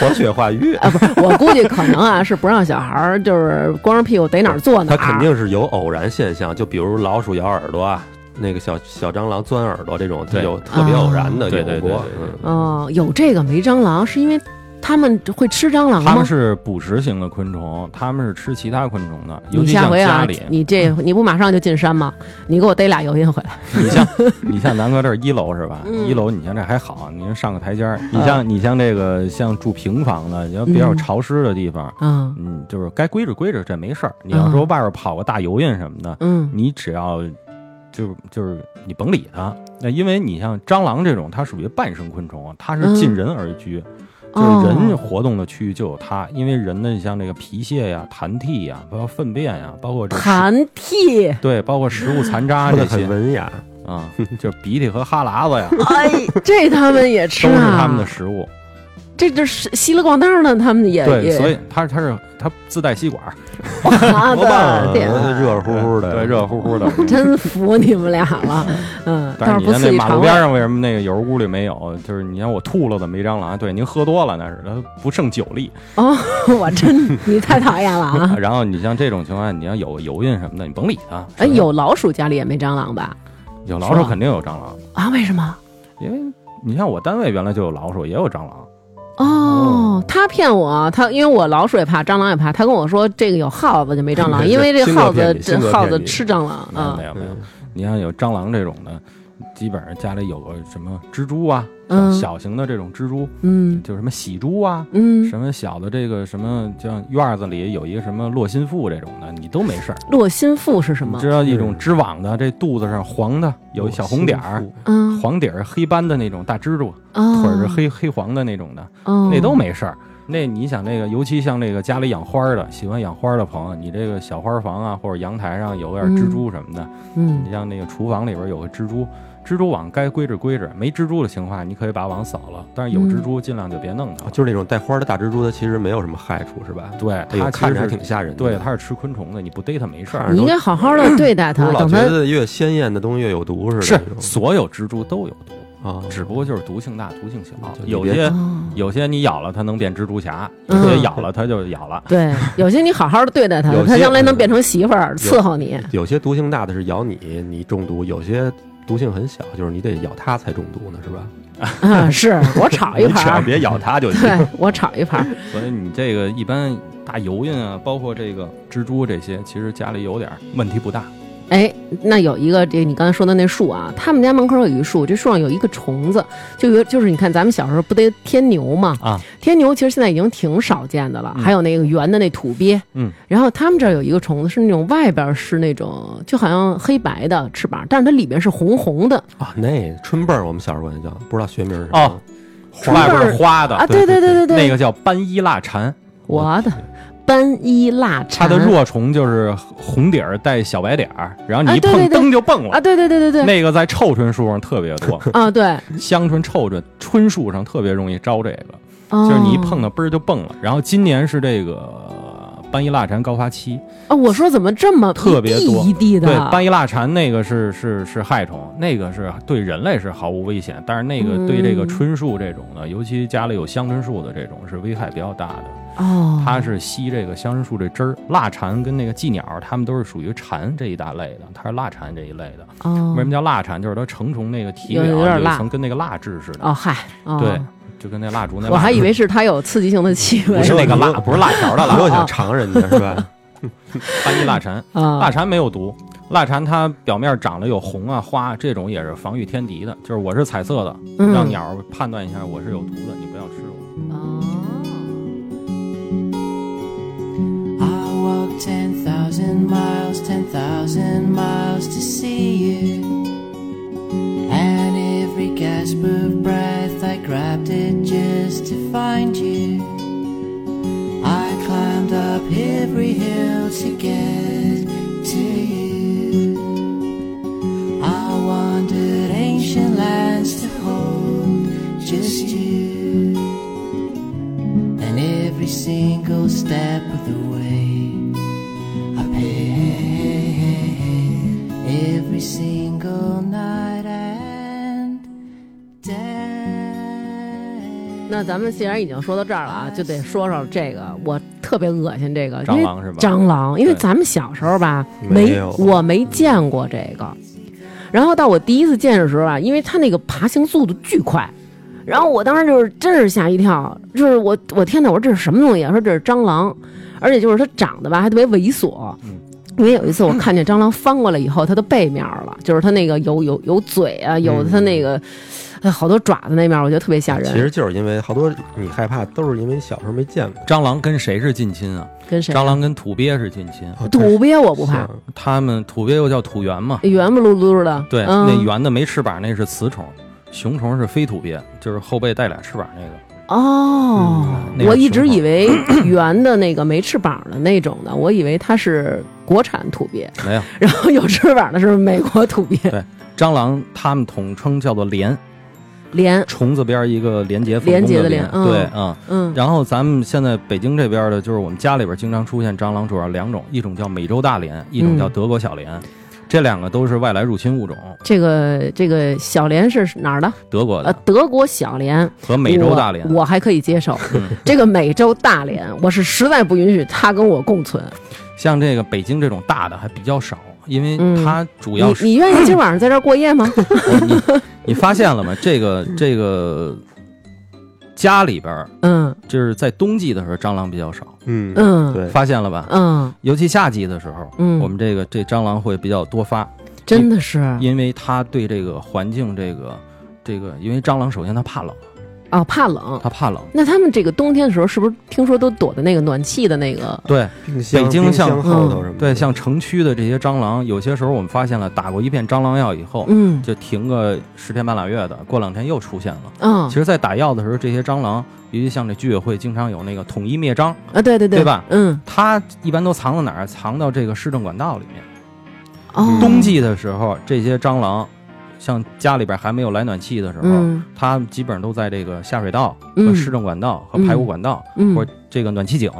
Speaker 3: 活血化瘀，
Speaker 1: 啊，不 是，我估计可能啊是不让小孩儿就是光着屁股逮哪儿啊坐哪
Speaker 3: 他
Speaker 1: 儿，
Speaker 3: 肯定是有偶然现象，就比如老鼠咬耳朵啊，那个小小蟑螂钻耳朵这种，
Speaker 2: 对
Speaker 3: 有特别偶然的
Speaker 2: 对
Speaker 3: 有
Speaker 2: 对
Speaker 3: 过
Speaker 2: 对对，对
Speaker 3: 嗯，
Speaker 1: 哦，有这个没蟑螂，是因为他们会吃蟑螂
Speaker 2: 他
Speaker 1: 吗
Speaker 2: 们？是捕食型的昆虫，他们是吃其他昆虫的，尤
Speaker 1: 你
Speaker 2: 其
Speaker 1: 下
Speaker 2: 像
Speaker 1: 回
Speaker 2: 家
Speaker 1: 啊
Speaker 2: 里，，嗯
Speaker 1: 你这你不马上就进山吗？你给我逮俩油印回来。
Speaker 2: 你像你像南哥这儿一楼是吧？
Speaker 1: 嗯
Speaker 2: 一楼你像这还好，您上个台阶儿。你像你像这个像住平房的，你要比较
Speaker 1: 嗯
Speaker 2: 潮湿的地方，
Speaker 1: 嗯
Speaker 2: 嗯，就是该归置归置，这没事儿。你要说外边跑个大油印什么的，
Speaker 1: 嗯
Speaker 2: 你只要就就是你甭理它。那因为你像蟑螂这种，它属于半生昆虫，啊它是近
Speaker 1: 嗯
Speaker 2: 人而居，
Speaker 1: 哦
Speaker 2: 就是人活动的区域就有它。因为人的像这个皮屑呀、痰涕呀，包括粪便呀，包括这食
Speaker 1: 痰 涕，
Speaker 2: 对，包括食物残渣
Speaker 3: 说
Speaker 2: 这
Speaker 3: 的
Speaker 2: 些
Speaker 3: 很文雅，
Speaker 2: 啊，就是鼻涕和哈喇子呀，
Speaker 1: 哎，这他们也吃
Speaker 2: 都是
Speaker 1: 啊？
Speaker 2: 他们的食物。
Speaker 1: 这这是稀里咣当的，他们也
Speaker 2: 对，
Speaker 1: 也
Speaker 2: 所以它它是它自带吸管儿，
Speaker 1: 我
Speaker 4: 多棒
Speaker 1: 的
Speaker 4: 啊
Speaker 1: 天
Speaker 2: 嗯
Speaker 1: 啊，
Speaker 3: 嗯
Speaker 4: 热乎乎的，
Speaker 2: 对，热乎乎的。
Speaker 1: 真服你们俩 了，嗯，倒
Speaker 2: 但是
Speaker 1: 是
Speaker 2: 你
Speaker 1: 不
Speaker 2: 看
Speaker 1: 刺
Speaker 2: 那
Speaker 1: 激
Speaker 2: 马
Speaker 1: 肠
Speaker 2: 路
Speaker 1: 胃
Speaker 2: 边。上为什么那个有时候屋里没有？就是你看我吐了怎么一蟑螂？对，您喝多了那是，它不胜酒力。
Speaker 1: 哦， 我真你太讨厌了 啊！
Speaker 2: 然后你像这种情况下，你要有油印什么的，你甭理它。
Speaker 1: 哎，有老鼠家里也没蟑螂吧？
Speaker 2: 有老
Speaker 1: 是
Speaker 2: 鼠
Speaker 1: 吧
Speaker 2: 肯定有蟑螂，
Speaker 1: 啊，为什么？
Speaker 2: 因为你像我单位原来就有老鼠，也有蟑螂。
Speaker 1: 哦，他骗我，他因为我老鼠也怕，蟑螂也怕，他跟我说这个有耗子就没蟑螂，
Speaker 4: 是
Speaker 1: 因为这
Speaker 4: 星
Speaker 1: 耗
Speaker 4: 座
Speaker 1: 子
Speaker 4: 骗你
Speaker 1: 这
Speaker 4: 星座
Speaker 1: 耗
Speaker 4: 骗
Speaker 1: 子
Speaker 4: 你
Speaker 1: 吃蟑螂
Speaker 2: 没有
Speaker 1: 啊
Speaker 2: 没，有没有
Speaker 4: 嗯，
Speaker 2: 你像有蟑螂这种的，基本上家里有个什么蜘蛛啊，
Speaker 1: 嗯
Speaker 2: 小型的这种蜘蛛，
Speaker 1: 嗯
Speaker 2: 就什么喜蛛啊，
Speaker 1: 嗯，
Speaker 2: 什么小的这个什么，像院子里有一个什么落心腹这种的，你都没事儿。
Speaker 1: 落心腹是什
Speaker 2: 你
Speaker 1: 么？
Speaker 2: 知道一种织网的，这肚子上黄的，有一小红点儿，
Speaker 1: 嗯，
Speaker 2: 黄底儿黑斑的那种大蜘蛛，
Speaker 1: 哦
Speaker 2: 腿儿是，黑黑黄的那种的，
Speaker 1: 哦
Speaker 2: 那都没事儿。那你想那个，尤其像那个家里养花儿的，喜欢养花儿的朋友，你这个小花房啊，或者阳台上有点蜘蛛什么的，
Speaker 1: 嗯
Speaker 2: 你像那个厨房里边有个蜘蛛，蜘蛛网该归置归置，没蜘蛛的情况下，你可以把网扫了，但
Speaker 1: 嗯
Speaker 2: 是有蜘蛛尽量就别弄
Speaker 1: 哦
Speaker 2: 它了。
Speaker 3: 啊就是那种带花的大蜘蛛，它其实没有什么害处，是吧？
Speaker 2: 对，
Speaker 3: 哎呦，
Speaker 2: 它
Speaker 3: 看
Speaker 2: 其
Speaker 3: 着还
Speaker 2: 实
Speaker 3: 挺
Speaker 2: 是
Speaker 3: 吓人的。
Speaker 2: 对，它是吃昆虫的，你不逮它没事儿。
Speaker 1: 你应该好好的对待
Speaker 3: 不
Speaker 1: 它
Speaker 3: 是，老
Speaker 1: 等
Speaker 3: 觉
Speaker 1: 它
Speaker 3: 得越鲜艳的东西越有毒似的。
Speaker 2: 是
Speaker 3: 那种
Speaker 2: 所有蜘蛛都有毒，
Speaker 3: 啊，
Speaker 2: 只不过就是毒性大、毒性小
Speaker 3: 就。你
Speaker 2: 有
Speaker 3: 别
Speaker 2: 些
Speaker 1: 哦
Speaker 2: 有些你咬了它能变蜘蛛侠，
Speaker 1: 嗯
Speaker 2: 有些咬了它就咬了。
Speaker 1: 对，有些你好好的对待它
Speaker 3: 有，些
Speaker 1: 它将来能变成媳妇儿伺候你。
Speaker 3: 有些毒性大的是咬你，你中毒；有些毒性很小，就是你得咬它才中毒呢，是吧？
Speaker 1: 嗯，是我
Speaker 2: 哎
Speaker 1: 炒一
Speaker 3: 你只
Speaker 1: 盘
Speaker 3: 要
Speaker 1: 儿，
Speaker 3: 别咬它就 行。
Speaker 1: 对我炒一盘儿。
Speaker 2: 所以你这个一般大油印啊，包括这个蜘蛛这些，其实家里有点儿问题不大。
Speaker 1: 哎，那有一个这你刚才说的那树啊，他们家门口有一树，这树上有一个虫子，就有就是你看咱们小时候不得天牛嘛
Speaker 2: 啊，
Speaker 1: 天牛其实现在已经挺少见的了，
Speaker 2: 嗯
Speaker 1: 还有那个圆的那土鳖，
Speaker 2: 嗯，
Speaker 1: 然后他们这儿有一个虫子是那种外边是那种就好像黑白的翅膀，但是它里面是红红的
Speaker 3: 啊，那春辈儿我们小时候管它叫，不知道学名是什么。
Speaker 2: 哦，
Speaker 1: 虫
Speaker 2: 外边
Speaker 1: 儿
Speaker 2: 儿花的
Speaker 1: 啊，对对对对对，
Speaker 2: 那个叫斑衣蜡蝉，
Speaker 1: 我的斑衣蜡
Speaker 2: 它
Speaker 1: 蝉，
Speaker 2: 的弱虫就是红底儿带小白点儿，然后
Speaker 1: 啊
Speaker 2: 你一
Speaker 1: 对对
Speaker 2: 碰
Speaker 1: 对
Speaker 2: 灯就蹦
Speaker 1: 啊，
Speaker 2: 了。
Speaker 1: 对对对对对，
Speaker 2: 那个在臭椿树上特别多，
Speaker 1: 啊对，
Speaker 2: 香椿、臭椿、椿树上特别容易招这个，
Speaker 1: 就
Speaker 2: 就是你一碰它嘣儿就蹦了。然后今年是这个呃斑衣蜡蝉高发期，
Speaker 1: 啊，我说怎么这么
Speaker 2: 特别
Speaker 1: 一
Speaker 2: 多
Speaker 1: 地一地的，啊
Speaker 2: 对，斑衣蜡蝉那个是是是害虫，那个是对人类是毫无危险，但是那个对这个
Speaker 1: 嗯
Speaker 2: 椿树这种的，尤其家里有香椿树的这种是危害比较大的。
Speaker 1: 哦，
Speaker 2: 它是吸这个香椿树这汁儿，蜡蝉跟那个寄鸟，它们都是属于蝉这一大类的，它是蜡蝉这一类的。
Speaker 1: 哦，
Speaker 2: 为什么叫蜡蝉？就是它成虫那个体
Speaker 1: 有
Speaker 2: 表
Speaker 1: 有点
Speaker 2: 有一
Speaker 1: 蜡
Speaker 2: 层跟那个蜡质似的，
Speaker 1: 哦嗨，哦
Speaker 2: 对就跟那蜡烛那蜡质。
Speaker 1: 我还以为是它有刺激性的气味
Speaker 2: 不是那个
Speaker 3: 我以
Speaker 2: 蜡，
Speaker 3: 为
Speaker 2: 不是蜡条的
Speaker 3: 不
Speaker 2: 蜡，
Speaker 3: 要想尝人家是吧？
Speaker 2: 斑 衣蜡蝉。
Speaker 1: 啊
Speaker 2: 蜡蝉没有毒，蜡蝉它表面长得有红啊花，这种也是防御天敌的。就是我是彩色的，
Speaker 1: 嗯
Speaker 2: 让啊鸟儿判断一下我是有毒的，你不要吃我。
Speaker 1: 哦
Speaker 5: I walked 10,000 miles, 10,000 miles to see you. And every gasp of breath, I grabbed it just to find you. I climbed up every hill to get to you. I wandered ancient lands to hold just you and every single step of the way I paid every single night and day.
Speaker 1: 那咱们既然已经说到这儿了啊，就得说说这个，我特别恶心这个
Speaker 2: 蟑螂
Speaker 1: 因为
Speaker 2: 是吧
Speaker 1: 蟑螂，因为
Speaker 2: 对
Speaker 1: 咱们小时候吧，
Speaker 3: 没
Speaker 1: 没
Speaker 3: 有
Speaker 1: 我没见过这个，然后到我第一次见的时候啊，因为它那个爬行速度巨快。然后我当时就是真是吓一跳，就是我我天哪，我说这是什么东西啊？说这是蟑螂，而且就是它长得吧还特别猥琐。
Speaker 2: 嗯
Speaker 1: 因为有一次我看见蟑螂翻过来以后，它的背面了，就是它那个有有有嘴啊，有它
Speaker 2: 嗯
Speaker 1: 那个、哎好多爪子那面，我觉得特别
Speaker 2: 哦
Speaker 1: 吓人。
Speaker 3: 其实就是因为好多你害怕，都是因为你小时候没见过。
Speaker 2: 蟑螂跟谁是近亲啊？
Speaker 1: 跟谁啊？
Speaker 2: 蟑螂跟土鳖哦是近亲，
Speaker 1: 土鳖我不怕
Speaker 3: 像，
Speaker 2: 它们土鳖又叫土螈嘛。
Speaker 1: 圆不噜噜的。
Speaker 2: 对，
Speaker 1: 哎嗯、
Speaker 2: 那圆的没翅膀那是雌虫，雄虫是非土鳖，就是后背带俩翅膀那个。
Speaker 1: 哦，
Speaker 2: 嗯那个
Speaker 1: 我一
Speaker 2: 情
Speaker 1: 直
Speaker 2: 况
Speaker 1: 以为圆的那个没翅膀的那种的，我以为它是国产土鳖，
Speaker 2: 没有，
Speaker 1: 然后有翅膀的是美国土鳖。
Speaker 2: 对蟑螂它们统称叫做蠊，
Speaker 1: 连，
Speaker 2: 虫字边一个连接，
Speaker 1: 连结的连
Speaker 2: 连，
Speaker 1: 嗯
Speaker 2: 对啊。
Speaker 1: 嗯，
Speaker 2: 然后咱们现在北京这边的，就是我们家里边经常出现蟑螂，主要两种，一种叫美洲大蠊，一
Speaker 1: 嗯
Speaker 2: 种叫德国小蠊，这两个都是外来入侵物种，
Speaker 1: 这个这个小连是哪儿的？
Speaker 2: 德国
Speaker 1: 呃
Speaker 2: 的，
Speaker 1: 德国小连，
Speaker 2: 和美洲大蠊。
Speaker 1: 我我还可以接受
Speaker 2: 嗯。
Speaker 1: 这个美洲大连，我是实在不允许它跟我共存。
Speaker 2: 像这个北京这种大的还比较少，因为
Speaker 1: 嗯
Speaker 2: 它主
Speaker 1: 你
Speaker 2: 要是、哦
Speaker 1: 你愿意今晚上在这儿过夜吗？
Speaker 2: 你你发现了吗？这个这个家里边儿
Speaker 1: 嗯
Speaker 2: 就是在冬季的时候蟑螂比较少，
Speaker 3: 嗯
Speaker 1: 嗯
Speaker 3: 对，
Speaker 2: 发现了吧？
Speaker 1: 嗯
Speaker 2: 尤其夏季的时候，
Speaker 1: 嗯，
Speaker 2: 我们这个这蟑螂会比较多发，
Speaker 1: 真的是啊、
Speaker 2: 因为它对这个环境这个这个，因为蟑螂首先它怕冷，
Speaker 1: 哦怕冷。
Speaker 2: 它怕冷。
Speaker 1: 那他们这个冬天的时候，是不是听说都躲在那个暖气的那个？
Speaker 2: 对
Speaker 6: 冰箱
Speaker 2: 北京
Speaker 6: 冰
Speaker 2: 像
Speaker 6: 箱后头什么的
Speaker 2: 对，像城区的这些蟑螂，有些时候我们发现了打过一片蟑螂药以后，
Speaker 1: 嗯
Speaker 2: 就停个十天半拉月的，过两天又出现了。
Speaker 1: 嗯
Speaker 2: 其实，在打药的时候，这些蟑螂，尤其像这居委会经常有那个统一灭蟑，
Speaker 1: 啊，对对对，
Speaker 2: 对吧
Speaker 1: 嗯，
Speaker 2: 它一般都藏到哪儿？藏到这个市政管道里面。
Speaker 1: 哦，
Speaker 2: 冬季的时候，这些蟑螂，像家里边还没有来暖气的时候，
Speaker 1: 嗯
Speaker 2: 它基本上都在这个下水道和
Speaker 1: 嗯
Speaker 2: 市政管道和排污管道、
Speaker 1: 嗯
Speaker 2: 或者这个暖气井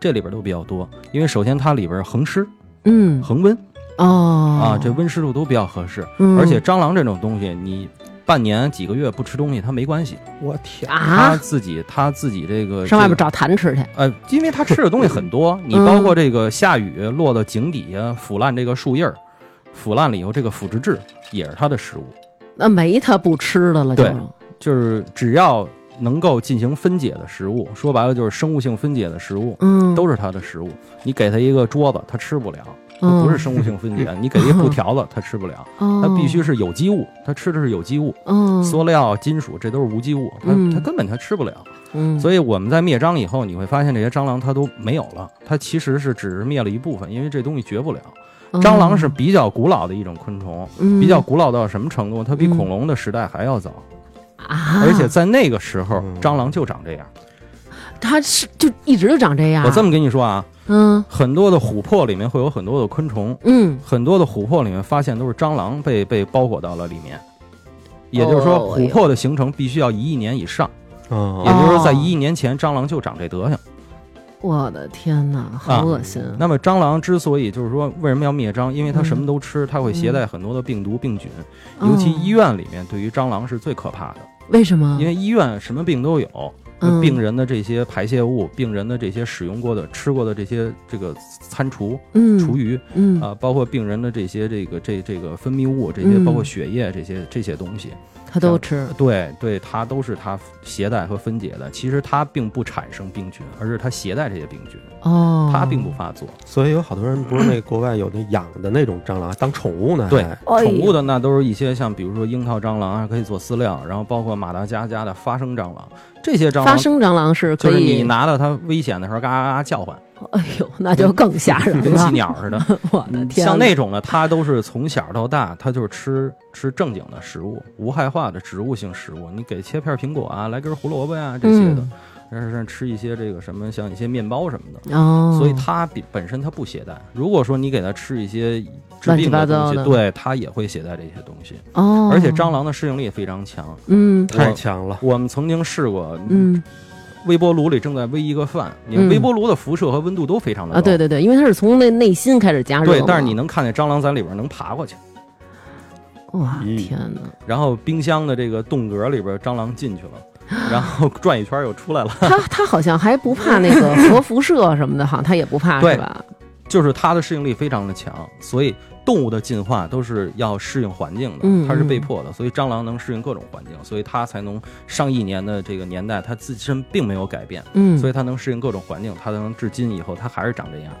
Speaker 2: 这里边都比较多，因为首先它里边恒湿、
Speaker 1: 嗯
Speaker 2: 恒温、
Speaker 1: 哦
Speaker 2: 啊，这温湿度都比较合适。
Speaker 1: 嗯
Speaker 2: 而且蟑螂这种东西，你半年几个月不吃东西它没关系，
Speaker 6: 我天，
Speaker 2: 它
Speaker 1: 啊，
Speaker 2: 自己它自己这个
Speaker 1: 上外边
Speaker 2: 这个
Speaker 1: 找痰吃去，
Speaker 2: 呃，因为它吃的东西 很多，你包
Speaker 1: 嗯
Speaker 2: 括这个下雨落到井底下腐烂这个树叶儿，腐烂了以后这个腐殖质也是它的食物，
Speaker 1: 那没他不吃的了就，
Speaker 2: 对就是只要能够进行分解的食物，说白了就是生物性分解的食物。
Speaker 1: 嗯，
Speaker 2: 都是它的食物，你给它一个桌子，它吃不了，
Speaker 1: 嗯
Speaker 2: 不是，生物性分解；你给一布条子，它吃不了，它
Speaker 1: 它
Speaker 2: 必须是有机物，它吃的是有机物，
Speaker 1: 嗯，
Speaker 2: 塑料、金属这都是无机物，它
Speaker 1: 嗯
Speaker 2: 它根本它吃不了。
Speaker 1: 嗯，
Speaker 2: 所以我们在灭蟑以后，你会发现这些蟑螂它都没有了，它其实是只是灭了一部分，因为这东西绝不了。
Speaker 1: 嗯
Speaker 2: 蟑螂是比较古老的一种昆虫，
Speaker 1: 嗯
Speaker 2: 比较古老到什么程度？它比
Speaker 1: 嗯
Speaker 2: 恐龙的时代还要早，
Speaker 1: 啊，
Speaker 2: 而且在那个时候
Speaker 3: 嗯
Speaker 2: 蟑螂就长这样。
Speaker 1: 它是就一直就长这样。
Speaker 2: 我这么跟你说啊，
Speaker 1: 嗯
Speaker 2: 很多的琥珀里面会有很多的昆虫，
Speaker 1: 嗯，
Speaker 2: 很多的琥珀里面发现都是蟑螂被被包裹到了里面。也就是说，
Speaker 1: 哦哎呦
Speaker 2: 琥珀的形成必须要一亿年以上，也
Speaker 3: 嗯，
Speaker 2: 就是说，在
Speaker 1: 哦嗯
Speaker 2: 一亿年前，蟑螂就长这德行。
Speaker 1: 我的天哪，
Speaker 2: 啊
Speaker 1: 好恶心。
Speaker 2: 那么蟑螂之所以就是说为什么要灭蟑，因为它什么都吃，它会携带很多的病毒病菌，
Speaker 1: 嗯
Speaker 2: 尤其医
Speaker 1: 院，
Speaker 2: 院里面对于蟑螂是最可怕的，
Speaker 1: 为什么？
Speaker 2: 因为医院什么病都有，
Speaker 1: 嗯
Speaker 2: 病人的这些排泄物、病人的这些使用过的、吃过的这些这个餐厨、
Speaker 1: 嗯
Speaker 2: 厨余
Speaker 1: 嗯
Speaker 2: 啊、包括病人的这些这个这这个分泌物，这些
Speaker 1: 嗯
Speaker 2: 包括血液这些这些东西，
Speaker 1: 它都吃。
Speaker 2: 对对，它都是它携带和分解的。其实它并不产生病菌，而是它携带这些病菌，
Speaker 1: 哦，
Speaker 2: 它并不发作。
Speaker 3: 所以有好多人不是那国外有那养的那种蟑螂当宠物呢，
Speaker 2: 对
Speaker 3: 还
Speaker 1: 哎呦
Speaker 2: 宠物的那都是一些像比如说樱桃蟑螂啊，可以做饲料，然后包括马达加加的发声蟑螂，这些蟑
Speaker 1: 发
Speaker 2: 螂
Speaker 1: 生蟑螂是
Speaker 2: 就
Speaker 1: 可
Speaker 2: 是
Speaker 1: 以
Speaker 2: 你，拿到它危险的时候，嘎嘎嘎叫唤，
Speaker 1: 哎呦，那就更吓人
Speaker 2: 跟
Speaker 1: 了
Speaker 2: 气。鸟似的。
Speaker 1: 我的啊天哪，
Speaker 2: 嗯像那种呢，它都是从小到大，它就是吃吃正经的食物，无害化的植物性食物。你给切片苹果啊，来根胡萝卜呀、这些的
Speaker 1: 嗯，
Speaker 2: 但是像吃一些这个什么，像一些面包什么的。
Speaker 1: 哦，
Speaker 2: 所以它比本身它不携带。如果说你给它吃一些治
Speaker 1: 乱七
Speaker 2: 病
Speaker 1: 八
Speaker 2: 的
Speaker 1: 糟
Speaker 2: 东
Speaker 1: 的
Speaker 2: 西，对它也会携带这些东西。
Speaker 1: 哦，
Speaker 2: 而且蟑螂的适应力也非常强。
Speaker 1: 嗯
Speaker 3: 太强了，
Speaker 2: 我们曾经试过，
Speaker 1: 嗯
Speaker 2: 微波炉里正在煨一个饭，你
Speaker 1: 嗯
Speaker 2: 微波炉的辐射和温度都非常的高。
Speaker 1: 啊，对对对，因为它是从那内心开始加热嘛。
Speaker 2: 对但是你能看见蟑螂在里边能爬过去，
Speaker 1: 哇天哪，
Speaker 2: 然后冰箱的这个冻格里边蟑螂进去了， 然后转一圈又出来了。
Speaker 1: 它它好像还不怕那个核辐射什么的，好像它也不怕
Speaker 2: 对
Speaker 1: 是吧？
Speaker 2: 就是它的适应力非常的强，所以动物的进化都是要适应环境
Speaker 1: 嗯
Speaker 2: 的，它是被迫的。所以蟑螂能适应各种环境，所以它才能上亿年的这个年代，它自身并没有改变，
Speaker 1: 嗯，
Speaker 2: 所以它能适应各种环境，它才能至今以后它还是长这样。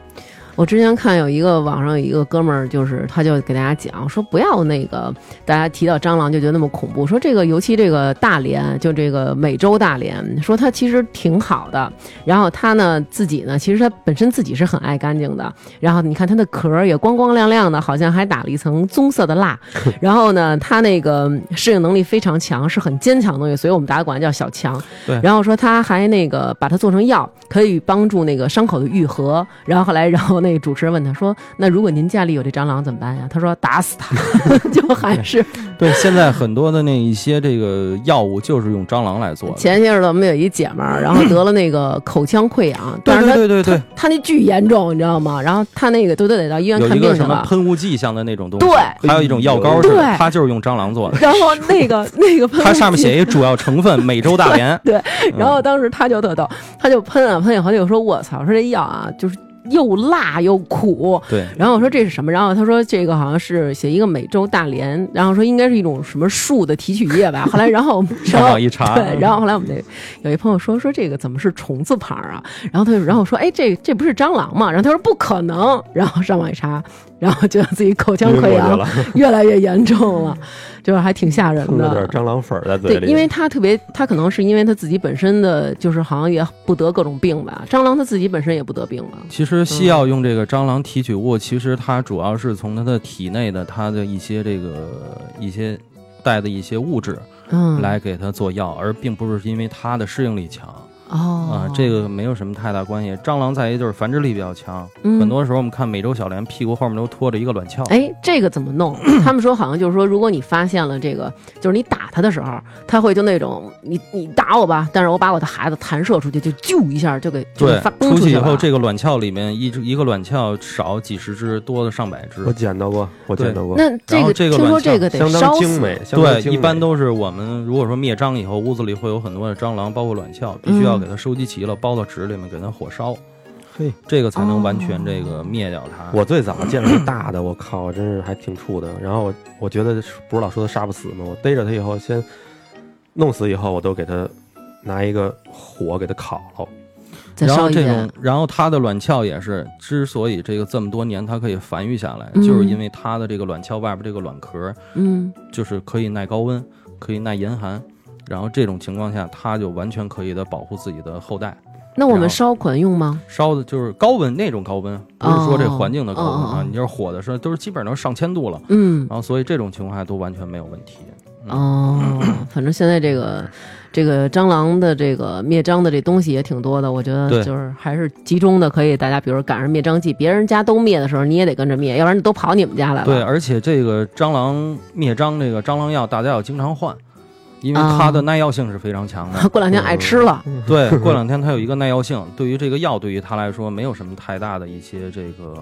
Speaker 1: 我之前看有一个网上有一个哥们儿，就是他就给大家讲说，不要那个大家提到蟑螂就觉得那么恐怖，说这个尤其这个大连，就这个美洲大连，说它其实挺好的。然后他呢自己呢，其实他本身自己是很爱干净的。然后你看它的壳儿也光光亮亮的，好像还打了一层棕色的蜡。然后呢，它那个适应能力非常强，是很坚强的东西，所以我们大家管它叫小强。然后说他还那个把它做成药，可以帮助那个伤口的愈合。然后后来，然后那个 主持人问他说：“那如果您家里有这蟑螂怎么办呀？”他说：“打死它，就还是
Speaker 2: 对，现在很多的那一些这个药物就是用蟑螂来做的。
Speaker 1: 前些日子我们有一姐们儿，然后得了那个口腔溃疡，但是她
Speaker 2: 对对对
Speaker 1: 她那巨严重，你知道吗？然后她那个都得得到医院
Speaker 2: 有
Speaker 1: 看
Speaker 2: 一
Speaker 1: 病
Speaker 2: 个
Speaker 1: 去
Speaker 2: 什么
Speaker 1: 了。
Speaker 2: 喷雾剂像的那种东西，
Speaker 1: 对
Speaker 2: 还有一种药膏似
Speaker 1: 对
Speaker 2: 的，它就是用蟑螂做的，
Speaker 1: 然后那 个那 个喷
Speaker 2: 它
Speaker 1: 雾
Speaker 2: 上面
Speaker 1: 剂
Speaker 2: 写一主要成分美洲大
Speaker 1: ，
Speaker 2: 蠊
Speaker 1: 对，然后当时他就特逗，他就喷啊喷以后他就说：“我操，说这药啊，就是又辣又苦。”
Speaker 2: 对，
Speaker 1: 然后我说这是什么？然后他说这个好像是写一个美洲大蠊，然后说应该是一种什么树的提取液吧。后来，然后我们然
Speaker 2: 上
Speaker 1: 后
Speaker 2: 网一查，嗯
Speaker 1: 对，然后后来我们那有一朋友说说这个怎么是虫字旁啊？然后他就然后我说哎这这不是蟑螂吗？然后他说不可能，然后上网一查，然后觉得自己口腔
Speaker 3: 晕过
Speaker 1: 溃
Speaker 3: 去
Speaker 1: 疡
Speaker 2: 啊
Speaker 3: 了，
Speaker 1: 越来越严重了，就是还挺吓人
Speaker 3: 碰
Speaker 1: 的。
Speaker 3: 着点蟑螂粉儿在嘴
Speaker 1: 对，
Speaker 3: 里。
Speaker 1: 因为他特别，他可能是因为他自己本身的，就是好像也不得各种病吧。蟑螂他自己本身也不得病吧？
Speaker 2: 其实西药用这个蟑螂提取物，其实它主要是从它的体内的它的一些这个一些带的一些物质
Speaker 1: 嗯，
Speaker 2: 来给它做药，而并不是因为它的适应力强
Speaker 1: 哦
Speaker 2: 啊，这个没有什么太大关系。蟑螂在于就是繁殖力比较强，
Speaker 1: 嗯
Speaker 2: 很多时候我们看美洲小蠊屁股后面都拖着一个卵鞘，
Speaker 1: 哎，这个怎么 弄？他们说好像就是说，如果你发现了这个，就是你打它的时候，它会就那种你你打我吧，但是我把我的孩子弹射出去，就啾一下就给就给
Speaker 2: 对
Speaker 1: 发，崩
Speaker 2: 出
Speaker 1: 出
Speaker 2: 去以
Speaker 1: 了
Speaker 2: 后，这个卵鞘里面一只一个卵鞘少几十只，多的上百只
Speaker 3: 我。捡到过，我
Speaker 2: 对
Speaker 3: 捡到过，
Speaker 1: 那这
Speaker 2: 然后
Speaker 1: 个
Speaker 2: 这个
Speaker 1: 听说
Speaker 2: 卵
Speaker 1: 这
Speaker 2: 鞘
Speaker 1: 个得
Speaker 3: 相当
Speaker 1: 烧
Speaker 3: 精
Speaker 1: 死，
Speaker 3: 美。相当
Speaker 2: 对，
Speaker 3: 精
Speaker 2: 一般
Speaker 3: 美
Speaker 2: 都是我们如果说灭蟑以后，屋子里会有很多的蟑螂，包括卵鞘，必
Speaker 1: 嗯
Speaker 2: 须要给它收集齐了，包到纸里面给它火烧，
Speaker 3: 嘿，
Speaker 2: 这个才能完全这个
Speaker 1: 哦
Speaker 2: 灭掉它。
Speaker 3: 我最早见着大的，我靠，真是还挺怵的。然后我我觉得是不是老说它杀不死吗？我逮着它以后，先弄死以后，我都给它拿一个火给它烤了。
Speaker 1: 再
Speaker 2: 然
Speaker 1: 烧
Speaker 2: 后
Speaker 1: 一
Speaker 2: 这
Speaker 1: 遍
Speaker 2: 种，，然后它的卵鞘也是，之所以这个这么多年它可以繁育下来，
Speaker 1: 嗯
Speaker 2: 就是因为它的这个卵鞘外边这个卵壳
Speaker 1: 嗯，
Speaker 2: 就是可以耐高温，可以耐严寒，然后这种情况下，它就完全可以的保护自己的后代。
Speaker 1: 那我
Speaker 2: 然
Speaker 1: 们
Speaker 2: 后
Speaker 1: 烧捆用吗？
Speaker 2: 烧的就是高温那种高温，不是说这环境的高温
Speaker 1: 哦哦哦
Speaker 2: 啊，你就是火的时候都是基本上都是上千度了，
Speaker 1: 嗯，
Speaker 2: 然后所以这种情况下都完全没有问题。
Speaker 1: 哦，反正现在这个这个蟑螂的这个灭蟑的这东西也挺多的，我觉得
Speaker 2: 对
Speaker 1: 就是还是集中的，可以大家比如赶上灭蟑季，别人家都灭的时候，你也得跟着灭，要不然都跑你们家来了。
Speaker 2: 对，，而且这个蟑螂灭蟑这个蟑螂药，大家要经常换，因为
Speaker 1: 啊
Speaker 2: 它的耐药性是非常强的。
Speaker 1: 过两天爱吃了，
Speaker 2: 对，过两天它有一个耐药性，对于这个药对于它来说没有什么太大的一些这个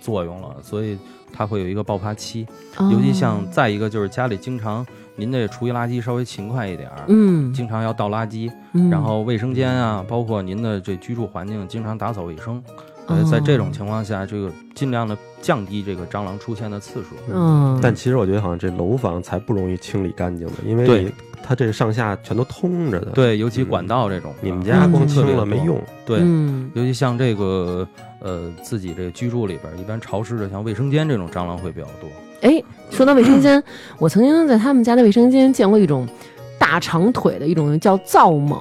Speaker 2: 作用了，所以它会有一个爆发期。尤其
Speaker 1: 哦
Speaker 2: 像再一个就是家里经常您这厨余垃圾稍微勤快一点儿，
Speaker 1: 嗯，
Speaker 2: 经常要倒垃圾，
Speaker 1: 嗯
Speaker 2: 然后卫生间啊，包括您的这居住环境，经常打扫卫生。呃
Speaker 1: 哦，
Speaker 2: 在这种情况下，这个尽量的降低这个蟑螂出现的次数。
Speaker 1: 嗯，
Speaker 3: 但其实我觉得好像这楼房才不容易清理干净的，因为
Speaker 2: 对
Speaker 3: 你它这上下全都通着的。，
Speaker 2: 对，尤其管道这种的，
Speaker 3: 你们家光
Speaker 1: 嗯
Speaker 3: 清了没用。
Speaker 2: 对，
Speaker 1: 嗯
Speaker 2: 尤其像这个呃自己这个居住里边儿，一般潮湿的，像卫生间这种蟑螂会比较多。
Speaker 1: 哎，说到卫生 间，我曾经在他们家的卫生间见过一种大长腿的一种叫灶猛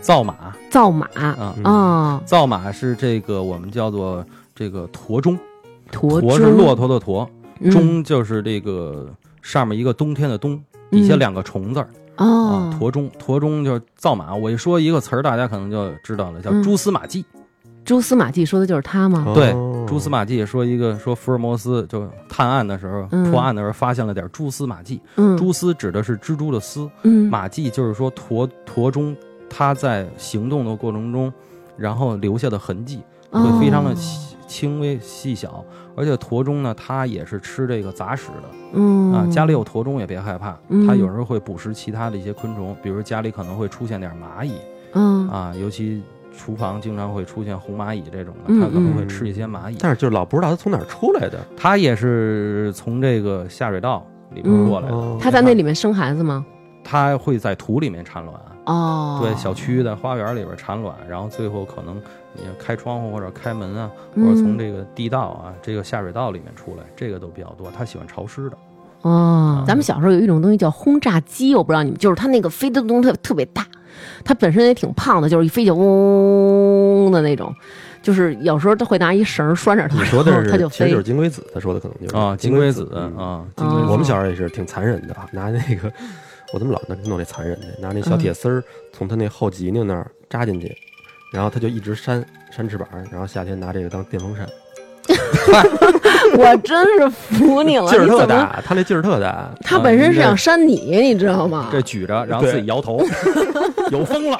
Speaker 2: 灶马
Speaker 1: 灶马
Speaker 2: 啊，
Speaker 3: 嗯
Speaker 1: 啊，
Speaker 2: 灶马是这个我们叫做这个驼钟，
Speaker 1: 驼
Speaker 2: 驼是
Speaker 1: 钟
Speaker 2: 骆驼的驼，
Speaker 1: 嗯
Speaker 2: 钟就是这个上面一个冬天的冬，底下
Speaker 1: 嗯
Speaker 2: 两个虫字儿。
Speaker 1: 哦
Speaker 2: 啊，驼钟，驼钟就是造马。我一说一个词儿，大家可能就知道了，叫
Speaker 1: 嗯
Speaker 2: 蛛丝马迹。
Speaker 1: 蛛丝马迹说的就是他吗？
Speaker 2: 对
Speaker 3: 哦
Speaker 2: 蛛丝马迹说一个说福尔摩斯就探案的时候，
Speaker 1: 嗯
Speaker 2: 破案的时候发现了点蛛丝马迹。
Speaker 1: 嗯，
Speaker 2: 蛛丝指的是蜘蛛的丝，
Speaker 1: 嗯
Speaker 2: 马迹就是说驼驼钟它在行动的过程中，然后留下的痕迹会非常的
Speaker 1: 哦
Speaker 2: 细轻微细小。而且驼钟呢，它也是吃这个杂食的
Speaker 1: 嗯
Speaker 2: 啊。家里有驼钟也别害怕，
Speaker 1: 嗯
Speaker 2: 它有时候会捕食其他的一些昆虫，比如家里可能会出现点蚂蚁。
Speaker 1: 嗯
Speaker 2: 啊，尤其厨房经常会出现红蚂蚁这种的，
Speaker 1: 嗯
Speaker 2: 它可能会
Speaker 3: 嗯
Speaker 2: 吃一些蚂蚁。
Speaker 3: 但是就是老不知道它从哪儿出来的。
Speaker 2: 它也是从这个下水道里
Speaker 1: 嗯
Speaker 2: 边过来的，
Speaker 3: 哦
Speaker 1: 他在那里面生孩子吗？
Speaker 2: 它会在土里面产卵，
Speaker 1: 哦，
Speaker 2: 对，小区的花园里边产卵，然后最后可能你开窗户或者开门啊，或者从
Speaker 1: 嗯
Speaker 2: 这个地道啊、这个下水道里面出来，这个都比较多。它喜欢潮湿的，
Speaker 1: 哦
Speaker 2: 啊，
Speaker 1: 咱们小时候有一种东西叫轰炸机，我不知道你们，就是它那个飞的东西特特别大，它本身也挺胖的，就是一飞就嗡的那种，就是有时候它会拿一绳拴着它，
Speaker 3: 你说的
Speaker 1: 然后它
Speaker 3: 是，
Speaker 1: 就
Speaker 3: 其实
Speaker 1: 飞
Speaker 3: 就是金龟子，他说的可能就是
Speaker 2: 啊，金龟子
Speaker 3: 嗯
Speaker 2: 啊，金龟
Speaker 1: 哦
Speaker 2: 子
Speaker 3: 我们小时候也是挺残忍的，啊，拿那个我怎么老弄弄这残忍的？拿那小
Speaker 1: 嗯
Speaker 3: 铁丝儿从他那后脊梁那儿扎进去，然后他就一直扇扇翅膀，然后夏天拿这个当电风扇。
Speaker 1: 我真是服你了，
Speaker 3: 劲儿
Speaker 1: 你
Speaker 3: 特
Speaker 1: 怎么？
Speaker 3: 大，他那劲儿特大，
Speaker 1: 他本身是想扇你，你知道吗？
Speaker 7: 这举着，然后自己摇头，有风了。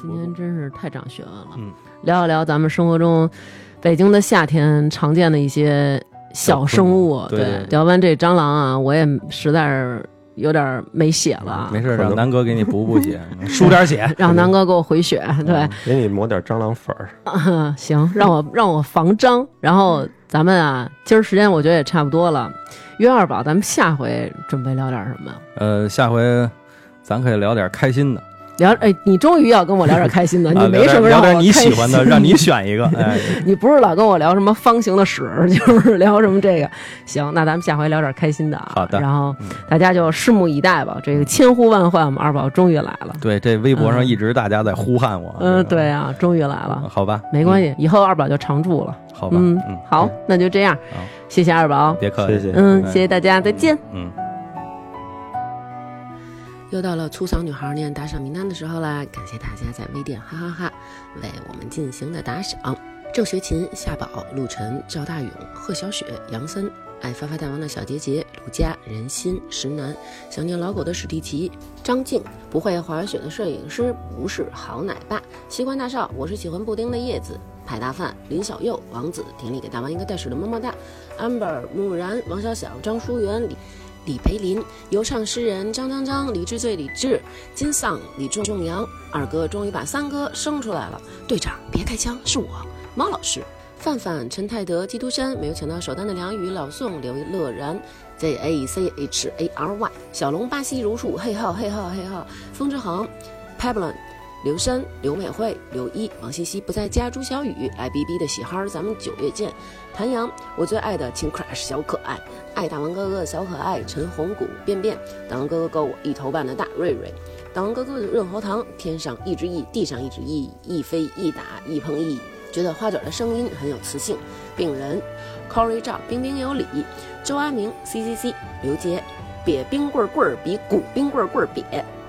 Speaker 1: 今天真是太长学问了。
Speaker 7: 嗯，
Speaker 1: 聊一聊咱们生活中北京的夏天常见的一些小生物。
Speaker 7: 对对对
Speaker 1: 聊完这蟑螂啊，我也实在是有点没血了啊。
Speaker 7: 没事，让南哥给你补补 血，输点血。
Speaker 1: 让南哥给我回血，
Speaker 7: 嗯
Speaker 1: 对，
Speaker 8: 给你抹点蟑螂粉儿，
Speaker 1: 嗯，行，让我让我防蟑。然后咱们啊，今儿时间我觉得也差不多了，约二宝，咱们下回准备聊点什么？
Speaker 7: 呃，下回咱可以聊点开心的，
Speaker 1: 聊，哎，你终于要跟我聊点开心 的，
Speaker 7: 啊，
Speaker 1: 你
Speaker 7: 聊
Speaker 1: 没
Speaker 7: 点
Speaker 1: 什么
Speaker 7: 聊
Speaker 1: 让我
Speaker 7: 点你喜欢
Speaker 1: 开
Speaker 7: 的，
Speaker 1: 心
Speaker 7: 让你选一个。哎，
Speaker 1: 你不是老跟我聊什么方形的屎， 就是聊什么这个。行，那咱们下回聊点开心的啊。
Speaker 7: 好的嗯
Speaker 1: 然后大家就拭目以待吧。这个千呼万唤，我们二宝终于来了。
Speaker 7: 对，这微博上一直大家在呼喊我。嗯
Speaker 1: 嗯，对啊，终于来了。
Speaker 7: 好吧，
Speaker 1: 没关系，以后二宝就常驻了。
Speaker 7: 嗯，好吧，
Speaker 1: 嗯，
Speaker 7: 嗯，
Speaker 1: 好，那就这样
Speaker 7: 好。
Speaker 1: 谢谢二宝。
Speaker 7: 别客气，
Speaker 8: 谢谢。
Speaker 1: 嗯，
Speaker 7: 哎
Speaker 1: 谢谢大家，再见。
Speaker 7: 嗯。
Speaker 9: 又到了粗嗓女孩念打赏名单的时候啦！感谢大家在微店哈哈哈为我们进行的打赏：郑学勤、夏宝、陆晨、赵大勇、贺小雪、杨森、爱发发大王的小杰杰、卢佳、任心、石楠、想念老狗的史蒂奇、张静、不会滑雪的摄影师不是好奶爸、西关大少，我是喜欢布丁的叶子、派大饭、林小佑、王子、田里给大王一个带水的么么哒、amber、木然、王小小、张淑媛、李李培林、游唱诗人张张张、李志最李志、金丧李仲仲阳，二哥终于把三哥生出来了。队长，别开枪，是我，猫老师。范范、陈泰德、基督山没有抢到首单的梁宇、老宋、刘乐然、Z A C H A R Y、小龙、巴西如数、嘿浩、嘿浩、嘿浩、风之航、Pablon、刘山、刘美惠、刘一、王西西不在家、朱小雨、爱 B B 的喜哈儿，咱们九月见。谭阳，我最爱的秦 crush 小可爱，爱大王哥哥的小可爱，陈红谷便便，大王哥哥够我一头半的大瑞瑞，大王哥哥的润喉糖，天上一只翼，地上一只翼，一飞一打一碰一，觉得花卷的声音很有磁性。病人，Corey 赵，彬彬有礼，周阿明，C C C，刘杰，瘪冰棍儿棍儿比鼓冰棍儿棍儿瘪。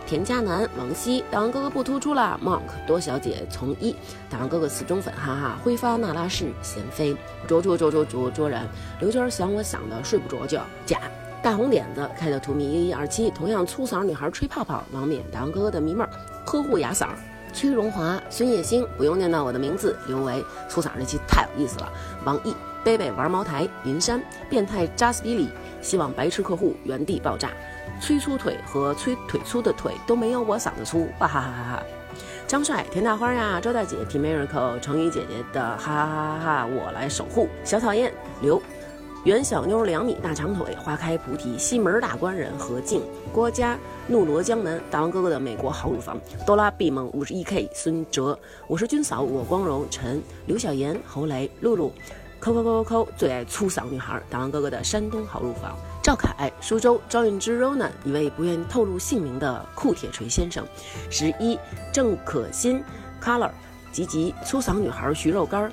Speaker 9: 田迦南、王希，大王哥哥不突出啦。Monk 多小姐从一，大王哥哥死忠粉，哈哈。挥发那拉氏贤妃，灼灼灼灼灼灼然。刘娟儿想我想的睡不着觉，假。大红点子开的图迷一一二七，同样粗嗓女孩吹泡泡，王冕大王哥哥的迷妹儿，呵护哑嗓儿。崔荣华、孙叶星，不用念到我的名字。刘维，粗嗓儿这期太有意思了。王毅、贝贝玩茅台，云山，变态扎斯比里，希望白痴客户原地爆炸。催粗腿和催腿粗的腿都没有我嗓子粗，哇哈哈哈哈！张帅、田大花呀、周大姐、T Miracle、成语姐姐的哈哈哈哈，我来守护。小讨厌刘，袁小妞两米大长腿，花开菩提，西门大官人何静、郭嘉、怒罗江南、大王哥哥的美国好乳房、哆啦 B 梦五十一 K、孙哲，我是军嫂，我光荣，陈、刘小妍、侯雷、露露。扣扣扣扣扣，最爱粗嗓女孩，大王哥哥的山东好乳房。赵凯，苏州赵运之 Ronan，一位不愿透露姓名的酷铁锤先生。十一，郑可欣，Color，吉吉，粗嗓女孩徐肉干儿，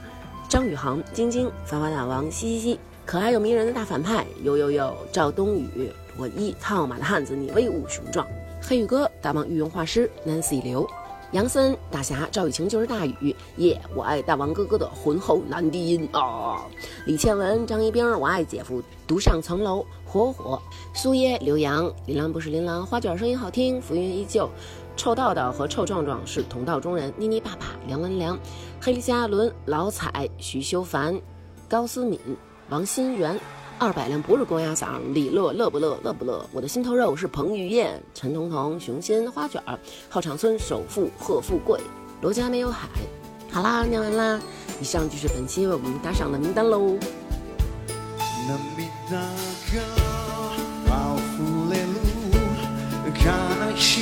Speaker 9: 张宇航，晶晶，发发大王，嘻嘻嘻，可爱又迷人的大反派，呦呦呦，赵冬雨，罗伊，套马的汉子，你威武雄壮。黑羽哥，大王御用画师，Nancy 刘。杨森、大侠、赵雨晴就是大雨，耶！我爱大王哥哥的浑厚男低音哦。李倩文、张一冰，我爱姐夫，独上层楼，火火。苏耶、刘洋，琳琅不是琳琅，花卷声音好听，浮云依旧。臭道道和臭壮壮是同道中人，妮妮爸爸梁文良，黑瞎伦、老彩、徐修凡、高思敏、王新元、二百辆不是公鸭嗓，李乐乐不乐乐不乐，我的心头肉是彭于晏、陈彤彤、熊心、花卷儿、浩长村首富贺富贵、罗家没有海。好啦，念完啦，以上就是本期为我们打赏的名单喽。
Speaker 5: 涙が溢れる悲し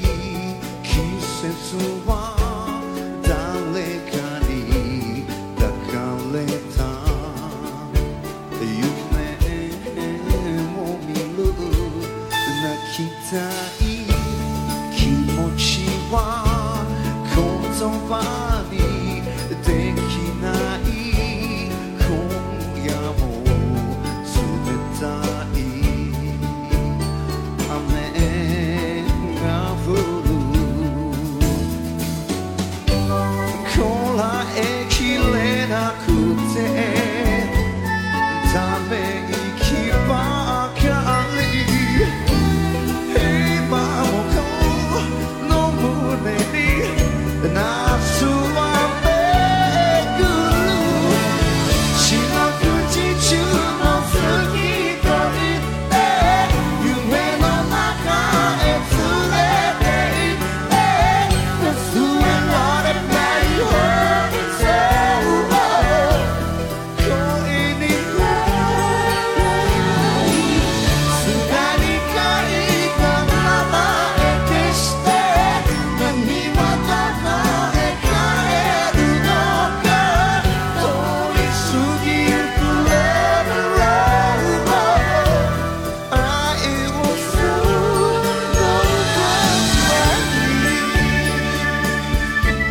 Speaker 5: い季節は誰かに抱かれた夢を見る泣きたい気持ちは言葉にできない今夜も冷たい雨が降るこらえきれなくてため息ばかり今もこの胸に夏は巡る四六時中の過ぎと言って夢の中へ連れて行って忘れられない放送を恋になる「すがりかいがまばえてして」「何をたえ帰るのか」「通り過ぎるレベルを愛をするのために」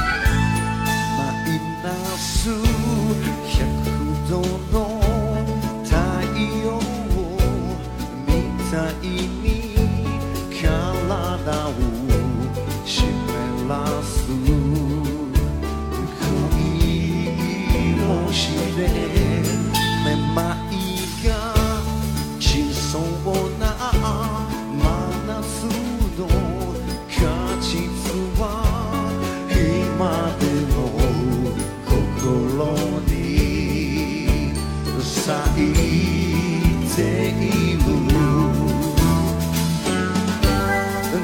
Speaker 5: マイナス100度の太陽みたいに体を湿らす恋をしてめまいが小さな真夏の果実は今でも心に咲いている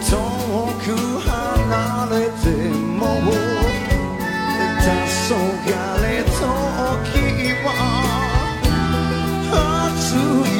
Speaker 5: 遠く離れても黄昏時は熱い